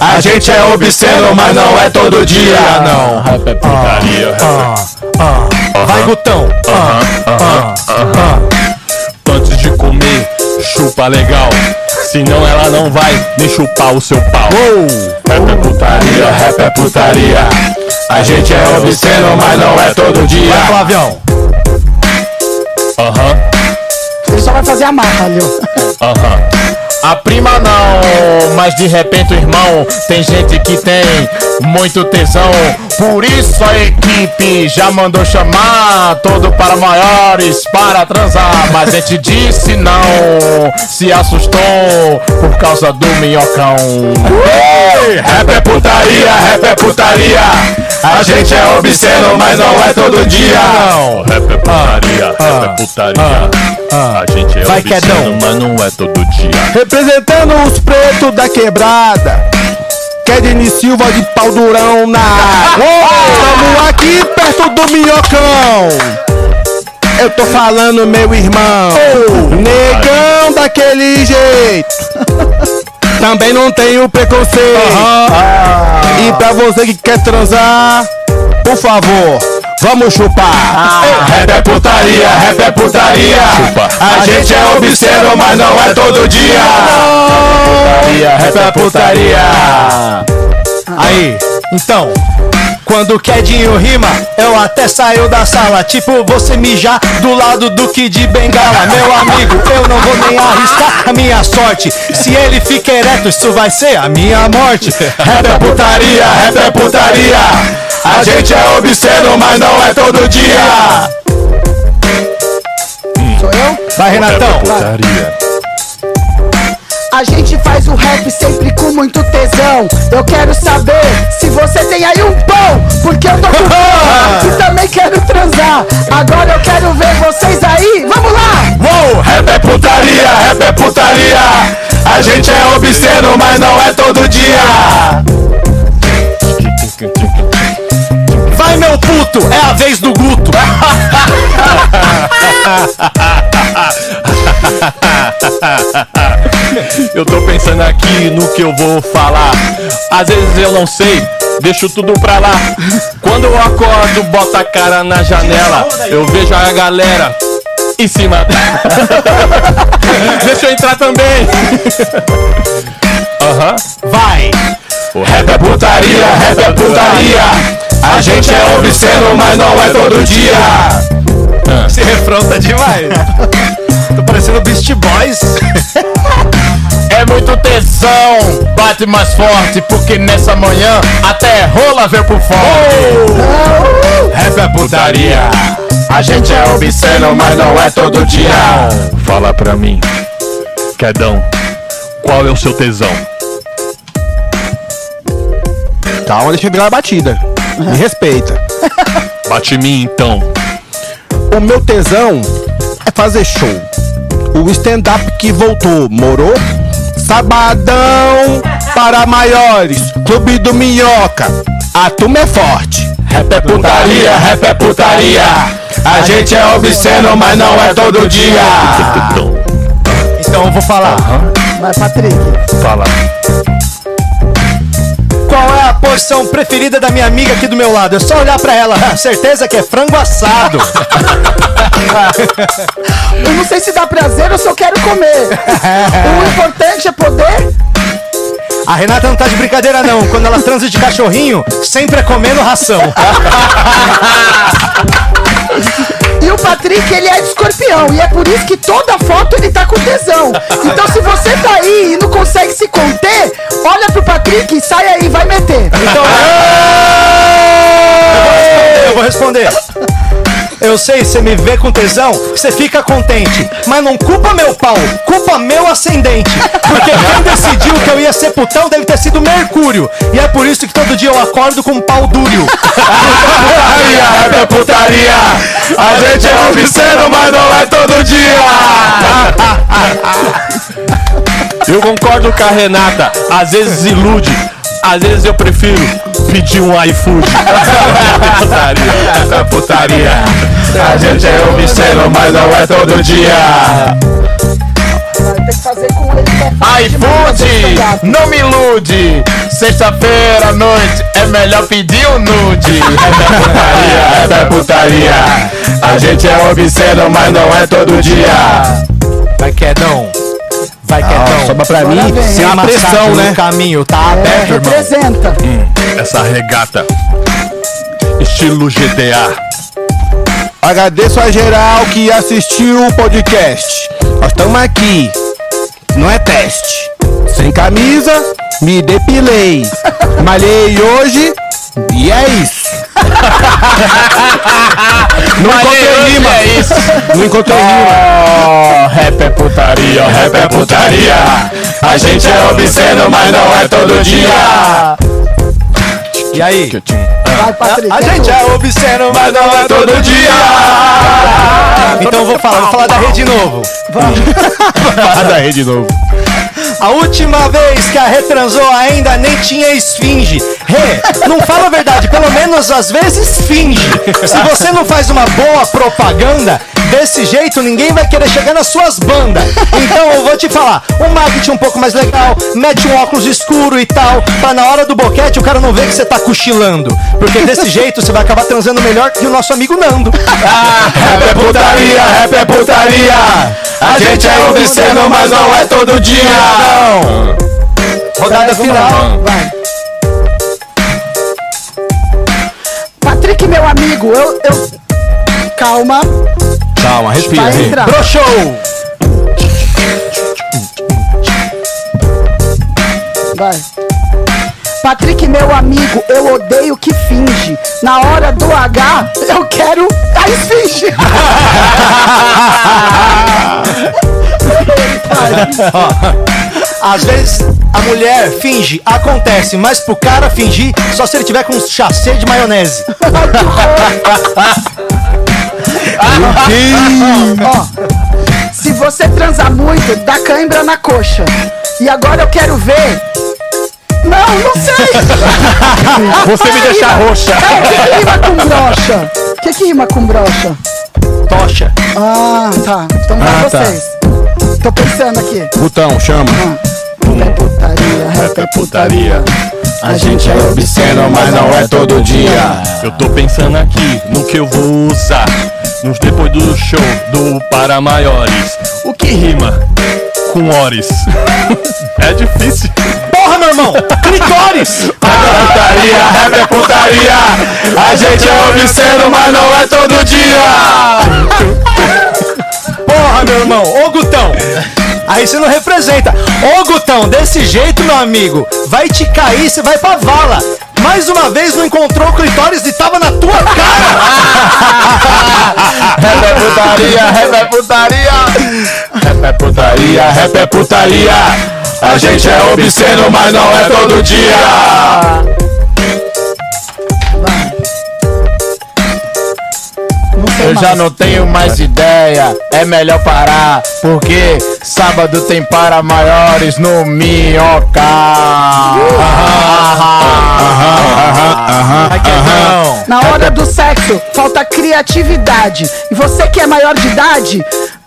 A gente é obsceno, mas não é todo dia, não. Rap é putaria.
Ah, Vai, Gutão. Ah,
Antes de comer, chupa legal. Senão ela não vai nem chupar o seu pau.
Rap é putaria, rap é putaria. A gente é obsceno, mas não é todo
Vai,
dia.
Flavião.
Aham,
Ele só vai fazer a marra ali, ó.
aham.
A prima não, mas de repente o irmão tem gente que tem muito tesão. Por isso a equipe já mandou chamar todo para maiores para transar, mas a gente disse não, se assustou por causa do minhocão. Rap é putaria, rap é putaria. A gente é obsceno, mas não é todo dia. Ah, Não.
Rap é putaria, rap é putaria.
ah.
A gente é
Vai, Quedão.
mas não é todo dia.
Representando os pretos da quebrada. Kedney Silva de pau durão na área. Estamos aqui perto do minhocão. Eu tô falando, meu irmão. Negão daquele jeito. Também não tenho preconceito. E pra você que quer transar, por favor, vamos chupar.
Rap é putaria, rap é putaria. A gente é obsceno, mas não é todo dia. Putaria, rap é putaria.
Aí, então, Quando o Quedinho rima, eu até saio da sala. Tipo você mijar do lado do que de bengala. Meu amigo, eu não vou nem arriscar a minha sorte. Se ele fica ereto, isso vai ser a minha morte. Rap é putaria, rap é putaria. A gente é obsceno, mas não é todo dia.
Sou eu?
Vai,
é
Renatão.
A gente faz o rap sempre com muito tesão. Eu quero saber se você tem aí um pão, porque eu tô com pão e também quero transar. Agora eu quero ver vocês aí. Vamos lá!
Uou, rap é putaria, rap é putaria. A gente é obsceno, mas não é todo dia.
Vai, meu puto, é a vez do Guto.
Eu tô pensando aqui no que eu vou falar. Às vezes eu não sei, deixo tudo pra lá. Quando eu acordo, boto a cara na janela. Eu vejo a galera em cima. Deixa eu entrar também. Aham.
Vai.
O rap é putaria, rap é putaria. A gente é obsceno, mas não é todo dia.
Esse refrão tá demais. Tô parecendo Beast Boys.
É muito tesão, bate mais forte, porque nessa manhã até rola veio por fora. Rap é putaria, a gente é obsceno, mas não é todo dia.
Fala pra mim, Quedão, qual é o seu tesão?
Calma, Tá, deixa eu virar a batida. Me respeita.
Bate em mim então.
O meu tesão é fazer show. O stand-up que voltou, morou? Sabadão para maiores, Clube do Minhoca. A turma é forte.
Rap é putaria, rap é putaria. A gente é obsceno, mas não é todo dia.
Então eu vou falar.
Vai, Patrick.
Fala.
Qual é a porção preferida da minha amiga aqui do meu lado? É só olhar pra ela. Ah, certeza que é frango assado.
Eu não sei se dá prazer ou se eu quero comer. o importante é poder.
A Renata não tá de brincadeira, não. Quando ela transa de cachorrinho, sempre é comendo ração.
E o Patrick, ele é de escorpião. E é por isso que toda foto ele tá com tesão. Então se você tá aí e não consegue se conter, olha pro Patrick e sai aí, vai meter.
Então. Eu vou responder. Eu vou responder. Eu sei, você me vê com tesão, você fica contente. Mas não culpa meu pau, culpa meu ascendente. Porque quem decidiu que eu ia ser putão deve ter sido Mercúrio. E é por isso que todo dia eu acordo com um pau dúrio.
Putaria, rap é putaria. A gente é obsceno, mas não é todo dia.
Eu concordo com a Renata, às vezes ilude, às vezes eu prefiro pedir um iFood.
Putaria, rap é putaria. A gente é obsceno, mas não é todo dia.
Vai ter que fazer com ele. né?
iFood, não me ilude. Sexta-feira à noite é melhor pedir um nude. É da putaria, é da putaria. A gente é obsceno, mas não é todo dia.
Vai quedão. Vai quedão.
Então, Sobra pra mim,
vem,
sem a pressão, né?
O caminho tá
É,
aberto, irmão. Hum.
representa.
Essa regata, estilo GTA.
Agradeço a geral que assistiu o podcast. Nós estamos aqui. Não é teste. Sem camisa, me depilei. Malhei hoje e é isso. Não encontrei rima.
É isso.
Não encontrei
Ah.
rima.
Oh, rap é putaria, rap é putaria. A gente é obsceno, mas não é todo dia.
E aí?
Vai, Patrick.
A
é
gente
tu.
é obsceno, mas não é todo.
Todo dia.
Então eu vou falar, vou falar da rede de novo.
da rede de novo.
A última vez que a Rê transou ainda nem tinha esfinge. Rê, não fala a verdade, pelo menos às vezes finge. Se você não faz uma boa propaganda, desse jeito ninguém vai querer chegar nas suas bandas. Então eu vou te falar, um marketing um pouco mais legal, mete um óculos escuro e tal, pra na hora do boquete o cara não ver que você tá cochilando. Porque desse jeito você vai acabar transando melhor que o nosso amigo Nando.
Rap é putaria, rap é putaria. A gente é
um
obsceno, mas não é todo dia.
Rodada final.
Vai. Patrick, meu amigo, eu. eu- Calma,
Calma, respira.
vai entrar.
Broxou!
Vai. Patrick, meu amigo, eu odeio que finge. Na hora do H, eu quero a esfinge.
Às vezes a mulher finge, acontece, mas pro cara fingir, só se ele tiver com um chacê de maionese.
Se você transar muito, dá cãibra na coxa. E agora eu quero ver. Não, não sei.
Você me deixar roxa.
É, o que, que rima com brocha? O que, que rima com brocha?
Tocha.
Ah, tá. Então vai
Ah, tá.
vocês. Tô pensando aqui.
Putão, chama.
Rap é putaria, rap é putaria.
A gente é obsceno, mas não é todo dia.
Eu tô pensando aqui no que eu vou usar nos depois do show do Para Maiores. O que rima com horas? é difícil.
Porra, meu irmão! Clitóris!
Putaria, rap é putaria. A gente é obsceno, mas não é todo dia.
Porra, meu irmão! Ô, Gutão! Aí você não representa. Ô, Gutão, desse jeito, meu amigo, vai te cair, você vai pra vala. Mais uma vez não encontrou o clitóris e tava na tua cara!
Rap é putaria, rap é putaria. Rap é putaria, rap é putaria. A gente é obsceno, mas não é todo dia.
Não sei
Eu
mais.
já não tenho mais ideia, é melhor parar, porque sábado tem para maiores no Minhoca. Raquelão,
Na hora do sexo, falta criatividade. E você que é maior de idade,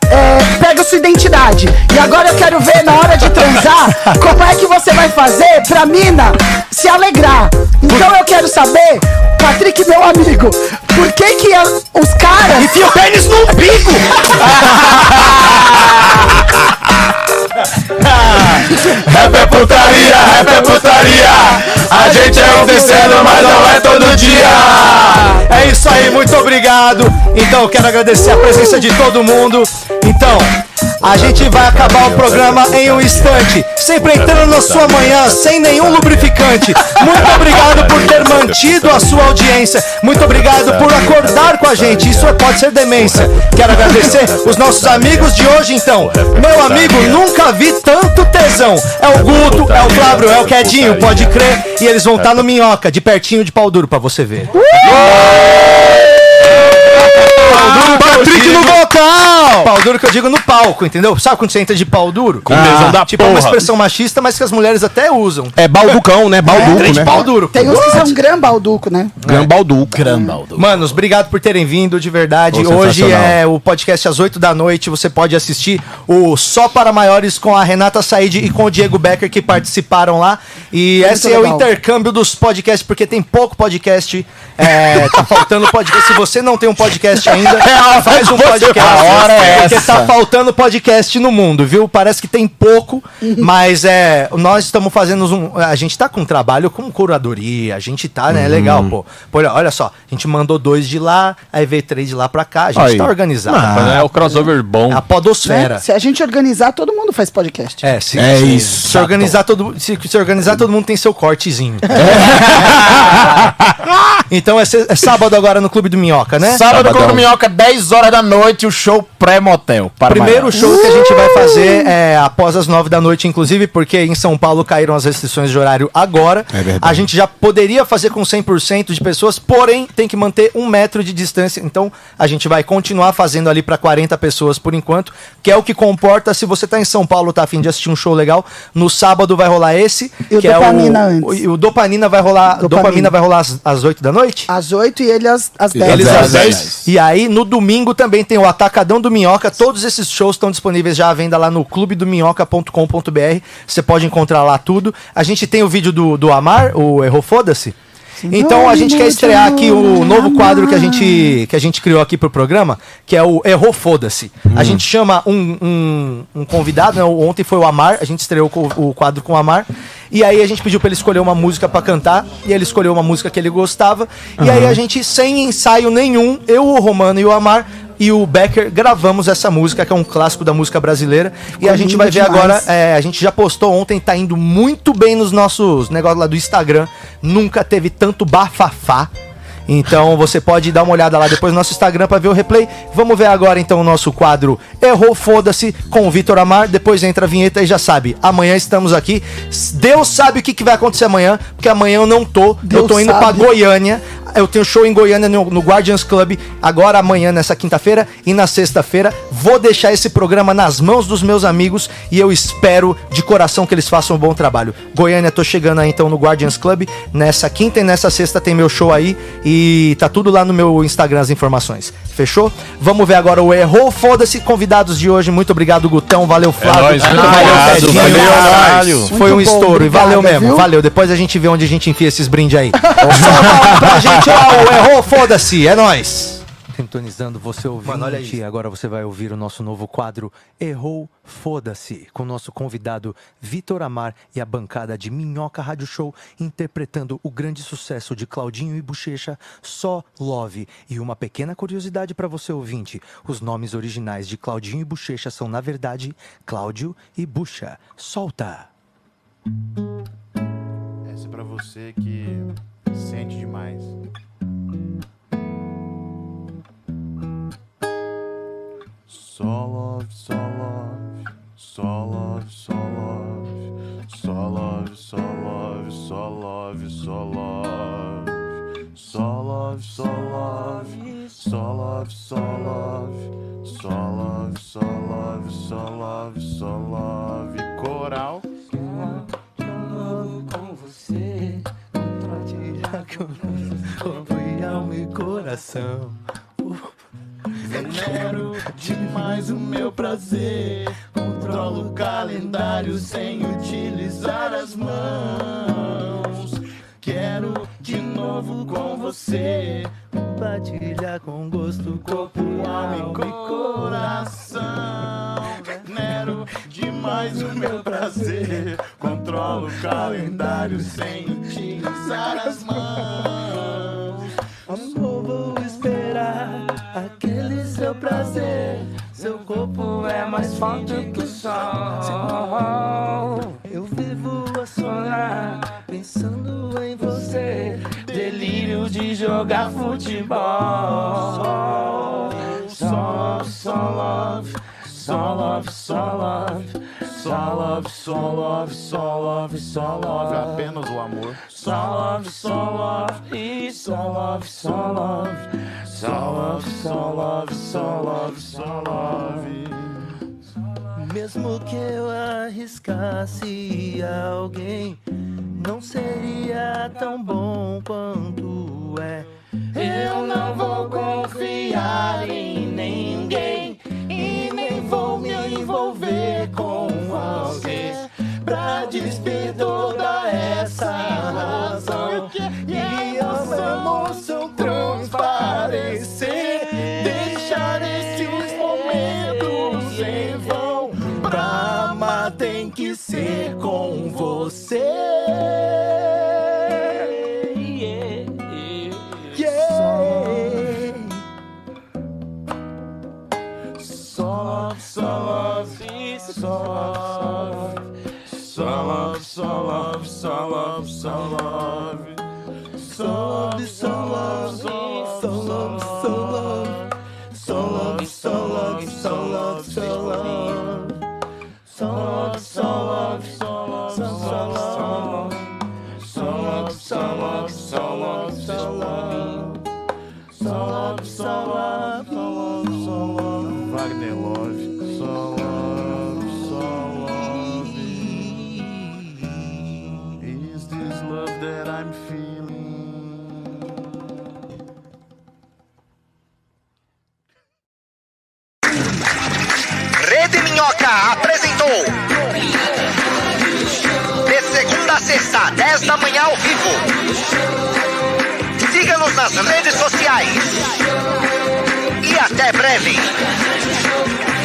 é, pega sua identidade. E agora eu quero ver na hora de transar como é que você vai fazer pra mina se alegrar. Então eu quero saber, Patrick, meu amigo, por que que a- os caras.
Enfia o pênis no umbigo!
Rap é putaria, rap é putaria. A gente é obsceno, mas não é todo dia.
É isso aí, muito obrigado. Então, eu quero agradecer a presença de todo mundo. Então, a gente vai acabar o programa em um instante, sempre entrando na sua manhã sem nenhum lubrificante. Muito obrigado por ter mantido a sua audiência. Muito obrigado por acordar com a gente. Isso pode ser demência. Quero agradecer os nossos amigos de hoje, então. Meu amigo, nunca vi tanto tesão. É o Guto, é o Flávio, é o Quedinho, pode crer. E eles vão estar no Minhoca, de pertinho de pau duro, pra você ver.
Patrick no vocal!
Pau duro que eu digo no palco, entendeu? Sabe quando você entra de pau duro? Com
tesão da
Tipo uma
porra.
expressão machista, mas que as mulheres até usam.
É balducão, né? Balduco,
Três
né?
pau duro.
Tem uns que são gran balduco, né?
Gran balduco.
Manos, obrigado por terem vindo, de verdade.
Pô,
Hoje
sensacional.
é o podcast às 8 da noite. Você pode assistir o Só para Maiores com a Renata Said e com o Diego Becker que participaram lá. E esse é o
legal.
intercâmbio dos podcasts, porque tem pouco podcast. É, tá faltando podcast. Se você não tem um podcast ainda,
É
faz um podcast.
A hora é
porque
essa.
tá faltando podcast no mundo, viu? Parece que tem pouco,
Uhum.
mas é, nós estamos fazendo um. A gente tá com um trabalho com curadoria, a gente tá,
Uhum.
né? Legal, pô. Pô, olha- olha só, a gente mandou dois de lá, aí veio três de lá pra cá, a gente
Aí.
tá organizado.
Mas é o crossover bom.
A
Ah.
né?
podosfera.
Se a gente organizar, todo mundo faz podcast.
É, se,
É
se-
isso.
Se organizar, todo, se, se organizar, todo mundo tem seu cortezinho. então é, se- é sábado agora no Clube do Minhoca, né?
Sábado,
Sabadão.
Clube Minhoca, 10 horas da noite, o show pré-motel. Para
Primeiro
maiores.
show que a gente vai
Uh!
fazer é após as nove da noite, inclusive, porque em São Paulo caíram as restrições de horário agora.
É verdade.
A gente já poderia fazer com 100% de pessoas, porém tem que manter um metro de distância. Então a gente vai continuar fazendo ali para 40 pessoas por enquanto, que é o que comporta. Se você tá em São Paulo, tá afim de assistir um show legal, no sábado vai rolar esse.
E o
que é
Dopamina antes.
O, o Dopanina vai rolar. Dopamina,
Dopamina.
vai rolar às, às 8 da noite?
Às 8 e ele às, às 10.
Eles
Às
às
10.
10. E aí, no domingo também tem o Atacadão do Minhoca. Todos esses shows estão disponíveis já à venda lá no clubedominhoca.com.br. Você pode encontrar lá tudo. A gente tem o vídeo do, do Amar, o Errou Foda-se. Então a gente quer estrear aqui o novo quadro que a gente, que a gente criou aqui pro programa, que é o Errou Foda-se. A gente chama um, um, um convidado, né? ontem foi o Amar, a gente estreou co- o quadro com o Amar. E aí a gente pediu pra ele escolher uma música pra cantar, e ele escolheu uma música que ele gostava. E aí a gente, sem ensaio nenhum, eu, o Romano e o Amar e o Becker gravamos essa música, que é um clássico da música brasileira. e a gente
lindo
vai ver
demais.
agora é, a gente já postou ontem, tá indo muito bem nos nossos negócios lá do Instagram. Nunca teve tanto bafafá. Então você pode dar uma olhada lá depois no nosso Instagram pra ver o replay. Vamos ver agora então o nosso quadro Errou Foda-se com o Vitor Amar. Depois entra a vinheta e já sabe. Amanhã estamos aqui. Deus sabe o que, que vai acontecer amanhã, porque amanhã eu não tô. eu
Deus
tô indo pra
sabe.
Goiânia. Eu tenho show em Goiânia no, no Guardians Club agora amanhã, nessa quinta-feira e na sexta-feira. Vou deixar esse programa nas mãos dos meus amigos e eu espero de coração que eles façam um bom trabalho. Goiânia, tô chegando aí então no Guardians Club. Nessa quinta e nessa sexta tem meu show aí e tá tudo lá no meu Instagram as informações. Fechou? Vamos ver agora o Errou. Foda-se, convidados de hoje. Muito obrigado, Gutão. Valeu, Flávio.
É nóis, muito
valeu,
obrigado,
Pedrinho.
valeu, é
Caralho.
nóis.
Foi um
Muito bom,
estouro. E valeu
obrigada,
mesmo.
viu?
Valeu. Depois a gente vê onde a gente enfia esses brindes aí. Só um pra gente lá, o errou, foda-se. É nóis. Sintonizando você ouvinte,
olha isso.
agora você vai ouvir o nosso novo quadro Errou, Foda-se, com o nosso convidado Vitor Amar e a bancada de Minhoca Rádio Show interpretando o grande sucesso de Claudinho e Bochecha, Só Love. E uma pequena curiosidade para você ouvinte, os nomes originais de Claudinho e Bochecha são, na verdade, Cláudio e Bucha. Solta!
Essa é pra você que sente demais. Só love, só love, só love, só love, só love, só love, só love, só love. Só love, só love, só love, só love, só love, só love, só love, só love. Coral. Venero demais o meu prazer. Controlo o calendário sem utilizar as mãos. Quero de novo com você. Compartilhar com gosto, corpo, alma e coração. Venero demais o meu prazer. Controlo o calendário sem utilizar as mãos. Amor, vou esperar aquele seu prazer. Seu corpo é mais forte que o sol. Eu vivo a sonhar, pensando em você. Delírio de jogar futebol. Só, só love, só love, só love. Só love, só love, só love, só love. Apenas o amor. Só love, só love, só love, só love. Só love, só love, só love, só love. Mesmo que eu arriscasse alguém, não seria tão bom quanto é. Eu não vou confiar em ninguém e nem vou me envolver com vocês pra desper toda essa razão e essa emoção transparecer. Deixar esses momentos em vão pra amar tem que ser com você. Yeah. Só love, só love, só love, só love, só love, só love, só love, só love, só love, só love, só love, só love, só love, só love, só love, só love, só love, só love, só love, só love, só love, só love, só love. Salve, salve, salve, salve. Wagner Love. Salve, salve. Is this love that I'm feeling?
Rede Minhoca apresentou. De segunda a sexta, 10 da manhã ao vivo. nas redes sociais. E até breve.